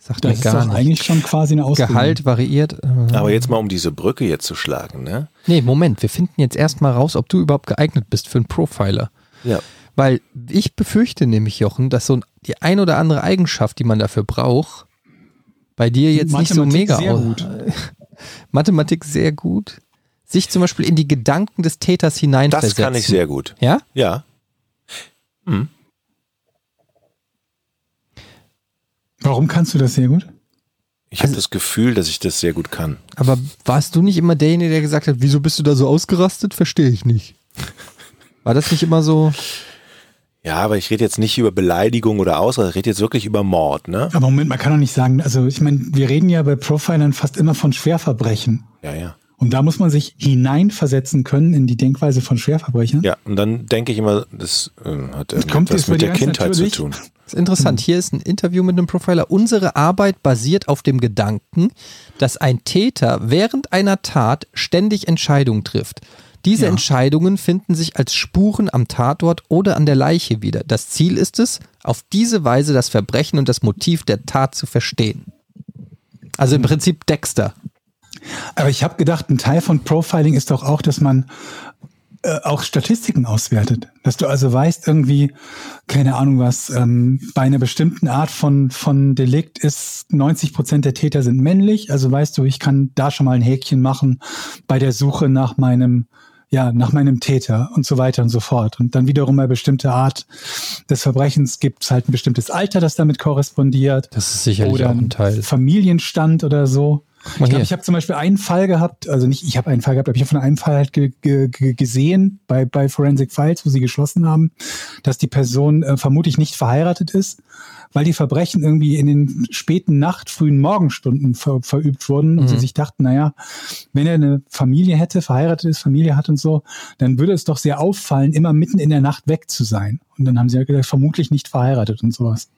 [SPEAKER 2] Sagt mir
[SPEAKER 3] Das ist
[SPEAKER 2] gar
[SPEAKER 3] doch
[SPEAKER 2] nicht.
[SPEAKER 3] eigentlich schon quasi eine Ausbildung.
[SPEAKER 2] Gehalt variiert. äh,
[SPEAKER 1] Aber jetzt mal um diese Brücke jetzt zu schlagen, ne?
[SPEAKER 2] Nee, Moment, wir finden jetzt erstmal raus, ob du überhaupt geeignet bist für einen Profiler.
[SPEAKER 1] Ja.
[SPEAKER 2] Weil ich befürchte nämlich, Jochen, dass so ein- die ein oder andere Eigenschaft, die man dafür braucht, bei dir jetzt nicht so
[SPEAKER 3] Mathematik
[SPEAKER 2] mega
[SPEAKER 3] sehr
[SPEAKER 2] au-
[SPEAKER 3] gut.
[SPEAKER 2] Mathematik sehr gut. Sich zum Beispiel in die Gedanken des Täters
[SPEAKER 1] Das
[SPEAKER 2] hineinversetzen.
[SPEAKER 1] kann ich sehr gut.
[SPEAKER 2] Ja?
[SPEAKER 1] Ja.
[SPEAKER 3] Warum kannst du das sehr gut?
[SPEAKER 1] Ich
[SPEAKER 2] Also
[SPEAKER 1] habe das Gefühl, dass ich das sehr gut kann.
[SPEAKER 2] Aber warst du nicht immer derjenige, der gesagt hat, wieso bist du da so ausgerastet? Verstehe ich nicht. War das nicht immer so?
[SPEAKER 1] Ja, aber ich rede jetzt nicht über Beleidigung oder Ausrede, ich rede jetzt wirklich über Mord, ne?
[SPEAKER 3] Aber Moment, man kann doch nicht sagen, also ich meine, wir reden ja bei Profilern fast immer von Schwerverbrechen.
[SPEAKER 1] Ja, ja.
[SPEAKER 3] Und da muss man sich hineinversetzen können in die Denkweise von Schwerverbrechern.
[SPEAKER 1] Ja, und dann denke ich immer, das äh, hat
[SPEAKER 3] kommt
[SPEAKER 1] irgendwas
[SPEAKER 3] jetzt bei
[SPEAKER 1] mit
[SPEAKER 3] dir
[SPEAKER 1] der
[SPEAKER 3] ganz
[SPEAKER 1] Kindheit zu
[SPEAKER 3] natürlich.
[SPEAKER 1] tun.
[SPEAKER 2] Das ist interessant. Hier ist ein Interview mit einem Profiler. Unsere Arbeit basiert auf dem Gedanken, dass ein Täter während einer Tat ständig Entscheidungen trifft. Diese
[SPEAKER 3] Ja.
[SPEAKER 2] Entscheidungen finden sich als Spuren am Tatort oder an der Leiche wieder. Das Ziel ist es, auf diese Weise das Verbrechen und das Motiv der Tat zu verstehen. Also im Prinzip Dexter.
[SPEAKER 3] Aber ich habe gedacht, ein Teil von Profiling ist doch auch, dass man äh, auch Statistiken auswertet. Dass du also weißt, irgendwie, keine Ahnung was, ähm, bei einer bestimmten Art von, von Delikt ist 90 Prozent der Täter sind männlich. Also weißt du, ich kann da schon mal ein Häkchen machen bei der Suche nach meinem, ja, nach meinem Täter und so weiter und so fort. Und dann wiederum bei bestimmter Art des Verbrechens gibt es halt ein bestimmtes Alter, das damit korrespondiert
[SPEAKER 2] Das ist sicherlich
[SPEAKER 3] oder Familienstand oder so.
[SPEAKER 2] mal
[SPEAKER 3] Ich
[SPEAKER 2] hier.
[SPEAKER 3] glaube, ich habe zum Beispiel einen Fall gehabt, also nicht, ich habe einen Fall gehabt, aber ich habe von einem Fall halt ge ge ge gesehen bei, bei Forensic Files, wo sie geschlossen haben, dass die Person äh, vermutlich nicht verheiratet ist, weil die Verbrechen irgendwie in den späten Nacht, frühen Morgenstunden ver verübt wurden und
[SPEAKER 2] Mhm.
[SPEAKER 3] sie sich dachten, naja, wenn er eine Familie hätte, verheiratet ist, Familie hat und so, dann würde es doch sehr auffallen, immer mitten in der Nacht weg zu sein. Und dann haben sie halt gesagt, vermutlich nicht verheiratet und sowas.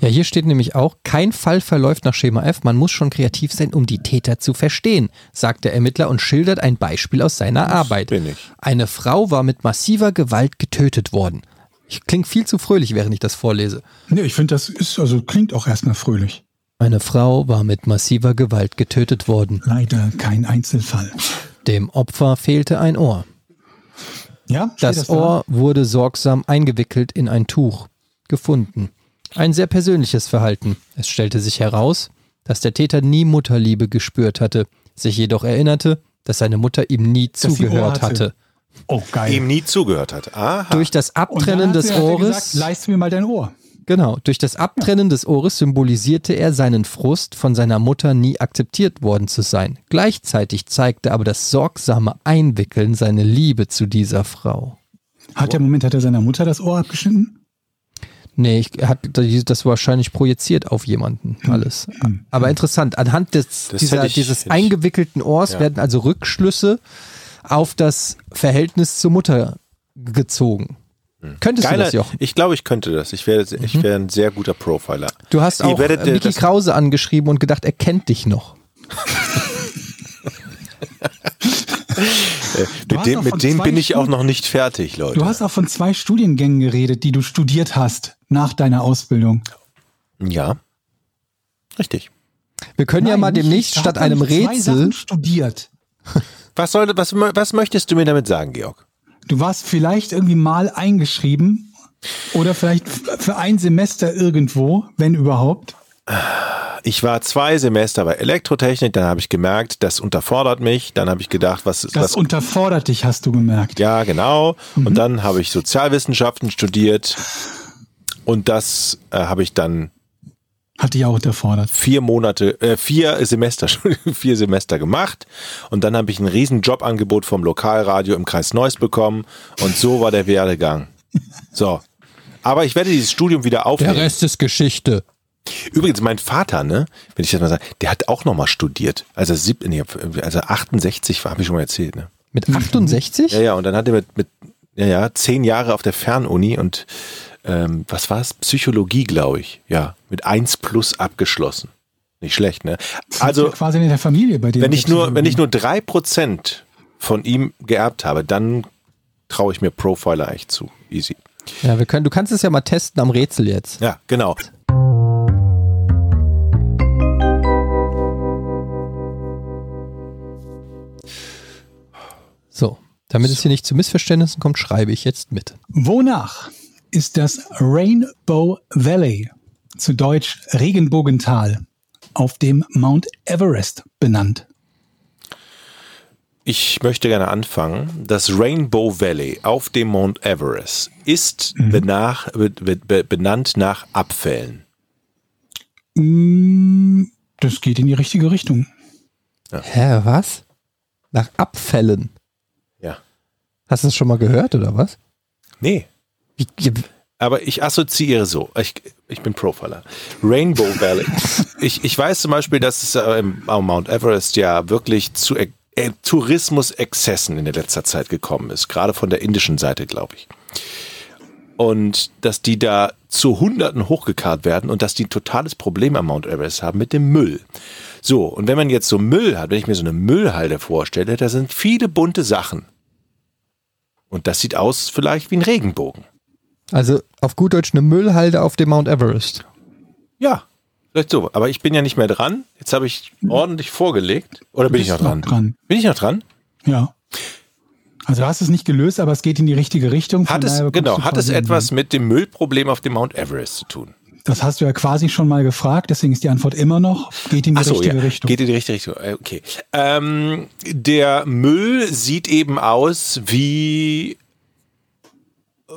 [SPEAKER 2] Ja, hier steht nämlich auch, kein Fall verläuft nach Schema F. Man muss schon kreativ sein, um die Täter zu verstehen, sagt der Ermittler und schildert ein Beispiel aus seiner Arbeit.
[SPEAKER 1] bin ich.
[SPEAKER 2] Eine Frau war mit massiver Gewalt getötet worden. Ich klinge viel zu fröhlich, während ich das vorlese.
[SPEAKER 3] Nee, ich finde, das ist, also klingt auch erstmal fröhlich.
[SPEAKER 2] Eine Frau war mit massiver Gewalt getötet worden.
[SPEAKER 3] Leider kein Einzelfall.
[SPEAKER 2] Dem Opfer fehlte ein Ohr.
[SPEAKER 3] Ja, steht
[SPEAKER 2] Das
[SPEAKER 3] da?
[SPEAKER 2] Ohr wurde sorgsam eingewickelt in ein Tuch. Gefunden. Ein sehr persönliches Verhalten. Es stellte sich heraus, dass der Täter nie Mutterliebe gespürt hatte, sich jedoch erinnerte, dass seine Mutter ihm nie
[SPEAKER 3] Dass sie Ohr
[SPEAKER 2] zugehört
[SPEAKER 3] hatte.
[SPEAKER 2] hatte.
[SPEAKER 3] Oh, geil.
[SPEAKER 1] Ihm nie zugehört hat. Aha.
[SPEAKER 2] Durch das
[SPEAKER 3] Und
[SPEAKER 2] Abtrennen
[SPEAKER 3] dann hat
[SPEAKER 2] des
[SPEAKER 3] sie- hat er
[SPEAKER 2] Ohres,
[SPEAKER 3] Gesagt, Leiste mir mal dein Ohr.
[SPEAKER 2] genau, durch das Abtrennen des Ohres symbolisierte er seinen Frust, von seiner Mutter nie akzeptiert worden zu sein. Gleichzeitig zeigte aber das sorgsame Einwickeln seine Liebe zu dieser Frau.
[SPEAKER 3] Hat der Moment, hat er seiner Mutter das Ohr abgeschnitten?
[SPEAKER 2] Nee, ich er hat die- das wahrscheinlich projiziert auf jemanden
[SPEAKER 3] Hm.
[SPEAKER 2] alles. Aber interessant, anhand des,
[SPEAKER 1] Das
[SPEAKER 2] dieser,
[SPEAKER 1] hätte ich-
[SPEAKER 2] dieses
[SPEAKER 1] hätte ich-
[SPEAKER 2] eingewickelten Ohrs werden also Rückschlüsse auf das Verhältnis zur Mutter gezogen.
[SPEAKER 1] Hm.
[SPEAKER 2] Könntest du
[SPEAKER 1] Geiler,
[SPEAKER 2] das, Jochen?
[SPEAKER 1] ich glaube, ich könnte das. Ich wäre
[SPEAKER 3] Mhm.
[SPEAKER 1] ich wäre ein sehr guter Profiler.
[SPEAKER 2] Du hast
[SPEAKER 1] Ihr
[SPEAKER 2] auch
[SPEAKER 1] werdet,
[SPEAKER 2] äh,
[SPEAKER 1] äh,
[SPEAKER 2] Mickey
[SPEAKER 1] das-
[SPEAKER 2] Krause angeschrieben und gedacht, er kennt dich noch.
[SPEAKER 3] Du
[SPEAKER 1] Mit
[SPEAKER 3] hast
[SPEAKER 1] dem,
[SPEAKER 3] doch von
[SPEAKER 1] mit dem
[SPEAKER 3] zwei
[SPEAKER 1] bin ich auch
[SPEAKER 3] Stunden-
[SPEAKER 1] noch nicht fertig, Leute.
[SPEAKER 3] Du hast auch von zwei Studiengängen geredet, die du studiert hast nach deiner Ausbildung.
[SPEAKER 1] ja. Richtig.
[SPEAKER 2] Wir können ja
[SPEAKER 3] Nein,
[SPEAKER 2] mal
[SPEAKER 3] nicht,
[SPEAKER 2] demnächst
[SPEAKER 3] da
[SPEAKER 2] statt
[SPEAKER 3] hat er
[SPEAKER 2] einem
[SPEAKER 3] nicht zwei
[SPEAKER 2] Rätsel.
[SPEAKER 3] Sachen studiert.
[SPEAKER 1] Was, soll, was, was möchtest du mir damit sagen, Georg?
[SPEAKER 3] Du warst vielleicht irgendwie mal eingeschrieben oder vielleicht f- für ein Semester irgendwo, wenn überhaupt.
[SPEAKER 1] Ich war zwei Semester bei Elektrotechnik, dann habe ich gemerkt, das unterfordert mich. Dann habe ich gedacht, was ist
[SPEAKER 3] Das Mhm.
[SPEAKER 1] was?
[SPEAKER 3] unterfordert dich, hast du gemerkt.
[SPEAKER 1] Ja, genau. Und dann habe ich Sozialwissenschaften studiert und das äh, habe ich dann
[SPEAKER 3] Hat dich auch unterfordert.
[SPEAKER 1] vier Monate, äh, vier Semester, *laughs* Entschuldigung, vier Semester gemacht. Und dann habe ich ein riesen Jobangebot vom Lokalradio im Kreis Neuss bekommen. Und so war der Werdegang. So. Aber ich werde dieses Studium wieder aufnehmen.
[SPEAKER 2] ist Geschichte.
[SPEAKER 1] Übrigens, mein Vater, ne, wenn ich das mal sage, der hat auch nochmal studiert. Also, sieb, nee, also 68 war, habe ich schon mal erzählt, ne?
[SPEAKER 2] Mit
[SPEAKER 3] Mhm.
[SPEAKER 2] 68?
[SPEAKER 1] Ja, ja, und dann hat er mit, mit ja, ja, zehn Jahre auf der Fernuni und ähm, was war es? Psychologie, glaube ich. Ja, mit 1 plus abgeschlossen. Nicht schlecht, ne?
[SPEAKER 3] Also,
[SPEAKER 1] Also,
[SPEAKER 3] quasi in der Familie bei dir.
[SPEAKER 1] wenn ich nur, wenn ich nur 3% von ihm geerbt habe, dann traue ich mir Profiler echt zu. Easy.
[SPEAKER 2] Ja, wir können, du kannst es ja mal testen am Rätsel jetzt.
[SPEAKER 1] Ja, genau.
[SPEAKER 2] So. Damit es hier nicht zu Missverständnissen kommt, schreibe ich jetzt mit.
[SPEAKER 3] Wonach ist das Rainbow Valley, zu Deutsch Regenbogental, auf dem Mount Everest benannt?
[SPEAKER 1] Ich möchte gerne anfangen. Das Rainbow Valley auf dem Mount Mhm. Everest ist benach, be, be, be, benannt nach Abfällen.
[SPEAKER 3] Mm, Das geht in die richtige Richtung.
[SPEAKER 2] Hä, was? Nach Abfällen.
[SPEAKER 1] Ja.
[SPEAKER 2] Hast du das schon mal gehört oder was?
[SPEAKER 1] Nee.
[SPEAKER 2] Wie, ja,
[SPEAKER 1] Aber ich assoziiere so. Ich, ich bin Profiler. Rainbow Valley. ich, ich weiß zum Beispiel, dass es äh, im, am Mount Everest ja wirklich zu äh, äh, Tourismusexzessen in der letzter Zeit gekommen ist. Gerade von der indischen Seite, glaube ich. Und dass die da zu Hunderten hochgekarrt werden und dass die ein totales Problem am Mount Everest haben mit dem Müll. So, und wenn man jetzt so Müll hat, wenn ich mir so eine Müllhalde vorstelle, da sind viele bunte Sachen. Und das sieht aus vielleicht wie ein Regenbogen.
[SPEAKER 2] also auf gut Deutsch eine Müllhalde auf dem Mount Everest.
[SPEAKER 1] Ja, vielleicht so. Aber ich bin ja nicht mehr dran. Jetzt habe ich ordentlich vorgelegt. Oder bin ich noch
[SPEAKER 3] bist
[SPEAKER 1] dran?
[SPEAKER 3] noch dran.
[SPEAKER 1] Bin ich noch dran?
[SPEAKER 3] Ja. Also du hast es nicht gelöst, aber es geht in die richtige Richtung. Von
[SPEAKER 1] Hat es,
[SPEAKER 3] daher bekommst
[SPEAKER 1] genau,
[SPEAKER 3] du
[SPEAKER 1] hat es
[SPEAKER 3] quasi-
[SPEAKER 1] etwas mit dem Müllproblem auf dem Mount Everest zu tun?
[SPEAKER 3] Das hast du ja quasi schon mal gefragt, deswegen ist die Antwort immer noch, geht in die
[SPEAKER 1] Ach so,
[SPEAKER 3] richtige
[SPEAKER 1] ja.
[SPEAKER 3] Richtung.
[SPEAKER 1] Geht in die richtige Richtung. Äh, Okay. Ähm, der Müll sieht eben aus wie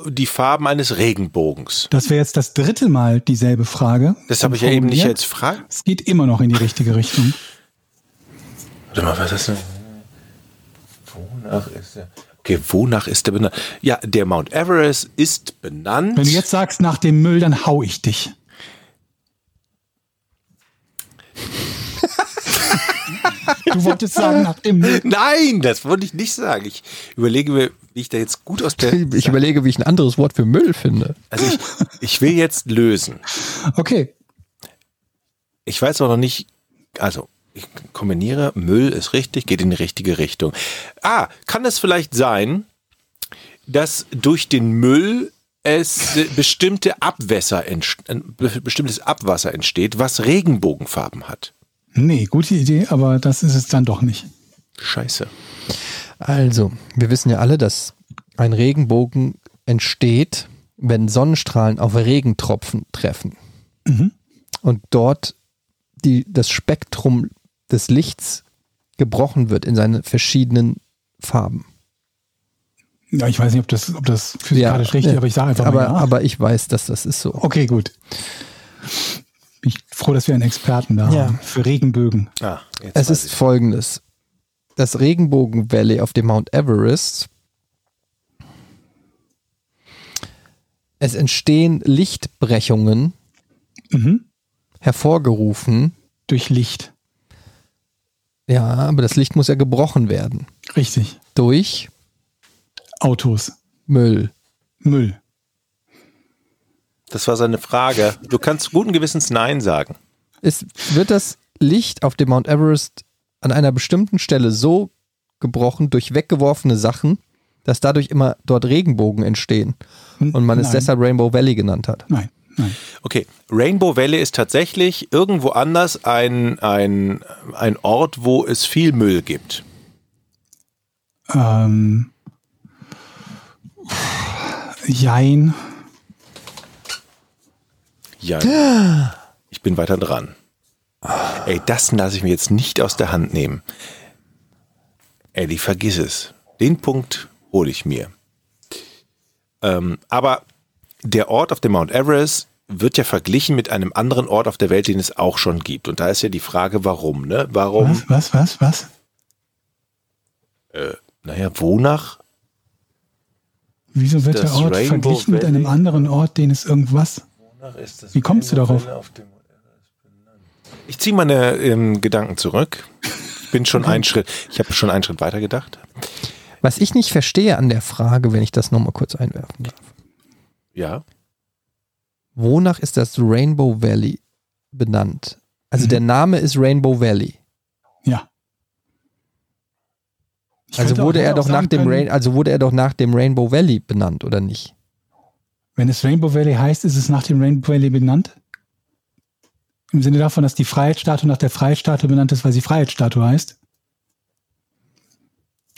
[SPEAKER 1] die Farben eines Regenbogens.
[SPEAKER 3] das wäre jetzt das dritte Mal dieselbe Frage.
[SPEAKER 1] Das habe ich ja eben nicht
[SPEAKER 3] Formuliert.
[SPEAKER 1] jetzt gefragt.
[SPEAKER 3] Es geht immer noch in die richtige Richtung.
[SPEAKER 1] Warte mal, was ist denn? Wonach ist der? Okay, wonach ist der benannt? Ja, der Mount Everest ist benannt.
[SPEAKER 3] Wenn du jetzt sagst nach dem Müll, dann hau
[SPEAKER 1] *laughs*
[SPEAKER 3] ich dich. du wolltest sagen nach dem Müll.
[SPEAKER 1] *laughs* Nein, das wollte ich nicht sagen. Ich überlege mir, wie ich da jetzt gut aus der.
[SPEAKER 2] Ich überlege, wie ich ein anderes Wort für Müll finde.
[SPEAKER 1] Also ich, ich will jetzt lösen.
[SPEAKER 3] Okay.
[SPEAKER 1] Ich weiß aber noch nicht. Also, ich kombiniere, Müll ist richtig, geht in die richtige Richtung. Ah, kann es vielleicht sein, dass durch den Müll es äh, bestimmte Abwässer entst- ein be- bestimmtes Abwasser entsteht, was Regenbogenfarben hat.
[SPEAKER 3] Nee, gute Idee, aber das ist es dann doch nicht.
[SPEAKER 1] Scheiße.
[SPEAKER 2] Also, wir wissen ja alle, dass ein Regenbogen entsteht, wenn Sonnenstrahlen auf Regentropfen treffen.
[SPEAKER 3] Mhm.
[SPEAKER 2] Und dort die, das Spektrum des Lichts gebrochen wird in seine verschiedenen Farben.
[SPEAKER 3] Ja, ich weiß nicht, ob das, ob das physikalisch richtig ist, aber ich sage einfach
[SPEAKER 2] aber,
[SPEAKER 3] mal. Ja.
[SPEAKER 2] aber ich weiß, dass das ist so.
[SPEAKER 3] okay, gut. Bin ich froh, dass wir einen Experten da
[SPEAKER 2] Ja.
[SPEAKER 3] haben. Für Regenbögen.
[SPEAKER 1] Ah, jetzt weiß
[SPEAKER 2] Es ist
[SPEAKER 1] ich.
[SPEAKER 2] folgendes. Das Regenbogen Valley auf dem Mount Everest. Es entstehen Lichtbrechungen,
[SPEAKER 3] Mhm.
[SPEAKER 2] hervorgerufen.
[SPEAKER 3] Durch Licht.
[SPEAKER 2] Ja, aber das Licht muss ja gebrochen werden.
[SPEAKER 3] Richtig.
[SPEAKER 2] Durch
[SPEAKER 3] Autos.
[SPEAKER 2] Müll.
[SPEAKER 3] Müll.
[SPEAKER 1] das war seine Frage. Du kannst guten Gewissens Nein sagen.
[SPEAKER 2] Es wird das Licht auf dem Mount Everest an einer bestimmten Stelle so gebrochen durch weggeworfene Sachen, dass dadurch immer dort Regenbogen entstehen. Und man es
[SPEAKER 3] Nein.
[SPEAKER 2] deshalb Rainbow Valley genannt hat.
[SPEAKER 3] Nein, nein.
[SPEAKER 1] Okay, Rainbow Valley ist tatsächlich irgendwo anders ein, ein, ein Ort, wo es viel Müll gibt.
[SPEAKER 3] Ähm, jein.
[SPEAKER 1] Ja. Ich bin weiter dran. Ey, das lasse ich mir jetzt nicht aus der Hand nehmen. Eddie, vergiss es. Den Punkt hole ich mir. Ähm, aber der Ort auf dem Mount Everest wird ja verglichen mit einem anderen Ort auf der Welt, den es auch schon gibt. Und da ist ja die Frage, warum, ne? Warum?
[SPEAKER 2] Oh.
[SPEAKER 3] Was, was, was, was?
[SPEAKER 1] Naja, wonach?
[SPEAKER 3] Wieso wird
[SPEAKER 1] Das
[SPEAKER 3] der Ort
[SPEAKER 1] Rainbow
[SPEAKER 3] verglichen mit einem
[SPEAKER 1] Valley.
[SPEAKER 3] anderen Ort, den es irgendwas? Wie kommst du darauf?
[SPEAKER 1] Ich ziehe meine ähm, Gedanken zurück. Ich bin schon einen Schritt, ich habe schon einen Schritt weiter gedacht.
[SPEAKER 2] Was ich nicht verstehe an der Frage, wenn ich das nochmal kurz einwerfen darf.
[SPEAKER 1] Ja.
[SPEAKER 2] Wonach ist das Rainbow Valley benannt? Also der
[SPEAKER 3] Mhm.
[SPEAKER 2] Name ist Rainbow Valley.
[SPEAKER 3] Ja. Ich
[SPEAKER 2] Also
[SPEAKER 3] könnte auch-
[SPEAKER 2] wurde er
[SPEAKER 3] hätte auch
[SPEAKER 2] doch nach
[SPEAKER 3] sagen
[SPEAKER 2] dem
[SPEAKER 3] können,
[SPEAKER 2] Rain, also wurde er doch nach dem Rainbow Valley benannt oder nicht?
[SPEAKER 3] Wenn es Rainbow Valley heißt, ist es nach dem Rainbow Valley benannt? Im Sinne davon, dass die Freiheitsstatue nach der Freiheitsstatue benannt ist, weil sie Freiheitsstatue heißt?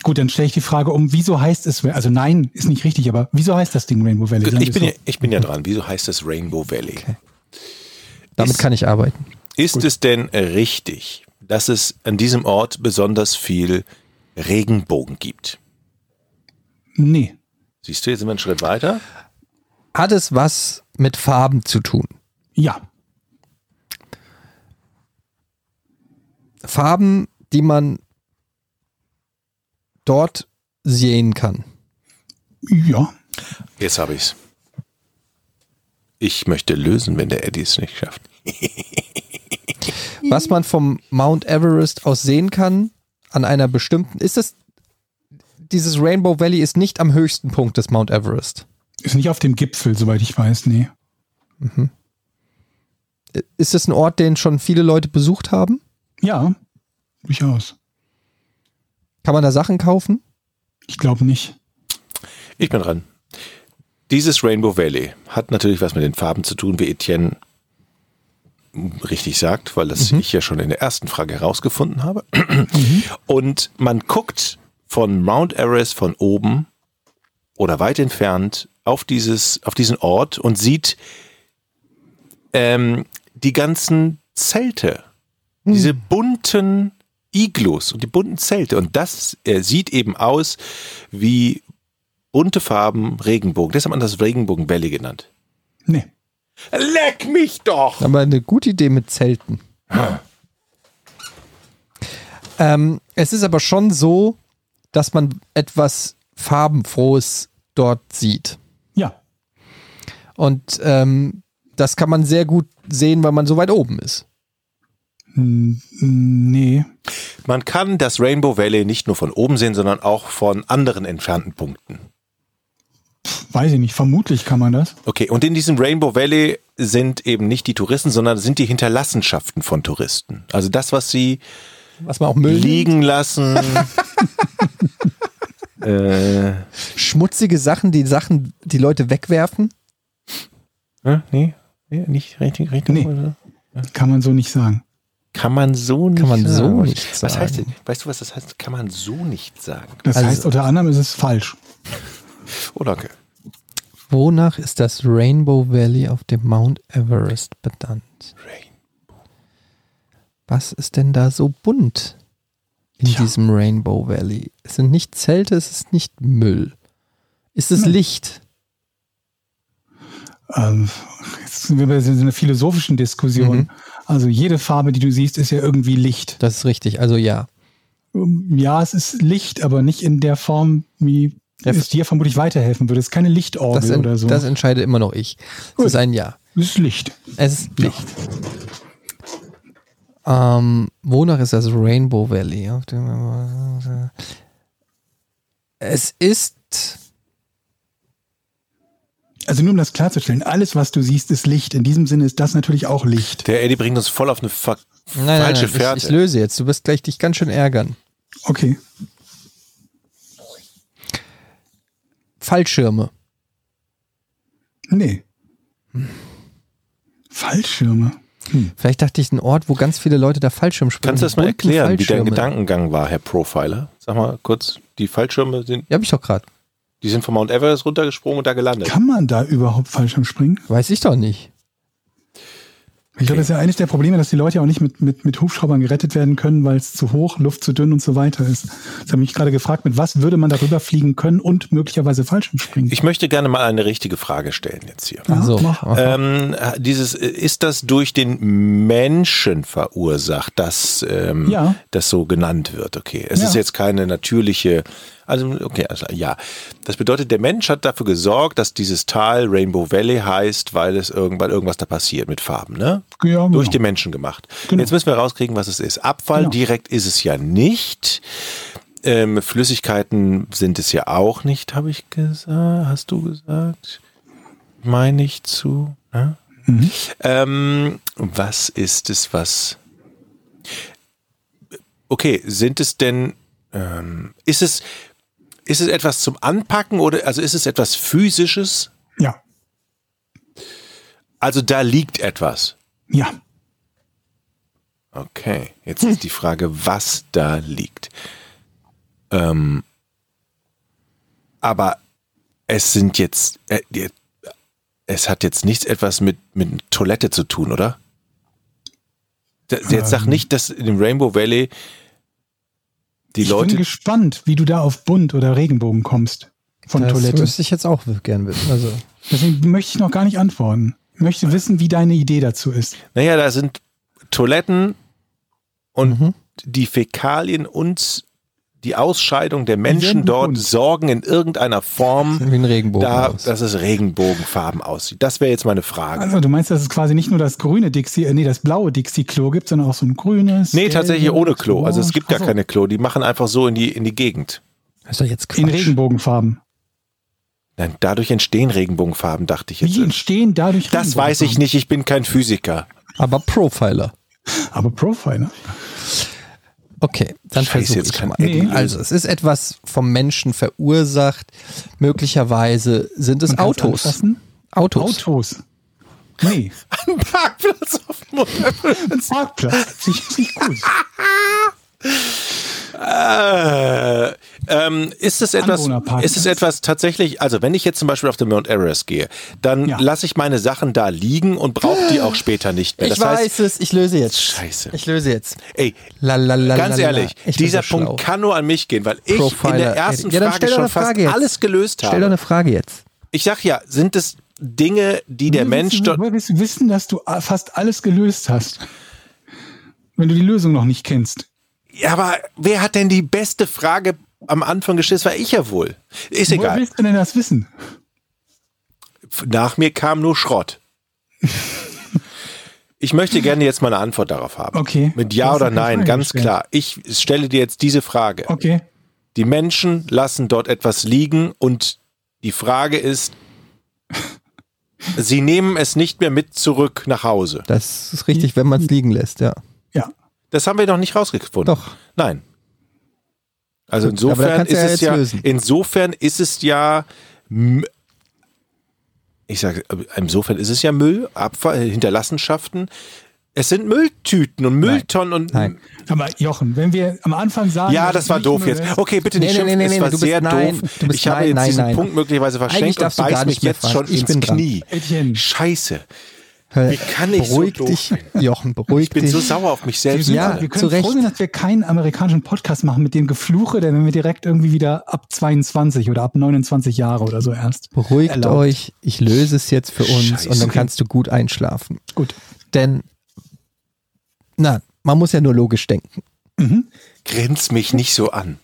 [SPEAKER 3] Gut, dann stelle ich die Frage um, wieso heißt es, also nein, ist nicht richtig, aber wieso heißt das Ding Rainbow Valley? Sagen
[SPEAKER 1] Ich
[SPEAKER 3] wir
[SPEAKER 1] bin, ja,
[SPEAKER 3] so.
[SPEAKER 1] ich bin ja dran. Wieso heißt das Rainbow Valley?
[SPEAKER 2] Damit
[SPEAKER 1] Ist-
[SPEAKER 2] kann ich arbeiten.
[SPEAKER 1] Ist es denn richtig, dass es an diesem Ort besonders viel Regenbogen gibt?
[SPEAKER 3] Nee.
[SPEAKER 1] Siehst du, jetzt sind wir einen Schritt weiter.
[SPEAKER 2] Hat es was mit Farben zu tun?
[SPEAKER 3] Ja.
[SPEAKER 2] Farben, die man dort sehen kann.
[SPEAKER 3] Ja.
[SPEAKER 1] Jetzt habe ich's. Ich möchte lösen, wenn der Eddie es nicht schafft.
[SPEAKER 2] Was man vom Mount Everest aus sehen kann, an einer bestimmten, ist es, dieses Rainbow Valley ist nicht am höchsten Punkt des Mount Everest.
[SPEAKER 3] Ist nicht auf dem Gipfel, soweit ich weiß, nee.
[SPEAKER 2] Ist es ein Ort, den schon viele Leute besucht haben?
[SPEAKER 3] Ja, durchaus.
[SPEAKER 2] Kann man da Sachen kaufen?
[SPEAKER 3] Ich glaube nicht.
[SPEAKER 1] Ich bin dran. Dieses Rainbow Valley hat natürlich was mit den Farben zu tun, wie Etienne richtig sagt, weil das ich ja schon in der ersten Frage herausgefunden habe. Und man guckt von Mount Everest von oben oder weit entfernt auf, dieses, auf diesen Ort und sieht ähm, die ganzen Zelte, diese bunten Iglus und die bunten Zelte. Und das äh, sieht eben aus wie bunte Farben, Regenbogen. Das hat man das Regenbogen Valley genannt.
[SPEAKER 3] Nee.
[SPEAKER 1] Leck mich doch!
[SPEAKER 2] Aber eine gute Idee mit Zelten. ähm, es ist aber schon so, dass man etwas Farbenfrohes dort sieht.
[SPEAKER 3] Ja.
[SPEAKER 2] Und ähm, das kann man sehr gut sehen, weil man so weit oben ist.
[SPEAKER 3] Hm, Nee.
[SPEAKER 1] Man kann das Rainbow Valley nicht nur von oben sehen, sondern auch von anderen entfernten Punkten.
[SPEAKER 3] Weiß ich nicht. Vermutlich kann man das.
[SPEAKER 1] Okay, und in diesem Rainbow Valley sind eben nicht die Touristen, sondern sind die Hinterlassenschaften von Touristen. Also das, was sie
[SPEAKER 2] Was man auch Müll
[SPEAKER 1] liegen lassen. äh,
[SPEAKER 2] Schmutzige Sachen, die Sachen, die Leute wegwerfen.
[SPEAKER 1] ne? nee, nee, nicht richtig, richtig.
[SPEAKER 3] Nee. Kann man so nicht sagen.
[SPEAKER 1] Kann man so nicht
[SPEAKER 2] Kann man so
[SPEAKER 1] sagen.
[SPEAKER 2] nicht
[SPEAKER 1] Was
[SPEAKER 2] sagen.
[SPEAKER 1] heißt denn, weißt du, was das heißt? Kann man so nicht sagen.
[SPEAKER 3] Das
[SPEAKER 2] Also-
[SPEAKER 3] heißt, unter anderem ist es falsch.
[SPEAKER 1] Oh, danke.
[SPEAKER 2] Wonach ist das Rainbow Valley auf dem Mount Everest benannt?
[SPEAKER 1] Rain.
[SPEAKER 2] Was ist denn da so bunt in
[SPEAKER 3] Tja.
[SPEAKER 2] diesem Rainbow Valley? Es sind nicht Zelte, es ist nicht Müll. Ist
[SPEAKER 3] Hm.
[SPEAKER 2] es Licht?
[SPEAKER 3] Ähm, jetzt sind wir bei so einer philosophischen Diskussion.
[SPEAKER 2] Mhm.
[SPEAKER 3] Also jede Farbe, die du siehst, ist ja irgendwie Licht.
[SPEAKER 2] Das ist richtig, also ja.
[SPEAKER 3] Ähm, Ja, es ist Licht, aber nicht in der Form, wie
[SPEAKER 2] Ja,
[SPEAKER 3] es dir vermutlich weiterhelfen würde. Es ist keine Lichtorbel
[SPEAKER 2] Das, en
[SPEAKER 3] oder so.
[SPEAKER 2] das entscheide immer noch ich. Es
[SPEAKER 3] Gut.
[SPEAKER 2] ist ein Ja.
[SPEAKER 3] es ist Licht.
[SPEAKER 2] Es ist Licht. Ähm, wonach ist das Rainbow Valley? Auf dem es ist.
[SPEAKER 3] Also nur um das klarzustellen, alles, was du siehst, ist Licht. In diesem Sinne ist das natürlich auch Licht.
[SPEAKER 1] Der Eddie bringt uns voll auf eine fa falsche Fährte.
[SPEAKER 2] ich, ich löse jetzt. Du wirst gleich dich ganz schön ärgern.
[SPEAKER 3] Okay.
[SPEAKER 2] Fallschirme.
[SPEAKER 3] Nee.
[SPEAKER 2] Hm.
[SPEAKER 3] Fallschirme.
[SPEAKER 2] Vielleicht dachte ich, ein Ort, wo ganz viele Leute da Fallschirm springen.
[SPEAKER 1] Kannst du das mal
[SPEAKER 2] Bunten
[SPEAKER 1] erklären, wie dein
[SPEAKER 2] Fallschirme.
[SPEAKER 1] Gedankengang war, Herr Profiler? Sag mal kurz, die Fallschirme sind,
[SPEAKER 2] Ja, hab ich doch gerade.
[SPEAKER 1] die sind vom Mount Everest runtergesprungen und da gelandet.
[SPEAKER 3] Kann man da überhaupt Fallschirm springen?
[SPEAKER 2] Weiß ich doch nicht.
[SPEAKER 3] Ich glaube, das ist ja eines der Probleme, dass die Leute ja auch nicht mit, mit, mit Hubschraubern gerettet werden können, weil es zu hoch, Luft zu dünn und so weiter ist. Jetzt habe ich mich gerade gefragt, mit was würde man darüber fliegen können und möglicherweise Fallschirm springen?
[SPEAKER 1] Ich möchte gerne mal eine richtige Frage stellen jetzt hier.
[SPEAKER 3] Ja,
[SPEAKER 2] so.
[SPEAKER 3] mach.
[SPEAKER 1] Ähm, dieses, äh, ist das durch den Menschen verursacht, dass ähm,
[SPEAKER 3] Ja.
[SPEAKER 1] das so genannt wird? Okay, es
[SPEAKER 3] Ja.
[SPEAKER 1] ist jetzt keine natürliche, also okay, also, ja. Das bedeutet, der Mensch hat dafür gesorgt, dass dieses Tal Rainbow Valley heißt, weil es irgendwann irgendwas da passiert mit Farben, ne?
[SPEAKER 3] Ja, genau.
[SPEAKER 1] Durch den Menschen gemacht.
[SPEAKER 3] Genau.
[SPEAKER 1] Jetzt müssen wir rauskriegen, was es ist. Abfall
[SPEAKER 3] Genau.
[SPEAKER 1] direkt ist es ja nicht. Ähm, Flüssigkeiten sind es ja auch nicht, habe ich gesagt. Hast du gesagt? Meine ich zu. Ne?
[SPEAKER 3] Mhm.
[SPEAKER 1] Ähm, was ist es, was. Okay, sind es denn. Ähm, ist, es, ist es etwas zum Anpacken oder also ist es etwas Physisches?
[SPEAKER 3] Ja.
[SPEAKER 1] Also da liegt etwas.
[SPEAKER 3] Ja.
[SPEAKER 1] Okay, jetzt ist die Frage, was da liegt. Ähm, aber es sind jetzt, äh, die- es hat jetzt nichts etwas mit, mit Toilette zu tun, oder? Da, jetzt
[SPEAKER 3] Ähm.
[SPEAKER 1] sag nicht, dass in dem Rainbow Valley die
[SPEAKER 3] ich bin
[SPEAKER 1] Leute,
[SPEAKER 3] gespannt, wie du da auf Bunt oder Regenbogen kommst von
[SPEAKER 2] das
[SPEAKER 3] Toilette.
[SPEAKER 2] müsste ich jetzt auch gern wissen. Also,
[SPEAKER 3] Deswegen möchte ich noch gar nicht antworten. Ich möchte wissen, wie deine Idee dazu ist. Mhm.
[SPEAKER 1] naja, da sind Toiletten und die Fäkalien und die Ausscheidung der Menschen
[SPEAKER 3] werden
[SPEAKER 1] dort
[SPEAKER 3] bunt.
[SPEAKER 1] sorgen in irgendeiner Form,
[SPEAKER 3] *laughs*
[SPEAKER 2] Wie ein Regenbogen.
[SPEAKER 1] da,
[SPEAKER 2] aus.
[SPEAKER 1] dass es Regenbogenfarben aussieht. Das wäre jetzt meine Frage.
[SPEAKER 3] Also du meinst, dass es quasi nicht nur das grüne Dixie, äh, nee, das blaue Dixie-Klo gibt, sondern auch so ein grünes.
[SPEAKER 1] Nee, tatsächlich
[SPEAKER 3] gelbes,
[SPEAKER 1] ohne Klo. Also es
[SPEAKER 3] orange.
[SPEAKER 1] gibt gar
[SPEAKER 3] Ach so,
[SPEAKER 1] keine Klo. Die machen einfach so in die, in die Gegend.
[SPEAKER 2] Das ist doch jetzt Quatsch.
[SPEAKER 3] In Regenbogenfarben.
[SPEAKER 1] Nein, dadurch entstehen Regenbogenfarben, dachte ich jetzt.
[SPEAKER 3] Wie entstehen dadurch
[SPEAKER 1] Das weiß ich nicht, ich bin kein Physiker.
[SPEAKER 2] Aber Profiler.
[SPEAKER 3] Aber ne? Profiler.
[SPEAKER 2] Okay, dann
[SPEAKER 1] Scheiße,
[SPEAKER 2] versuche
[SPEAKER 1] jetzt
[SPEAKER 2] ich
[SPEAKER 1] kann
[SPEAKER 2] mal.
[SPEAKER 1] Eddie lösen.
[SPEAKER 2] Also es ist etwas vom Menschen verursacht. Möglicherweise sind es
[SPEAKER 3] Man kann's
[SPEAKER 2] Autos.
[SPEAKER 3] anfassen.
[SPEAKER 2] Autos.
[SPEAKER 3] Autos.
[SPEAKER 1] *laughs*
[SPEAKER 3] Nee,
[SPEAKER 1] Ein Parkplatz auf dem
[SPEAKER 3] ein Parkplatz. Sich nicht gut.
[SPEAKER 1] äh, ähm, ist es etwas,
[SPEAKER 3] Anwohnerparkplatz.
[SPEAKER 1] ist es etwas tatsächlich, also wenn ich jetzt zum Beispiel auf den Mount Everest gehe, dann
[SPEAKER 3] Ja.
[SPEAKER 1] lasse ich meine Sachen da liegen und brauche die auch später nicht mehr.
[SPEAKER 2] Ich
[SPEAKER 1] Das
[SPEAKER 2] weiß
[SPEAKER 1] heißt,
[SPEAKER 2] es, ich löse jetzt.
[SPEAKER 1] Scheiße.
[SPEAKER 2] Ich löse jetzt.
[SPEAKER 1] ey,
[SPEAKER 2] La, la, la,
[SPEAKER 1] ganz
[SPEAKER 2] la, la, la.
[SPEAKER 1] ehrlich,
[SPEAKER 2] Ich bin
[SPEAKER 1] dieser
[SPEAKER 2] so schlau.
[SPEAKER 1] Punkt kann nur an mich gehen, weil ich in
[SPEAKER 2] Profiler,
[SPEAKER 1] der ersten
[SPEAKER 2] Eddie. Ja, dann
[SPEAKER 1] Frage
[SPEAKER 2] stell doch
[SPEAKER 1] schon
[SPEAKER 2] eine
[SPEAKER 1] fast
[SPEAKER 2] Frage jetzt.
[SPEAKER 1] alles gelöst
[SPEAKER 2] Stell doch
[SPEAKER 1] habe.
[SPEAKER 2] eine Frage jetzt.
[SPEAKER 1] Ich sag ja, sind es Dinge, die der
[SPEAKER 3] Wir
[SPEAKER 1] Mensch
[SPEAKER 3] wissen,
[SPEAKER 1] dort
[SPEAKER 3] woher wirst du wissen, dass du a- fast alles gelöst hast. Wenn du die Lösung noch nicht kennst.
[SPEAKER 1] Ja, aber wer hat denn die beste Frage am Anfang gestellt? Das war ich ja wohl. Ist
[SPEAKER 3] Woher
[SPEAKER 1] egal.
[SPEAKER 3] willst du denn das wissen?
[SPEAKER 1] Nach mir kam nur
[SPEAKER 2] *laughs*
[SPEAKER 1] Schrott. Ich möchte gerne jetzt mal eine Antwort darauf haben.
[SPEAKER 3] Okay.
[SPEAKER 1] Mit
[SPEAKER 3] Du
[SPEAKER 1] Ja
[SPEAKER 3] hast
[SPEAKER 1] oder
[SPEAKER 3] eine
[SPEAKER 1] Nein,
[SPEAKER 3] Frage
[SPEAKER 1] ganz
[SPEAKER 3] gestellt.
[SPEAKER 1] klar. Ich stelle dir jetzt diese Frage.
[SPEAKER 3] Okay.
[SPEAKER 1] Die Menschen lassen dort etwas liegen und die Frage ist, sie nehmen es nicht mehr mit zurück nach Hause.
[SPEAKER 2] Das ist richtig, wenn
[SPEAKER 1] Hm.
[SPEAKER 2] man es liegen lässt, ja.
[SPEAKER 3] Ja.
[SPEAKER 1] Das haben wir noch nicht rausgefunden.
[SPEAKER 2] Doch.
[SPEAKER 1] Nein. Also
[SPEAKER 2] Gut, aber da
[SPEAKER 1] insofern
[SPEAKER 2] kannst du
[SPEAKER 1] ist
[SPEAKER 2] ja
[SPEAKER 1] es
[SPEAKER 2] jetzt
[SPEAKER 1] ja,
[SPEAKER 2] lösen.
[SPEAKER 1] insofern ist es ja, m- ich sage, insofern ist es ja Müll, Abfall, Hinterlassenschaften. Es sind Mülltüten und Mülltonnen und
[SPEAKER 2] Nein.
[SPEAKER 3] Aber Jochen, wenn wir am Anfang sagen.
[SPEAKER 1] ja,
[SPEAKER 3] dass
[SPEAKER 1] das war
[SPEAKER 3] nicht
[SPEAKER 1] doof
[SPEAKER 3] nur
[SPEAKER 1] jetzt. Okay, bitte nicht
[SPEAKER 2] Nee, nee,
[SPEAKER 1] schimpfen,
[SPEAKER 2] nee,
[SPEAKER 1] es
[SPEAKER 2] nee,
[SPEAKER 1] war
[SPEAKER 2] du bist-
[SPEAKER 1] sehr
[SPEAKER 2] nein,
[SPEAKER 1] doof.
[SPEAKER 2] du bist-
[SPEAKER 1] ich habe
[SPEAKER 2] nein,
[SPEAKER 1] jetzt
[SPEAKER 2] nein,
[SPEAKER 1] diesen
[SPEAKER 2] nein.
[SPEAKER 1] Punkt möglicherweise
[SPEAKER 2] Eigentlich
[SPEAKER 1] verschenkt und
[SPEAKER 2] darfst du gar
[SPEAKER 1] beiß
[SPEAKER 2] nicht
[SPEAKER 1] mich
[SPEAKER 2] mehr
[SPEAKER 1] jetzt
[SPEAKER 2] fragen.
[SPEAKER 1] schon
[SPEAKER 2] Ich
[SPEAKER 1] ins
[SPEAKER 2] bin dran.
[SPEAKER 1] Knie.
[SPEAKER 3] Etienne.
[SPEAKER 1] Scheiße,
[SPEAKER 2] Hör-
[SPEAKER 1] wie kann ich
[SPEAKER 2] beruhig
[SPEAKER 1] so doof
[SPEAKER 2] dich,
[SPEAKER 1] sein?
[SPEAKER 2] Jochen, beruhig
[SPEAKER 1] Ich bin
[SPEAKER 2] dich.
[SPEAKER 1] so sauer auf mich
[SPEAKER 3] Wir,
[SPEAKER 1] selbst.
[SPEAKER 3] sind,
[SPEAKER 2] Ja, zu
[SPEAKER 3] wir können
[SPEAKER 2] Recht.
[SPEAKER 3] froh sein, dass wir keinen amerikanischen Podcast machen mit dem Gefluche, denn wenn wir direkt irgendwie wieder ab 22 oder ab 29 Jahre oder so erst.
[SPEAKER 2] Beruhigt
[SPEAKER 3] Erlaubt.
[SPEAKER 2] euch, ich löse es jetzt für uns
[SPEAKER 1] Scheiße.
[SPEAKER 2] und dann
[SPEAKER 1] Okay.
[SPEAKER 2] kannst du gut einschlafen.
[SPEAKER 3] Gut.
[SPEAKER 2] Denn, na, man muss ja nur logisch denken.
[SPEAKER 1] Grinz mich nicht so an.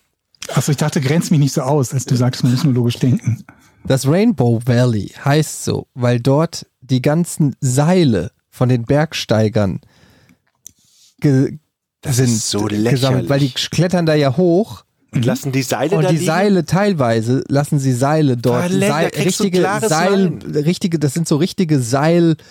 [SPEAKER 3] Achso, ich dachte, grenz mich nicht so aus, als du sagst, man muss nur logisch denken.
[SPEAKER 2] Das Rainbow Valley heißt so, weil dort die ganzen Seile von den Bergsteigern ge
[SPEAKER 1] Das
[SPEAKER 2] sind
[SPEAKER 1] ist so lächerlich.
[SPEAKER 2] gesammelt, weil die klettern da ja hoch
[SPEAKER 1] und lassen die Seile
[SPEAKER 2] Mhm. und
[SPEAKER 1] da
[SPEAKER 2] die
[SPEAKER 1] liegen.
[SPEAKER 2] Seile teilweise lassen sie Seile dort.
[SPEAKER 1] Verleger,
[SPEAKER 2] Seil,
[SPEAKER 1] kriegst du
[SPEAKER 2] richtige
[SPEAKER 1] klares
[SPEAKER 2] Seil, richtige, das sind so richtige Seilwege,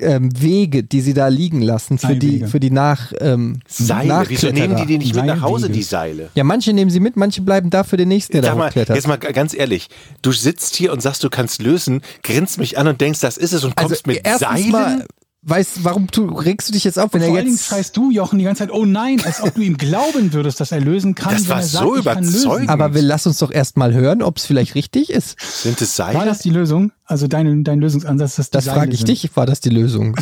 [SPEAKER 2] ähm, Wege, die sie da liegen lassen für die
[SPEAKER 3] Seilwege.
[SPEAKER 2] für die nach ähm,
[SPEAKER 1] Seile. Wieso
[SPEAKER 2] Nachkletterer.
[SPEAKER 1] nehmen die die nicht mit nach Hause,
[SPEAKER 3] Seilwege.
[SPEAKER 1] die Seile?
[SPEAKER 2] Ja, manche nehmen sie mit, manche bleiben da für den nächsten, der da
[SPEAKER 1] Sag mal,
[SPEAKER 2] hochklettert.
[SPEAKER 1] jetzt mal g- ganz ehrlich, du sitzt hier und sagst, du kannst lösen, grinst mich an und denkst, das ist es und kommst mit
[SPEAKER 2] Also, erstens
[SPEAKER 1] Seilen.
[SPEAKER 2] Mal, weißt, warum tu, regst du dich jetzt auf, wenn
[SPEAKER 3] Vor
[SPEAKER 2] er
[SPEAKER 3] allen Dingen
[SPEAKER 2] jetzt
[SPEAKER 3] schreist du, Jochen, die ganze Zeit, oh nein, als ob du ihm glauben würdest, dass er lösen kann.
[SPEAKER 1] Das
[SPEAKER 3] wenn
[SPEAKER 1] war
[SPEAKER 3] er
[SPEAKER 1] so
[SPEAKER 3] ich kann lösen.
[SPEAKER 1] überzeugend.
[SPEAKER 2] aber wir lass uns doch erstmal hören, ob es vielleicht richtig ist.
[SPEAKER 1] Sind es
[SPEAKER 3] War
[SPEAKER 1] Seile?
[SPEAKER 3] das die Lösung? Also dein, dein Lösungsansatz, dass die
[SPEAKER 2] Das
[SPEAKER 3] Seile
[SPEAKER 2] frage ich
[SPEAKER 3] sind?
[SPEAKER 2] dich, war das die Lösung?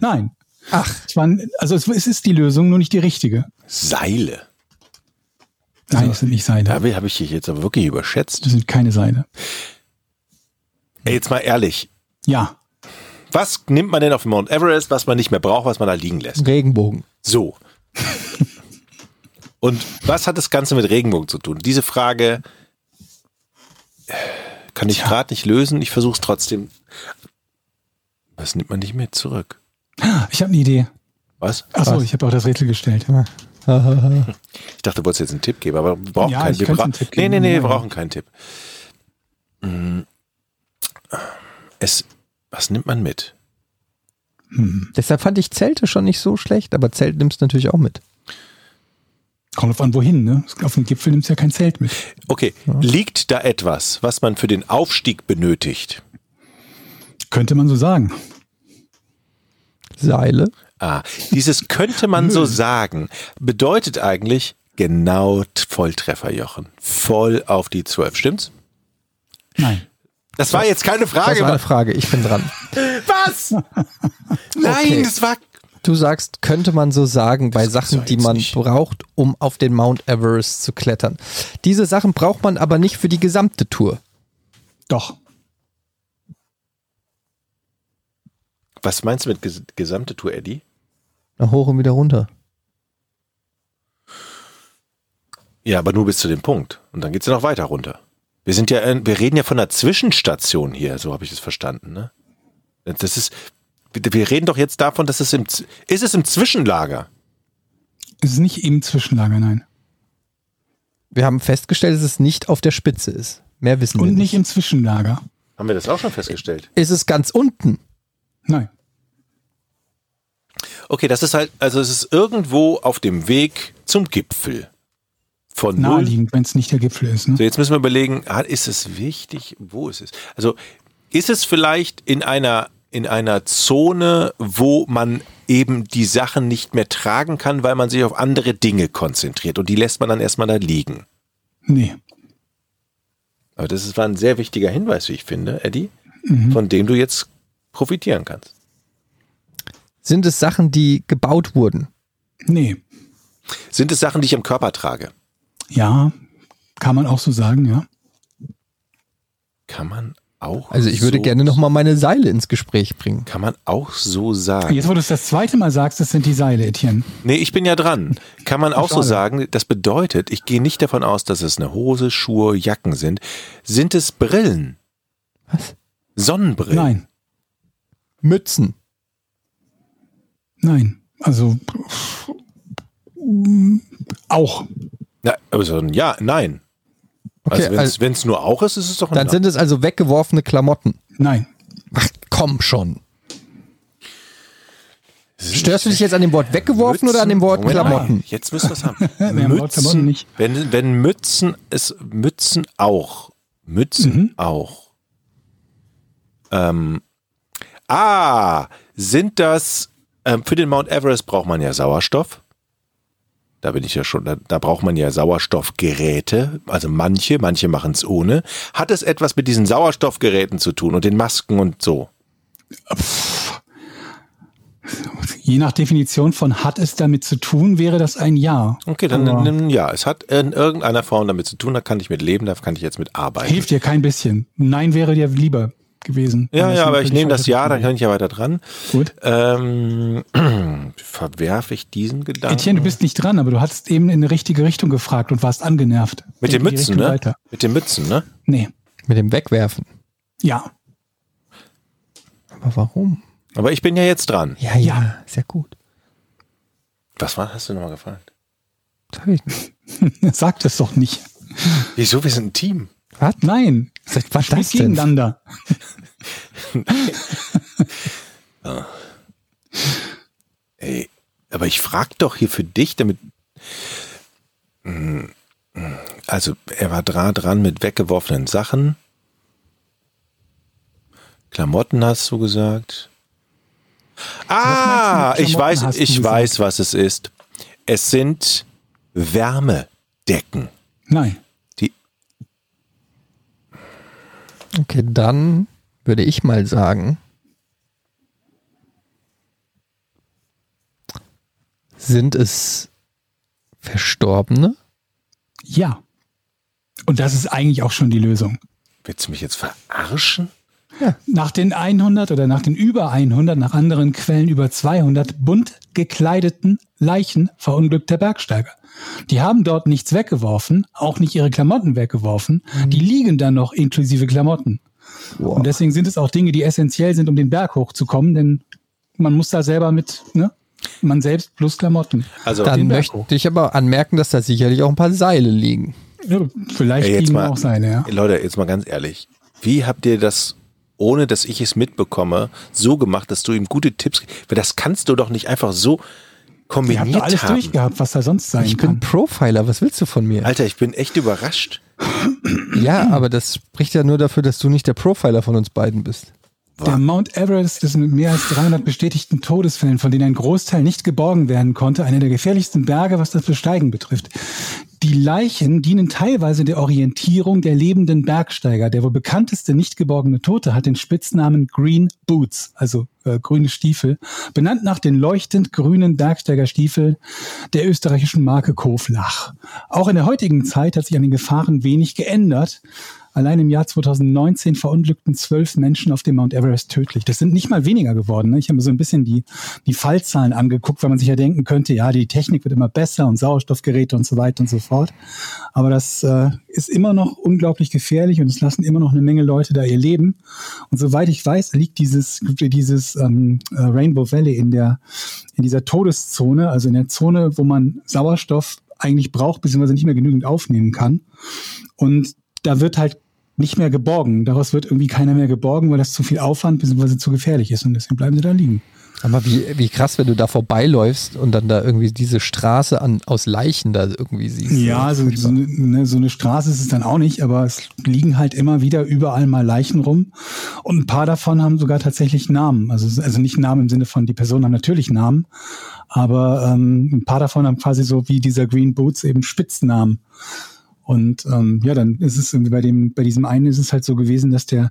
[SPEAKER 3] Nein.
[SPEAKER 2] Ach,
[SPEAKER 3] Es waren, also es, es ist die Lösung, nur nicht die richtige.
[SPEAKER 1] Seile.
[SPEAKER 2] Also
[SPEAKER 3] Nein, es sind nicht
[SPEAKER 1] Da
[SPEAKER 3] Seile.
[SPEAKER 1] habe hab ich dich jetzt aber wirklich überschätzt.
[SPEAKER 3] Das sind keine Seile.
[SPEAKER 1] Ey, jetzt mal ehrlich,
[SPEAKER 3] Ja.
[SPEAKER 1] was nimmt man denn auf dem Mount Everest, was man nicht mehr braucht, was man da liegen lässt?
[SPEAKER 2] Regenbogen.
[SPEAKER 1] So. *laughs* und was hat das Ganze mit Regenbogen zu tun? Diese Frage äh, kann ich gerade nicht lösen. Ich versuche es trotzdem. Was nimmt man nicht mit zurück?
[SPEAKER 3] Ich habe eine Idee.
[SPEAKER 1] Was?
[SPEAKER 3] Achso, ich habe auch das Rätsel gestellt.
[SPEAKER 1] Ich dachte, du wolltest jetzt einen Tipp geben, aber wir brauchen
[SPEAKER 3] Ja,
[SPEAKER 1] keinen
[SPEAKER 3] ich
[SPEAKER 1] wir
[SPEAKER 3] könnte
[SPEAKER 1] bra
[SPEAKER 3] einen Tipp
[SPEAKER 1] Nee,
[SPEAKER 3] geben,
[SPEAKER 1] nee, nee, wir
[SPEAKER 3] ja.
[SPEAKER 1] brauchen keinen Tipp. Mm. Es, was nimmt man mit?
[SPEAKER 2] Deshalb fand ich Zelte schon nicht so schlecht, aber Zelt nimmst du natürlich auch mit.
[SPEAKER 3] Kommt auf an, wohin, ne? Auf dem Gipfel nimmst du ja kein Zelt mit.
[SPEAKER 1] Okay, liegt da etwas, was man für den Aufstieg benötigt?
[SPEAKER 3] Könnte man so sagen.
[SPEAKER 2] Seile.
[SPEAKER 1] Ah, dieses könnte man
[SPEAKER 2] Hm.
[SPEAKER 1] so sagen, bedeutet eigentlich genau t- Volltreffer, Jochen. Voll auf die Zwölf, stimmt's?
[SPEAKER 3] Nein.
[SPEAKER 1] Das war jetzt keine
[SPEAKER 2] Das
[SPEAKER 1] Frage.
[SPEAKER 2] war eine Frage, ich bin dran. *laughs*
[SPEAKER 1] was? Nein,
[SPEAKER 2] Okay.
[SPEAKER 1] das war
[SPEAKER 2] Du sagst, könnte man so sagen, bei Sachen,
[SPEAKER 1] doch
[SPEAKER 2] die
[SPEAKER 1] jetzt
[SPEAKER 2] man
[SPEAKER 1] nicht.
[SPEAKER 2] braucht, um auf den Mount Everest zu klettern. Diese Sachen braucht man aber nicht für die gesamte Tour.
[SPEAKER 3] Doch.
[SPEAKER 1] Was meinst du mit ges gesamte Tour, Eddie?
[SPEAKER 2] Na, hoch und wieder runter.
[SPEAKER 1] Ja, aber nur bis zu dem Punkt. Und dann geht's ja noch weiter runter. Wir sind ja, äh, wir reden ja von einer Zwischenstation hier, so habe ich es verstanden, ne? Das ist, wir wir reden doch jetzt davon, dass es im, Z- ist es im Zwischenlager?
[SPEAKER 3] Es ist nicht im Zwischenlager, nein.
[SPEAKER 2] Wir haben festgestellt, dass es nicht auf der Spitze ist. Mehr wissen wir
[SPEAKER 3] Und
[SPEAKER 2] nicht.
[SPEAKER 3] nicht im Zwischenlager.
[SPEAKER 1] Haben wir das auch schon festgestellt?
[SPEAKER 2] Ist es ganz unten?
[SPEAKER 3] Nein.
[SPEAKER 1] Okay, das ist halt, also es ist irgendwo auf dem Weg zum Gipfel. Von null
[SPEAKER 3] Naheliegend, wenn es nicht der Gipfel ist. Ne?
[SPEAKER 1] So, jetzt müssen wir überlegen, ah, ist es wichtig? Wo ist es? Also, ist es vielleicht in einer, in einer Zone, wo man eben die Sachen nicht mehr tragen kann, weil man sich auf andere Dinge konzentriert und die lässt man dann erstmal da liegen?
[SPEAKER 3] Nee.
[SPEAKER 1] Aber das ist, war ein sehr wichtiger Hinweis, wie ich finde, Eddie, von dem du jetzt profitieren kannst.
[SPEAKER 2] Sind es Sachen, die gebaut wurden?
[SPEAKER 3] Nee.
[SPEAKER 1] Sind es Sachen, die ich am Körper trage?
[SPEAKER 3] Ja, kann man auch so sagen, ja.
[SPEAKER 1] Kann man auch.
[SPEAKER 2] Also ich würde
[SPEAKER 1] so,
[SPEAKER 2] gerne nochmal meine Seile ins Gespräch bringen.
[SPEAKER 1] Kann man auch so sagen.
[SPEAKER 3] Jetzt, wo du es das zweite Mal sagst, das sind die Seile, Etienne.
[SPEAKER 1] Nee, ich bin ja dran. Kann man auch so
[SPEAKER 3] Schade.
[SPEAKER 1] sagen, das bedeutet, ich gehe nicht davon aus, dass es eine Hose, Schuhe, Jacken sind. Sind es Brillen?
[SPEAKER 2] Was?
[SPEAKER 1] Sonnenbrillen?
[SPEAKER 3] Nein,
[SPEAKER 2] Mützen.
[SPEAKER 3] nein. Also pff, mm, auch.
[SPEAKER 1] Na, aber so ein Ja, nein.
[SPEAKER 2] Okay,
[SPEAKER 1] also
[SPEAKER 2] also-
[SPEAKER 1] wenn es nur auch ist, ist es doch ein
[SPEAKER 2] Dann
[SPEAKER 1] Nein.
[SPEAKER 2] sind es also weggeworfene Klamotten.
[SPEAKER 3] Nein.
[SPEAKER 2] Ach, komm schon.
[SPEAKER 1] Es ist
[SPEAKER 2] Störst du dich jetzt an dem Wort weggeworfen
[SPEAKER 1] Mützen-
[SPEAKER 2] oder an dem Wort
[SPEAKER 1] Moment mal,
[SPEAKER 2] Klamotten?
[SPEAKER 1] Jetzt müssen wir
[SPEAKER 2] *laughs*
[SPEAKER 1] es haben.
[SPEAKER 3] haben Wort Klamotten nicht.
[SPEAKER 1] Wenn, wenn Mützen ist, Mützen auch. Mützen
[SPEAKER 2] Mhm.
[SPEAKER 1] auch. Ähm, ah, sind das, ähm, für den Mount Everest braucht man ja Sauerstoff. Da bin ich ja schon, da, da braucht man ja Sauerstoffgeräte. Also manche, manche machen es ohne. Hat es etwas mit diesen Sauerstoffgeräten zu tun und den Masken und so?
[SPEAKER 3] Je nach Definition von hat es damit zu tun, wäre das ein Ja.
[SPEAKER 1] Okay, dann
[SPEAKER 3] Aber
[SPEAKER 1] nimm, ja, es hat in irgendeiner Form damit zu tun, da kann ich mit leben, da kann ich jetzt mit arbeiten.
[SPEAKER 3] hilft dir kein bisschen. Nein wäre dir lieber gewesen.
[SPEAKER 1] Ja,
[SPEAKER 3] Das
[SPEAKER 1] ja,
[SPEAKER 3] ist
[SPEAKER 1] aber ich
[SPEAKER 3] natürlich
[SPEAKER 1] nehme das
[SPEAKER 3] falsch.
[SPEAKER 1] Ja, dann kann ich ja weiter dran.
[SPEAKER 3] Gut.
[SPEAKER 1] Ähm, *clears throat* verwerfe ich diesen Gedanken?
[SPEAKER 3] Etienne, du bist nicht dran, aber du hattest eben in die richtige Richtung gefragt und warst angenervt.
[SPEAKER 1] mit
[SPEAKER 3] Denk
[SPEAKER 1] den
[SPEAKER 3] in die
[SPEAKER 1] Mützen,
[SPEAKER 3] Richtung
[SPEAKER 1] ne?
[SPEAKER 3] Weiter.
[SPEAKER 1] Mit den Mützen, ne?
[SPEAKER 3] Nee.
[SPEAKER 2] Mit dem Wegwerfen.
[SPEAKER 3] Ja. *laughs*
[SPEAKER 2] Aber warum?
[SPEAKER 1] Aber ich bin ja jetzt dran.
[SPEAKER 2] Ja, ja, ist ja gut.
[SPEAKER 1] Was war, hast du nochmal gefragt?
[SPEAKER 2] Sag ich nicht.
[SPEAKER 3] Sag das doch nicht.
[SPEAKER 1] Wieso? Wir sind ein Team.
[SPEAKER 2] Was?
[SPEAKER 3] Nein.
[SPEAKER 2] Seit wann
[SPEAKER 3] Spielt
[SPEAKER 2] das denn?
[SPEAKER 3] gegeneinander.
[SPEAKER 1] Ey, aber ich frag doch hier für dich, damit. Hm, hm. Also, er war dran, dran mit weggeworfenen Sachen. Klamotten hast du gesagt. Ah,
[SPEAKER 3] Was meinst du
[SPEAKER 1] ich weiß,
[SPEAKER 3] mit Klamotten hast du
[SPEAKER 1] ich
[SPEAKER 3] gesagt?
[SPEAKER 1] weiß, was es ist. Es sind Wärmedecken.
[SPEAKER 3] Nein.
[SPEAKER 2] Okay, dann würde ich mal sagen, sind es Verstorbene?
[SPEAKER 3] Ja. Und das ist eigentlich auch schon die Lösung.
[SPEAKER 1] Willst du mich jetzt verarschen?
[SPEAKER 3] Nach den 100 oder nach den über 100, nach anderen Quellen über 200 bunt gekleideten Leichen verunglückter Bergsteiger. Die haben dort nichts weggeworfen, auch nicht ihre Klamotten weggeworfen. Die liegen dann noch inklusive Klamotten.
[SPEAKER 2] Mhm. Boah.
[SPEAKER 3] Und deswegen sind es auch Dinge, die essentiell sind, um den Berg hochzukommen, denn man muss da selber mit, ne? Man selbst plus Klamotten.
[SPEAKER 1] Also,
[SPEAKER 2] Dann
[SPEAKER 3] den Berg
[SPEAKER 2] möchte
[SPEAKER 3] hoch.
[SPEAKER 2] ich aber anmerken, dass da sicherlich auch ein paar Seile liegen.
[SPEAKER 3] Ja, vielleicht
[SPEAKER 1] Ey, Äh, jetzt
[SPEAKER 3] liegen
[SPEAKER 1] mal-
[SPEAKER 3] auch seine, ja.
[SPEAKER 1] Leute, jetzt mal ganz ehrlich. Wie habt ihr das, ohne dass ich es mitbekomme, so gemacht, dass du ihm gute Tipps gibst? Weil das kannst du doch nicht einfach so
[SPEAKER 3] Ihr habt doch
[SPEAKER 1] kombiniert
[SPEAKER 3] alles
[SPEAKER 1] haben.
[SPEAKER 3] durchgehabt, was da sonst sein
[SPEAKER 2] Ich bin
[SPEAKER 3] kann.
[SPEAKER 2] Profiler, was willst du von mir?
[SPEAKER 1] Alter, ich bin echt überrascht.
[SPEAKER 2] Ja, aber das spricht ja nur dafür, dass du nicht der Profiler von uns beiden bist.
[SPEAKER 3] Der Mount Everest ist mit mehr als 300 bestätigten Todesfällen, von denen ein Großteil nicht geborgen werden konnte, einer der gefährlichsten Berge, was das Besteigen betrifft. Die Leichen dienen teilweise der Orientierung der lebenden Bergsteiger. Der wohl bekannteste nicht geborgene Tote hat den Spitznamen Green Boots, also äh, grüne Stiefel, benannt nach den leuchtend grünen Bergsteiger Stiefel der österreichischen Marke Koflach. Auch in der heutigen Zeit hat sich an den Gefahren wenig geändert. Allein im Jahr 2019 verunglückten zwölf Menschen auf dem Mount Everest tödlich. Das sind nicht mal weniger geworden. Ne? Ich habe mir so ein bisschen die, die Fallzahlen angeguckt, weil man sich ja denken könnte, ja, die Technik wird immer besser und Sauerstoffgeräte und so weiter und so fort. Aber das äh, ist immer noch unglaublich gefährlich und es lassen immer noch eine Menge Leute da ihr Leben. Und soweit ich weiß, liegt dieses, dieses ähm, äh, Rainbow Valley in, der, in dieser Todeszone, also in der Zone, wo man Sauerstoff eigentlich braucht, beziehungsweise nicht mehr genügend aufnehmen kann. Und da wird halt nicht mehr geborgen. Daraus wird irgendwie keiner mehr geborgen, weil das zu viel Aufwand bzw. zu gefährlich ist und deswegen bleiben sie da liegen.
[SPEAKER 2] Aber wie, wie krass, wenn du da vorbeiläufst und dann da irgendwie diese Straße an, aus Leichen da irgendwie siehst.
[SPEAKER 3] Ja, so, so, eine- ne, so eine Straße ist es dann auch nicht, aber es liegen halt immer wieder überall mal Leichen rum. Und ein paar davon haben sogar tatsächlich Namen. Also, also nicht Namen im Sinne von, die Personen haben natürlich Namen, aber ähm, ein paar davon haben quasi so wie dieser Green Boots eben Spitznamen. Und ähm, ja, dann ist es irgendwie bei dem, bei diesem einen ist es halt so gewesen, dass der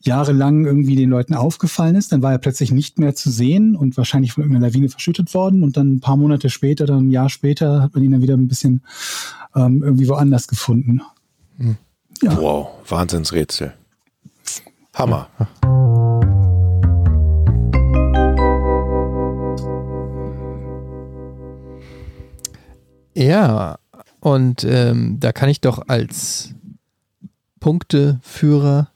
[SPEAKER 3] jahrelang irgendwie den Leuten aufgefallen ist, dann war er plötzlich nicht mehr zu sehen und wahrscheinlich von irgendeiner Lawine verschüttet worden und dann ein paar Monate später, dann ein Jahr später, hat man ihn dann wieder ein bisschen ähm, irgendwie woanders gefunden. Ja.
[SPEAKER 1] Wow, Wahnsinnsrätsel. Hammer.
[SPEAKER 2] Ja, und ähm, da kann ich doch als Punkteführer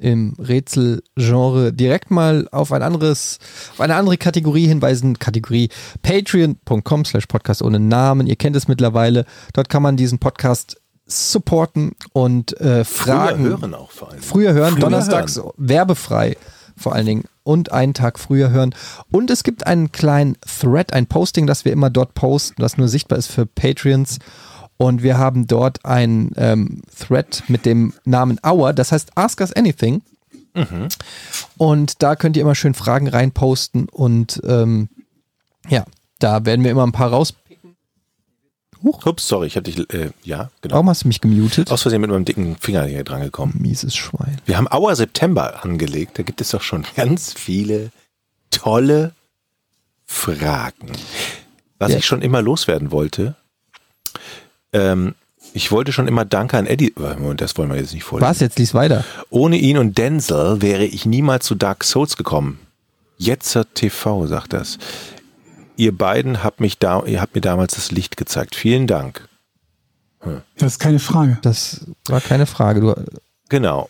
[SPEAKER 2] im Rätselgenre direkt mal auf ein anderes, auf eine andere Kategorie hinweisen. Kategorie patreon.com slash podcast ohne Namen. Ihr kennt es mittlerweile. Dort kann man diesen Podcast supporten und äh, Fragen.
[SPEAKER 1] Früher hören auch vor allem.
[SPEAKER 2] Früher hören,
[SPEAKER 1] Früher
[SPEAKER 2] donnerstags
[SPEAKER 1] hören.
[SPEAKER 2] werbefrei vor allen Dingen und einen Tag früher hören. Und es gibt einen kleinen Thread, ein Posting, das wir immer dort posten, das nur sichtbar ist für Patreons. Und wir haben dort einen ähm, Thread mit dem Namen Hour, das heißt Ask Us Anything.
[SPEAKER 1] Mhm.
[SPEAKER 2] Und da könnt ihr immer schön Fragen reinposten und ähm, ja, da werden wir immer ein paar raus.
[SPEAKER 1] Ups, sorry, ich habe dich, äh, ja, genau.
[SPEAKER 2] Warum hast du mich gemutet?
[SPEAKER 1] Aus Versehen mit meinem dicken Finger hier dran gekommen.
[SPEAKER 2] Mieses Schwein.
[SPEAKER 1] Wir haben Auer September angelegt. Da gibt es doch schon ganz viele tolle Fragen. Was
[SPEAKER 2] Ja.
[SPEAKER 1] ich schon immer loswerden wollte, ähm, ich wollte schon immer Danke an Eddie, Moment, das wollen wir jetzt nicht vorlesen.
[SPEAKER 2] Was? Jetzt lies weiter.
[SPEAKER 1] Ohne ihn und Denzel wäre ich niemals zu Dark Souls gekommen. Jetzer TV sagt das. Ihr beiden habt, mich da, ihr habt mir damals das Licht gezeigt. Vielen Dank.
[SPEAKER 3] Das ist keine Frage.
[SPEAKER 2] Das war keine Frage. Du,
[SPEAKER 1] Genau.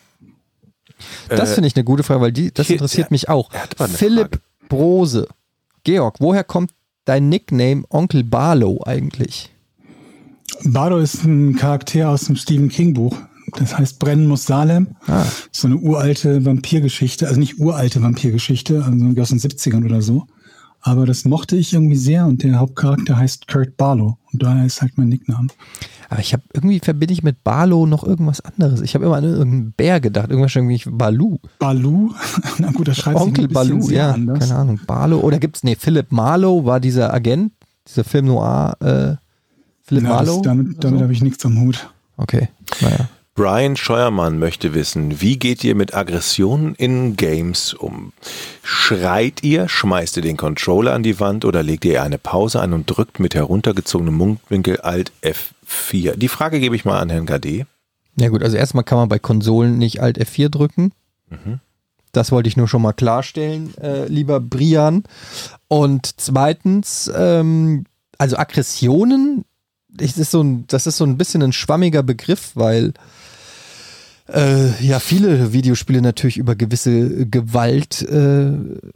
[SPEAKER 2] Das
[SPEAKER 1] Äh,
[SPEAKER 2] finde ich eine gute Frage, weil die, das
[SPEAKER 1] hier-
[SPEAKER 2] interessiert
[SPEAKER 1] ja,
[SPEAKER 2] mich auch.
[SPEAKER 1] er hat aber eine
[SPEAKER 2] Philipp
[SPEAKER 1] Frage.
[SPEAKER 2] Brose. Georg, woher kommt dein Nickname Onkel Barlow eigentlich?
[SPEAKER 3] Bardo ist ein Charakter aus dem Stephen King Buch. Das heißt Brennen muss Salem.
[SPEAKER 2] Ah.
[SPEAKER 3] So eine uralte Vampirgeschichte, also nicht uralte Vampirgeschichte, also irgendwie aus den 70ern oder so. Aber das mochte ich irgendwie sehr und der Hauptcharakter heißt Kurt Barlow und daher ist halt mein Nickname.
[SPEAKER 2] Aber ich habe irgendwie verbinde ich mit Barlow noch irgendwas anderes. Ich habe immer an irgendeinen Bär gedacht, irgendwas schon irgendwie Balu.
[SPEAKER 3] Balu, *laughs* na gut, das schreibt
[SPEAKER 2] Onkel
[SPEAKER 3] sich ein bisschen
[SPEAKER 2] Balu,
[SPEAKER 3] sehr
[SPEAKER 2] ja,
[SPEAKER 3] anders.
[SPEAKER 2] keine Ahnung. Barlow oder gibt's nee, Philipp Marlow war dieser Agent, dieser Film Noir äh Philipp
[SPEAKER 3] Ja, das,
[SPEAKER 2] Marlow.
[SPEAKER 3] damit damit habe ich nichts am Hut.
[SPEAKER 2] Okay. Naja.
[SPEAKER 1] Brian Scheuermann möchte wissen, wie geht ihr mit Aggressionen in Games um? Schreit ihr, schmeißt ihr den Controller an die Wand oder legt ihr eine Pause an und drückt mit heruntergezogenem Mundwinkel Alt F4? Die Frage gebe ich mal an Herrn Gade.
[SPEAKER 2] Ja gut, also erstmal kann man bei Konsolen nicht Alt F4 drücken. Das wollte ich nur schon mal klarstellen, äh, lieber Brian. Und zweitens, ähm, also Aggressionen, das ist, so ein, das ist so ein bisschen ein schwammiger Begriff, weil äh, ja viele Videospiele natürlich über gewisse Gewalt äh,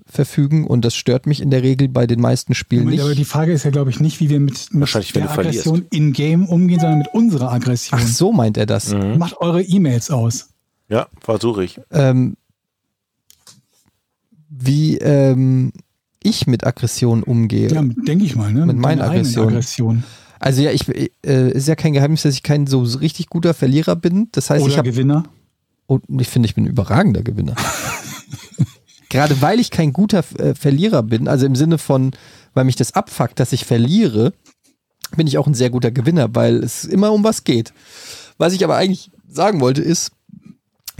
[SPEAKER 2] verfügen und das stört mich in der Regel bei den meisten Spielen
[SPEAKER 3] Moment,
[SPEAKER 2] nicht.
[SPEAKER 3] aber die Frage ist ja, glaube ich, nicht, wie wir mit,
[SPEAKER 1] Wahrscheinlich,
[SPEAKER 3] mit
[SPEAKER 1] wenn
[SPEAKER 3] der
[SPEAKER 1] du verlierst.
[SPEAKER 3] Aggression in-game umgehen, sondern mit unserer Aggression.
[SPEAKER 2] Ach, so meint er das.
[SPEAKER 3] Macht eure E-Mails aus.
[SPEAKER 1] Ja, versuche ich.
[SPEAKER 2] ähm, wie ähm, ich mit Aggression umgehe.
[SPEAKER 3] Ja, denke ich mal, ne?
[SPEAKER 2] Mit meinen
[SPEAKER 3] deiner eigenen
[SPEAKER 2] Aggressionen.
[SPEAKER 3] Aggression.
[SPEAKER 2] Also ja, ich äh, ist ja kein Geheimnis, dass ich kein so richtig guter Verlierer bin. Das heißt,
[SPEAKER 3] Oder
[SPEAKER 2] ich habe
[SPEAKER 3] Gewinner.
[SPEAKER 2] oh, ich finde, ich bin ein überragender Gewinner. Gerade weil ich kein guter äh, Verlierer bin, also im Sinne von, weil mich das abfuckt, dass ich verliere, bin ich auch ein sehr guter Gewinner, weil es immer um was geht. Was ich aber eigentlich sagen wollte, ist,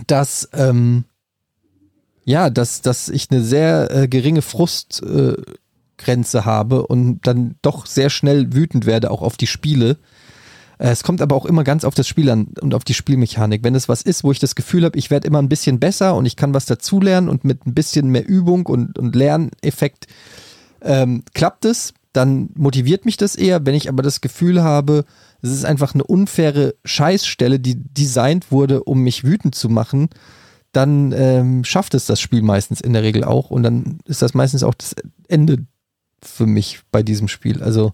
[SPEAKER 2] dass ähm, ja, dass, dass ich eine sehr äh, geringe Frustgrenze äh, Grenze habe und dann doch sehr schnell wütend werde, auch auf die Spiele. Äh, Es kommt aber auch immer ganz auf das Spiel an und auf die Spielmechanik. Wenn es was ist, wo ich das Gefühl habe, ich werde immer ein bisschen besser und ich kann was dazulernen und mit ein bisschen mehr Übung und, und Lerneffekt ähm, klappt es, dann motiviert mich das eher. Wenn ich aber das Gefühl habe, es ist einfach eine unfaire Scheißstelle, die designt wurde, um mich wütend zu machen, dann ähm, schafft es das Spiel meistens in der Regel auch. Und dann ist das meistens auch das Ende für mich bei diesem Spiel. Also,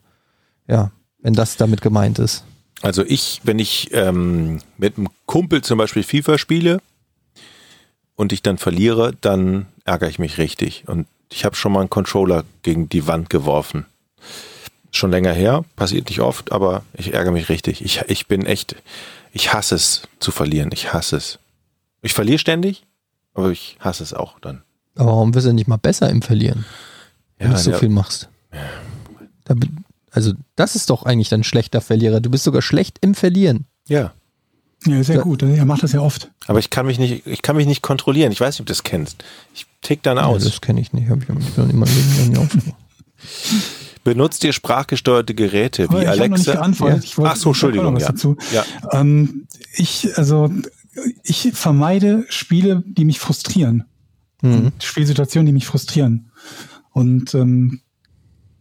[SPEAKER 2] ja, wenn das damit gemeint ist.
[SPEAKER 1] Also ich, wenn ich ähm, mit einem Kumpel zum Beispiel FIFA spiele und ich dann verliere, dann ärgere ich mich richtig. Und ich habe schon mal einen Controller gegen die Wand geworfen. Schon länger her, passiert nicht oft, aber ich ärgere mich richtig. Ich, ich bin echt, ich hasse es zu verlieren. Ich hasse es. Ich verliere ständig, aber ich hasse es auch dann.
[SPEAKER 2] Aber warum wirst du nicht mal besser im Verlieren, wenn
[SPEAKER 1] Ja,
[SPEAKER 2] du so
[SPEAKER 1] ja.
[SPEAKER 2] viel machst? Da, bi- also, das ist doch eigentlich dann ein schlechter Verlierer. Du bist sogar schlecht im Verlieren.
[SPEAKER 1] ja.
[SPEAKER 3] Ja, sehr
[SPEAKER 2] Ja.
[SPEAKER 3] gut. Er macht das ja oft.
[SPEAKER 1] Aber ich kann mich nicht, ich kann mich nicht kontrollieren. Ich weiß nicht, ob du das kennst. Ich tick dann
[SPEAKER 2] Ja,
[SPEAKER 1] aus.
[SPEAKER 2] das kenne ich nicht. Hab ich, ich bin immer
[SPEAKER 1] *laughs* Benutzt ihr sprachgesteuerte Geräte
[SPEAKER 3] Aber
[SPEAKER 1] wie
[SPEAKER 3] ich habe noch nicht
[SPEAKER 1] Alexa?
[SPEAKER 3] geantwortet. Ich wollte-
[SPEAKER 1] Ach so,
[SPEAKER 3] ich sag mal noch
[SPEAKER 1] Entschuldigung,
[SPEAKER 3] was
[SPEAKER 1] ja.
[SPEAKER 3] Dazu.
[SPEAKER 1] Ja.
[SPEAKER 3] Ähm, ich, also, ich vermeide Spiele, die mich frustrieren.
[SPEAKER 2] mhm.
[SPEAKER 3] Spielsituationen, die mich frustrieren. Und ähm,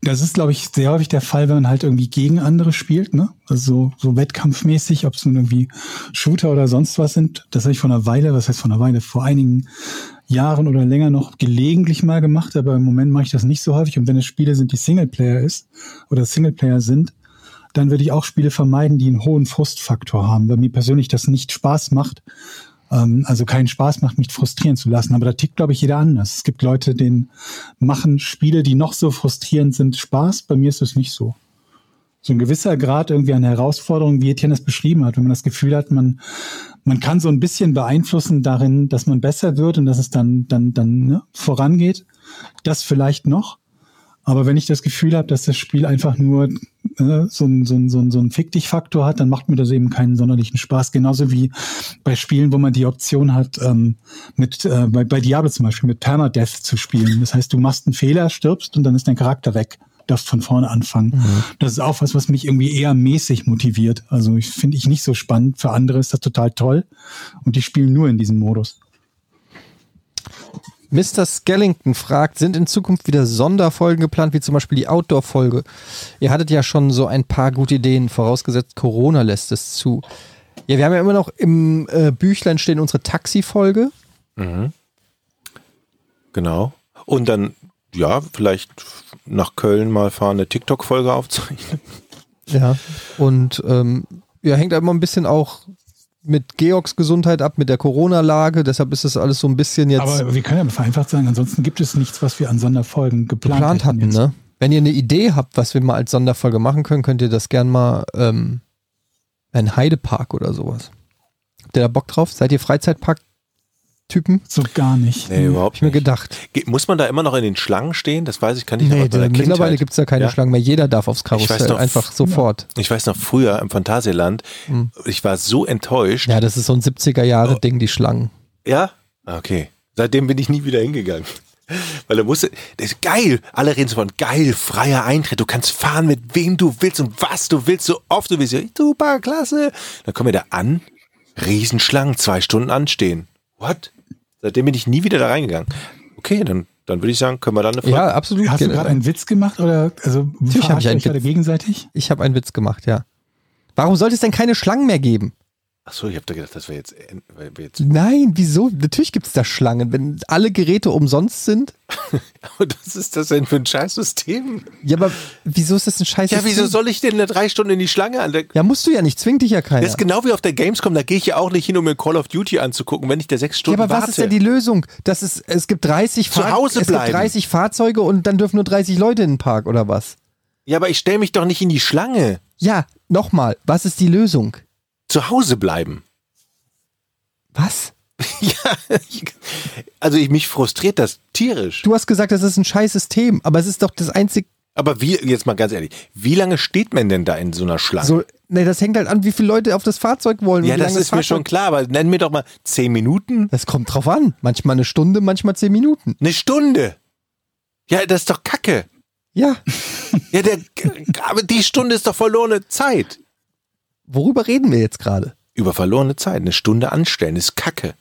[SPEAKER 3] das ist, glaube ich, sehr häufig der Fall, wenn man halt irgendwie gegen andere spielt, ne? Also so, so wettkampfmäßig, ob es nun irgendwie Shooter oder sonst was sind. Das habe ich vor einer Weile, was heißt vor einer Weile, vor einigen Jahren oder länger noch gelegentlich mal gemacht, aber im Moment mache ich das nicht so häufig. Und wenn es Spiele sind, die Singleplayer ist oder Singleplayer sind, dann würde ich auch Spiele vermeiden, die einen hohen Frustfaktor haben, weil mir persönlich das nicht Spaß macht, ähm, also keinen Spaß macht, mich frustrieren zu lassen. Aber da tickt, glaube ich, jeder anders. Es gibt Leute, denen machen Spiele, die noch so frustrierend sind, Spaß. Bei mir ist es nicht so. So ein gewisser Grad irgendwie an Herausforderung, wie Etienne das beschrieben hat, wenn man das Gefühl hat, man, man kann so ein bisschen beeinflussen darin, dass man besser wird und dass es dann, dann, dann ne, vorangeht. Das vielleicht noch. Aber wenn ich das Gefühl habe, dass das Spiel einfach nur äh, so ein so ein so ein so ein Fick dich-Faktor hat, dann macht mir das eben keinen sonderlichen Spaß. Genauso wie bei Spielen, wo man die Option hat, ähm, mit, äh, bei, bei Diablo zum Beispiel, mit Permadeath zu spielen. Das heißt, du machst einen Fehler, stirbst und dann ist dein Charakter weg. Darfst von vorne anfangen.
[SPEAKER 2] Mhm.
[SPEAKER 3] Das ist auch was, was mich irgendwie eher mäßig motiviert. Also ich finde ich nicht so spannend. Für andere ist das total toll. Und die spielen nur in diesem Modus.
[SPEAKER 2] Mr. Skellington fragt, sind in Zukunft wieder Sonderfolgen geplant, wie zum Beispiel die Outdoor-Folge? Ihr hattet ja schon so ein paar gute Ideen, vorausgesetzt Corona lässt es zu. Ja, wir haben ja immer noch im äh, Büchlein stehen unsere Taxi-Folge.
[SPEAKER 1] Genau. Und dann, ja, vielleicht nach Köln mal fahren, eine TikTok-Folge aufzeichnen.
[SPEAKER 2] Ja. Und ähm, ja, hängt immer ein bisschen auch mit Georgs Gesundheit ab, mit der Corona-Lage. Deshalb ist das alles so ein bisschen jetzt
[SPEAKER 3] Aber wir können ja vereinfacht sagen, ansonsten gibt es nichts, was wir an Sonderfolgen geplant,
[SPEAKER 2] geplant
[SPEAKER 3] hätten
[SPEAKER 2] hatten.
[SPEAKER 3] jetzt.
[SPEAKER 2] Ne? Wenn ihr eine Idee habt, was wir mal als Sonderfolge machen können, könnt ihr das gern mal ähm, ein Heidepark oder sowas. Habt ihr da Bock drauf? Seid ihr Freizeitpark-Typen?
[SPEAKER 3] So gar nicht.
[SPEAKER 1] Nee,
[SPEAKER 2] Hab
[SPEAKER 1] überhaupt
[SPEAKER 2] ich mir
[SPEAKER 1] nicht.
[SPEAKER 2] gedacht.
[SPEAKER 1] Ge- Muss man da immer noch in den Schlangen stehen? Das weiß ich, kann ich noch
[SPEAKER 2] Nee,
[SPEAKER 1] aus meiner
[SPEAKER 2] da, mittlerweile
[SPEAKER 1] Kindheit.
[SPEAKER 2] gibt es da keine
[SPEAKER 1] Ja.
[SPEAKER 2] Schlangen mehr. Jeder darf aufs Karussell,
[SPEAKER 1] noch-
[SPEAKER 2] einfach sofort.
[SPEAKER 1] Ich weiß noch früher im Phantasialand,
[SPEAKER 3] Hm.
[SPEAKER 1] ich war so enttäuscht.
[SPEAKER 2] Ja. das ist so ein 70er-Jahre-Ding, die Schlangen.
[SPEAKER 1] Ja? Ah, Okay. Seitdem bin ich nie wieder hingegangen. *laughs* Weil da musste, das ist geil, alle reden so von geil, freier Eintritt, du kannst fahren mit wem du willst und was du willst, so oft du willst, Ja, super, klasse. Dann kommen wir da an, Riesenschlangen, zwei Stunden anstehen. What? Seitdem bin ich nie wieder da reingegangen. Okay, dann, dann würde ich sagen, können wir dann eine Frage.
[SPEAKER 2] Ja, absolut.
[SPEAKER 3] Hast du gerade einen Witz gemacht oder also
[SPEAKER 2] hab
[SPEAKER 3] verarscht
[SPEAKER 2] ich einen
[SPEAKER 3] euch gerade
[SPEAKER 2] Witz.
[SPEAKER 3] gegenseitig?
[SPEAKER 2] ich habe einen Witz gemacht, ja. Warum sollte es denn keine Schlangen mehr geben?
[SPEAKER 1] Achso, ich habe da gedacht, das wäre jetzt, weil wir jetzt. *laughs*
[SPEAKER 2] Nein, wieso? Natürlich gibt es da Schlangen. Wenn alle Geräte umsonst sind.
[SPEAKER 1] Aber was ist das denn für ein Scheißsystem?
[SPEAKER 2] Ja, aber wieso ist das ein scheiß
[SPEAKER 1] Ja, wieso *laughs*
[SPEAKER 2] System?
[SPEAKER 1] soll ich denn eine drei Stunden in die Schlange an? Da-
[SPEAKER 2] Ja, musst du ja nicht, zwingt dich ja keiner.
[SPEAKER 1] Das ist genau wie auf der Gamescom, da gehe ich ja auch nicht hin, um mir Call of Duty anzugucken, wenn ich da sechs
[SPEAKER 2] ja,
[SPEAKER 1] Stunden
[SPEAKER 2] aber was
[SPEAKER 1] warte.
[SPEAKER 2] ist denn die Lösung? Das ist, es gibt 30
[SPEAKER 1] Zu
[SPEAKER 2] Fahr-
[SPEAKER 1] Hause
[SPEAKER 2] es gibt
[SPEAKER 1] bleiben.
[SPEAKER 2] 30 Fahrzeuge und dann dürfen nur 30 Leute in den Park oder was?
[SPEAKER 1] ja, aber ich stelle mich doch nicht in die Schlange.
[SPEAKER 2] Ja, nochmal, was ist die Lösung?
[SPEAKER 1] Zu Hause bleiben. *laughs*
[SPEAKER 2] Was?
[SPEAKER 1] ja, ich- also ich, mich frustriert das tierisch.
[SPEAKER 2] Du hast gesagt, das ist ein scheiß System, aber es ist doch das einzig
[SPEAKER 1] Aber wie, jetzt mal ganz ehrlich, wie lange steht man denn da in so einer Schlange?
[SPEAKER 2] so Nee, das hängt halt an, wie viele Leute auf das Fahrzeug wollen. und
[SPEAKER 1] Ah. Ja,
[SPEAKER 2] wie
[SPEAKER 1] das
[SPEAKER 2] lange
[SPEAKER 1] ist mir
[SPEAKER 2] Fahrzeug-
[SPEAKER 1] schon klar, aber nenn mir doch mal zehn Minuten.
[SPEAKER 2] Das kommt drauf an. Manchmal eine Stunde, manchmal zehn Minuten.
[SPEAKER 1] Eine Stunde. Ja, das ist doch Kacke.
[SPEAKER 2] Ja.
[SPEAKER 1] Ja, der, aber die Stunde ist doch verlorene Zeit.
[SPEAKER 2] Worüber reden wir jetzt gerade?
[SPEAKER 1] Über verlorene Zeit. Eine Stunde anstellen ist Kacke.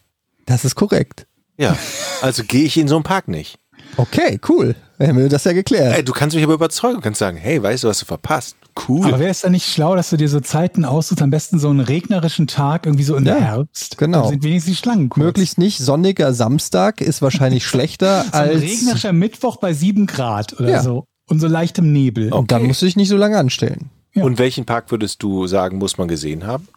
[SPEAKER 2] Das ist korrekt.
[SPEAKER 1] Ja, also gehe ich in so einen Park nicht.
[SPEAKER 2] Okay, cool. Dann haben wir das ja geklärt.
[SPEAKER 1] Ey, Äh, du kannst mich aber überzeugen, du kannst sagen, hey, weißt du, was du verpasst? Cool.
[SPEAKER 3] Aber wäre es dann nicht schlau, dass du dir so Zeiten aussuchst, am besten so einen regnerischen Tag, irgendwie so im
[SPEAKER 2] Ja,
[SPEAKER 3] Herbst?
[SPEAKER 2] genau.
[SPEAKER 3] Dann sind wenigstens die Schlangen kurz.
[SPEAKER 2] Möglichst nicht. Sonniger Samstag ist wahrscheinlich
[SPEAKER 1] *laughs*
[SPEAKER 2] schlechter
[SPEAKER 3] so ein
[SPEAKER 2] als.
[SPEAKER 3] regnerischer Mittwoch bei sieben Grad oder
[SPEAKER 2] Ja.
[SPEAKER 3] so. Und so leichtem Nebel.
[SPEAKER 2] Und dann musst du dich nicht so lange anstellen.
[SPEAKER 3] ja.
[SPEAKER 1] Und welchen Park würdest du sagen, muss man gesehen haben?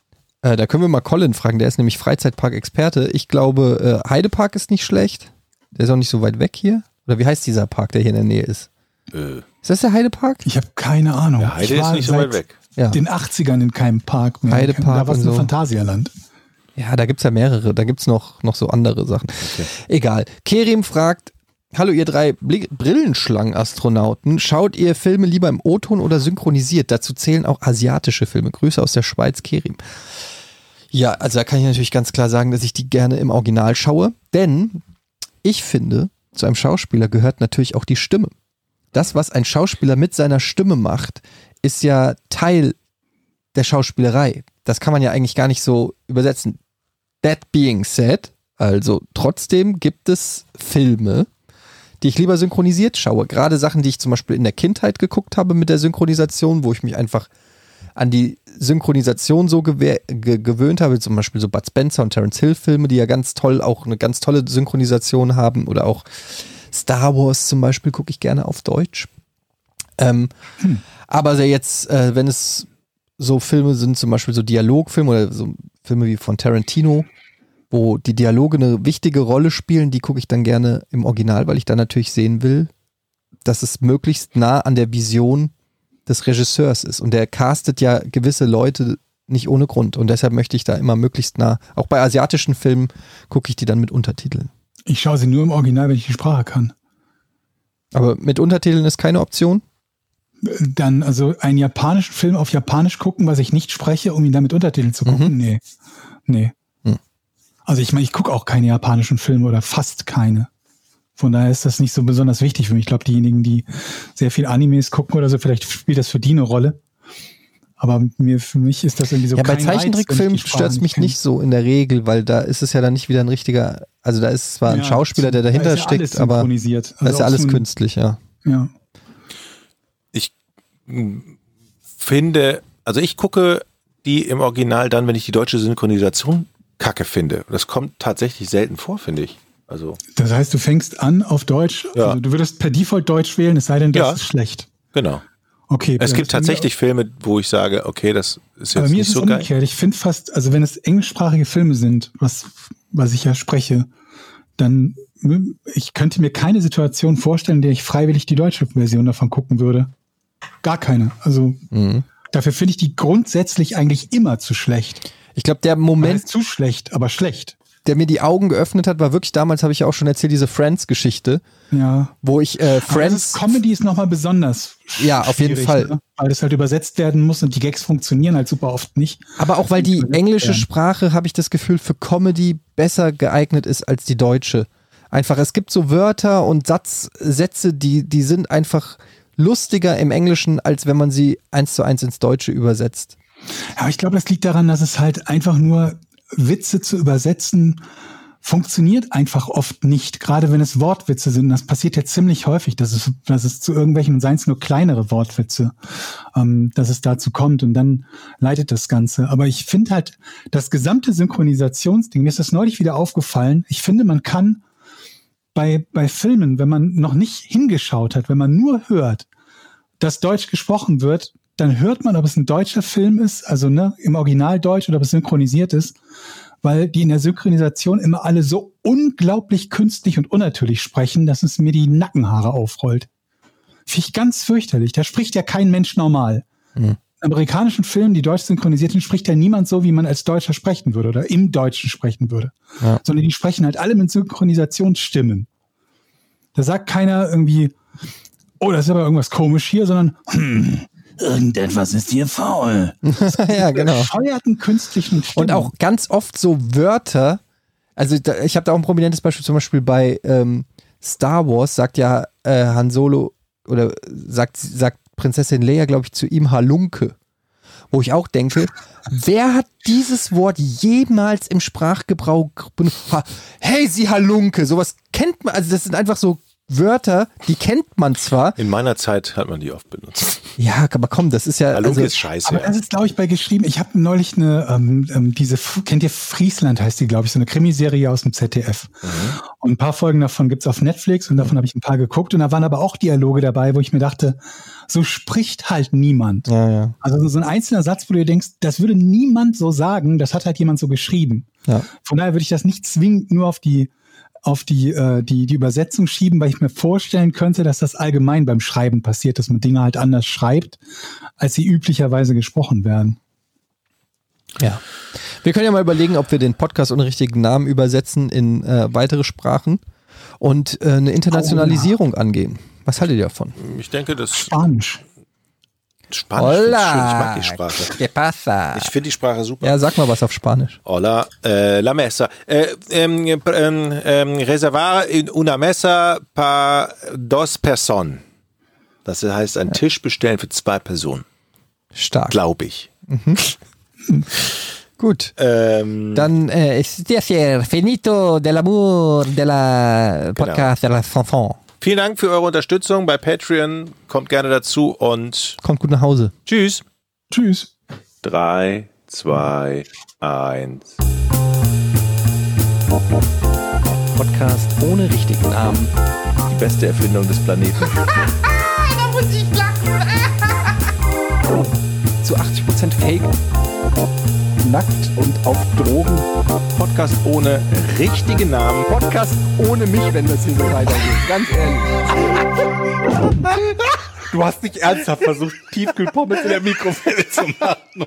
[SPEAKER 2] Äh, da können wir mal Colin fragen. Der ist nämlich Freizeitpark-Experte. Ich glaube, äh, Heidepark ist nicht schlecht. Der ist auch nicht so weit weg hier. Oder wie heißt dieser Park, der hier in der Nähe ist?
[SPEAKER 1] Äh,
[SPEAKER 2] Ist das der Heidepark?
[SPEAKER 3] Ich habe keine Ahnung.
[SPEAKER 1] der Heide
[SPEAKER 3] ich
[SPEAKER 1] ist nicht so weit weg.
[SPEAKER 2] Ja.
[SPEAKER 3] den 80ern in keinem Park mehr.
[SPEAKER 2] Heidepark
[SPEAKER 3] Da war es
[SPEAKER 2] und
[SPEAKER 3] ein
[SPEAKER 2] so.
[SPEAKER 3] Phantasialand.
[SPEAKER 2] Ja, da gibt's ja mehrere. Da gibt's noch, noch so andere Sachen. Egal. Kerim fragt: Hallo, ihr drei Bli- Brillenschlangen-Astronauten. Schaut ihr Filme lieber im O-Ton oder synchronisiert? Dazu zählen auch asiatische Filme. Grüße aus der Schweiz, Kerim. Ja, also da kann ich natürlich ganz klar sagen, dass ich die gerne im Original schaue. Denn ich finde, zu einem Schauspieler gehört natürlich auch die Stimme. Das, was ein Schauspieler mit seiner Stimme macht, ist ja Teil der Schauspielerei. Das kann man ja eigentlich gar nicht so übersetzen. That being said, also trotzdem gibt es Filme, die ich lieber synchronisiert schaue. Gerade Sachen, die ich zum Beispiel in der Kindheit geguckt habe mit der Synchronisation, wo ich mich einfach an die Synchronisation so gewehr, ge gewöhnt habe, zum Beispiel so Bud Spencer und Terence Hill Filme, die ja ganz toll auch eine ganz tolle Synchronisation haben oder auch Star Wars zum Beispiel gucke ich gerne auf Deutsch. Ähm, Aber sehr jetzt, äh, wenn es so Filme sind, zum Beispiel so Dialogfilme oder so Filme wie von Tarantino, wo die Dialoge eine wichtige Rolle spielen, die gucke ich dann gerne im Original, weil ich dann natürlich sehen will, dass es möglichst nah an der Vision des Regisseurs ist. Und der castet ja gewisse Leute nicht ohne Grund. Und deshalb möchte ich da immer möglichst nah, auch bei asiatischen Filmen gucke ich die dann mit Untertiteln.
[SPEAKER 3] Ich schaue sie nur im Original, wenn ich die Sprache kann.
[SPEAKER 2] Aber mit Untertiteln ist keine Option.
[SPEAKER 3] Dann also einen japanischen Film auf Japanisch gucken, was ich nicht spreche, um ihn damit Untertitel zu gucken? Nee. Nee.
[SPEAKER 2] Mhm.
[SPEAKER 3] Also ich meine, ich gucke auch keine japanischen Filme oder fast keine. Von daher ist das nicht so besonders wichtig für mich. Ich glaube, diejenigen, die sehr viel Animes gucken oder so, vielleicht spielt das für die eine Rolle. Aber mir, für mich ist das irgendwie so
[SPEAKER 2] ja, bei
[SPEAKER 3] kein Reiz, wenn ich die
[SPEAKER 2] Zeichentrickfilmen
[SPEAKER 3] Sprache
[SPEAKER 2] stört es mich
[SPEAKER 3] kenne.
[SPEAKER 2] nicht so in der Regel, weil da ist es ja dann nicht wieder ein richtiger, also da ist zwar ein
[SPEAKER 3] Ja,
[SPEAKER 2] Schauspieler, der
[SPEAKER 3] da ist
[SPEAKER 2] dahinter
[SPEAKER 3] ja alles
[SPEAKER 2] steckt, aber
[SPEAKER 3] synchronisiert.
[SPEAKER 2] das
[SPEAKER 3] Also
[SPEAKER 2] ist ja
[SPEAKER 3] auch
[SPEAKER 2] alles
[SPEAKER 3] so ein-
[SPEAKER 2] künstlich, ja.
[SPEAKER 3] Ja.
[SPEAKER 1] Hm, Finde, also ich gucke die im Original dann, wenn ich die deutsche Synchronisation Kacke finde. Das kommt tatsächlich selten vor, finde ich. Also,
[SPEAKER 3] Das heißt, du fängst an auf Deutsch.
[SPEAKER 1] Ja.
[SPEAKER 3] Also du würdest per Default Deutsch wählen, es sei denn, das
[SPEAKER 1] Ja.
[SPEAKER 3] ist schlecht.
[SPEAKER 1] genau.
[SPEAKER 3] Okay.
[SPEAKER 1] Es
[SPEAKER 3] bei-
[SPEAKER 1] gibt
[SPEAKER 3] bei mir-
[SPEAKER 1] tatsächlich Filme, wo ich sage, okay, das ist
[SPEAKER 3] Bei
[SPEAKER 1] jetzt
[SPEAKER 3] mir
[SPEAKER 1] nicht
[SPEAKER 3] ist es
[SPEAKER 1] so geil.
[SPEAKER 3] umgekehrt. Ich finde fast, also wenn es englischsprachige Filme sind, was, was ich ja spreche, dann m- ich könnte mir keine Situation vorstellen, in der ich freiwillig die deutsche Version davon gucken würde. Gar keine. Also
[SPEAKER 2] Mhm.
[SPEAKER 3] dafür finde ich die grundsätzlich eigentlich immer zu schlecht.
[SPEAKER 2] Ich glaube, der
[SPEAKER 3] Man
[SPEAKER 2] Moment,
[SPEAKER 3] ist zu schlecht, aber schlecht.
[SPEAKER 2] der mir die Augen geöffnet hat, war wirklich damals, habe ich ja auch schon erzählt, diese Friends-Geschichte,
[SPEAKER 3] Ja.
[SPEAKER 2] wo ich äh,
[SPEAKER 3] Aber das ist-
[SPEAKER 2] Friends.
[SPEAKER 3] Comedy ist nochmal besonders. sch-
[SPEAKER 2] Ja, auf jeden
[SPEAKER 3] schwierig,
[SPEAKER 2] Fall.
[SPEAKER 3] Ne? Weil das halt übersetzt werden muss und die Gags funktionieren halt super oft nicht.
[SPEAKER 2] Aber auch weil die englische Sprache, habe ich das Gefühl, für Comedy besser geeignet ist als die deutsche. Einfach, es gibt so Wörter und Satz, Sätze, die, die sind einfach lustiger im Englischen, als wenn man sie eins zu eins ins Deutsche übersetzt.
[SPEAKER 3] Aber ich glaube, das liegt daran, dass es halt einfach nur Witze zu übersetzen funktioniert einfach oft nicht, gerade wenn es Wortwitze sind. Das passiert ja ziemlich häufig, dass es, dass es zu irgendwelchen, und seien es nur kleinere Wortwitze, ähm, dass es dazu kommt und dann leitet das Ganze. Aber ich finde halt, das gesamte Synchronisationsding, mir ist das neulich wieder aufgefallen, ich finde, man kann bei, bei Filmen, wenn man noch nicht hingeschaut hat, wenn man nur hört, dass Deutsch gesprochen wird, dann hört man, ob es ein deutscher Film ist, also ne, im Original Deutsch oder ob es synchronisiert ist, weil die in der Synchronisation immer alle so unglaublich künstlich und unnatürlich sprechen, dass es mir die Nackenhaare aufrollt. Finde ich ganz fürchterlich. Da spricht ja kein Mensch normal.
[SPEAKER 2] Mhm.
[SPEAKER 3] In amerikanischen Filmen, die deutsch synchronisiert sind, spricht ja niemand so, wie man als Deutscher sprechen würde oder im Deutschen sprechen würde.
[SPEAKER 2] Ja.
[SPEAKER 3] Sondern die sprechen halt alle mit Synchronisationsstimmen. Da sagt keiner irgendwie, oh, das ist aber irgendwas komisch hier, sondern hm,
[SPEAKER 4] Irgendetwas ist hier faul.
[SPEAKER 2] *laughs* ja, genau.
[SPEAKER 3] Bescheuerten künstlichen Stimmen.
[SPEAKER 1] Genau.
[SPEAKER 2] Und auch ganz oft so Wörter. Also da, ich habe da auch ein prominentes Beispiel, zum Beispiel bei ähm, Star Wars sagt ja äh, Han Solo oder sagt, sagt Prinzessin Leia, glaube ich, zu ihm Halunke. Wo ich
[SPEAKER 1] *laughs*
[SPEAKER 2] auch denke, wer hat dieses Wort jemals im Sprachgebrauch benutzt? Ha- Hey, sie Halunke, sowas kennt man. Also das sind einfach so Wörter, die kennt man zwar.
[SPEAKER 1] In meiner Zeit hat man die oft benutzt.
[SPEAKER 2] Ja, aber komm, das ist ja...
[SPEAKER 1] Halunke
[SPEAKER 2] Also,
[SPEAKER 1] ist scheiße.
[SPEAKER 3] Aber
[SPEAKER 1] Ja.
[SPEAKER 3] das ist, glaube ich, bei geschrieben. Ich habe neulich eine, ähm, ähm, diese, F- kennt ihr Friesland heißt die, glaube ich, so eine Krimiserie aus dem ZDF. Und ein paar Folgen davon gibt's auf Netflix und davon habe ich ein paar geguckt. Und da waren aber auch Dialoge dabei, wo ich mir dachte, so spricht halt niemand.
[SPEAKER 2] ja, ja.
[SPEAKER 3] Also so ein einzelner Satz, wo du dir denkst, das würde niemand so sagen, das hat halt jemand so geschrieben.
[SPEAKER 2] Ja.
[SPEAKER 3] Von daher würde ich das nicht zwingend nur auf die auf die, äh, die, die Übersetzung schieben, weil ich mir vorstellen könnte, dass das allgemein beim Schreiben passiert, dass man Dinge halt anders schreibt, als sie üblicherweise gesprochen werden.
[SPEAKER 2] Ja. Wir können ja mal überlegen, ob wir den Podcast ohne richtigen Namen übersetzen in äh, weitere Sprachen und äh, eine Internationalisierung angehen. Was haltet ihr davon?
[SPEAKER 1] Oh Ich denke, das
[SPEAKER 3] Spanisch.
[SPEAKER 1] Spanisch ist schön. Ich mag die Sprache.
[SPEAKER 2] ¿Qué pasa?
[SPEAKER 1] Ich finde die Sprache super.
[SPEAKER 2] Ja, sag mal was auf Spanisch.
[SPEAKER 1] Hola, äh, la mesa. Äh, ähm, ähm, ähm, reservar in una mesa para dos person. Das heißt, einen Tisch bestellen für zwei Personen,
[SPEAKER 2] Stark.
[SPEAKER 1] glaube ich.
[SPEAKER 2] Gut.
[SPEAKER 1] Ähm,
[SPEAKER 2] Dann äh, es ist das hier finito del amor de
[SPEAKER 1] Genau.
[SPEAKER 2] la podcast de la chanson.
[SPEAKER 1] vielen Dank für eure Unterstützung bei Patreon. Kommt gerne dazu und
[SPEAKER 2] Kommt gut nach Hause.
[SPEAKER 1] tschüss.
[SPEAKER 3] Tschüss.
[SPEAKER 1] Drei, zwei, eins.
[SPEAKER 2] Podcast ohne richtigen Namen.
[SPEAKER 1] Die beste Erfindung des Planeten.
[SPEAKER 5] *laughs* Da muss ich
[SPEAKER 6] *laughs*
[SPEAKER 5] lachen.
[SPEAKER 2] Zu 80% Fake.
[SPEAKER 6] nackt und auf Drogen.
[SPEAKER 1] Podcast ohne richtigen Namen.
[SPEAKER 6] Podcast ohne mich, wenn das hier so weitergeht. Ganz ehrlich.
[SPEAKER 1] Du hast nicht ernsthaft versucht, Tiefkühlpommes in der Mikrowelle zu machen.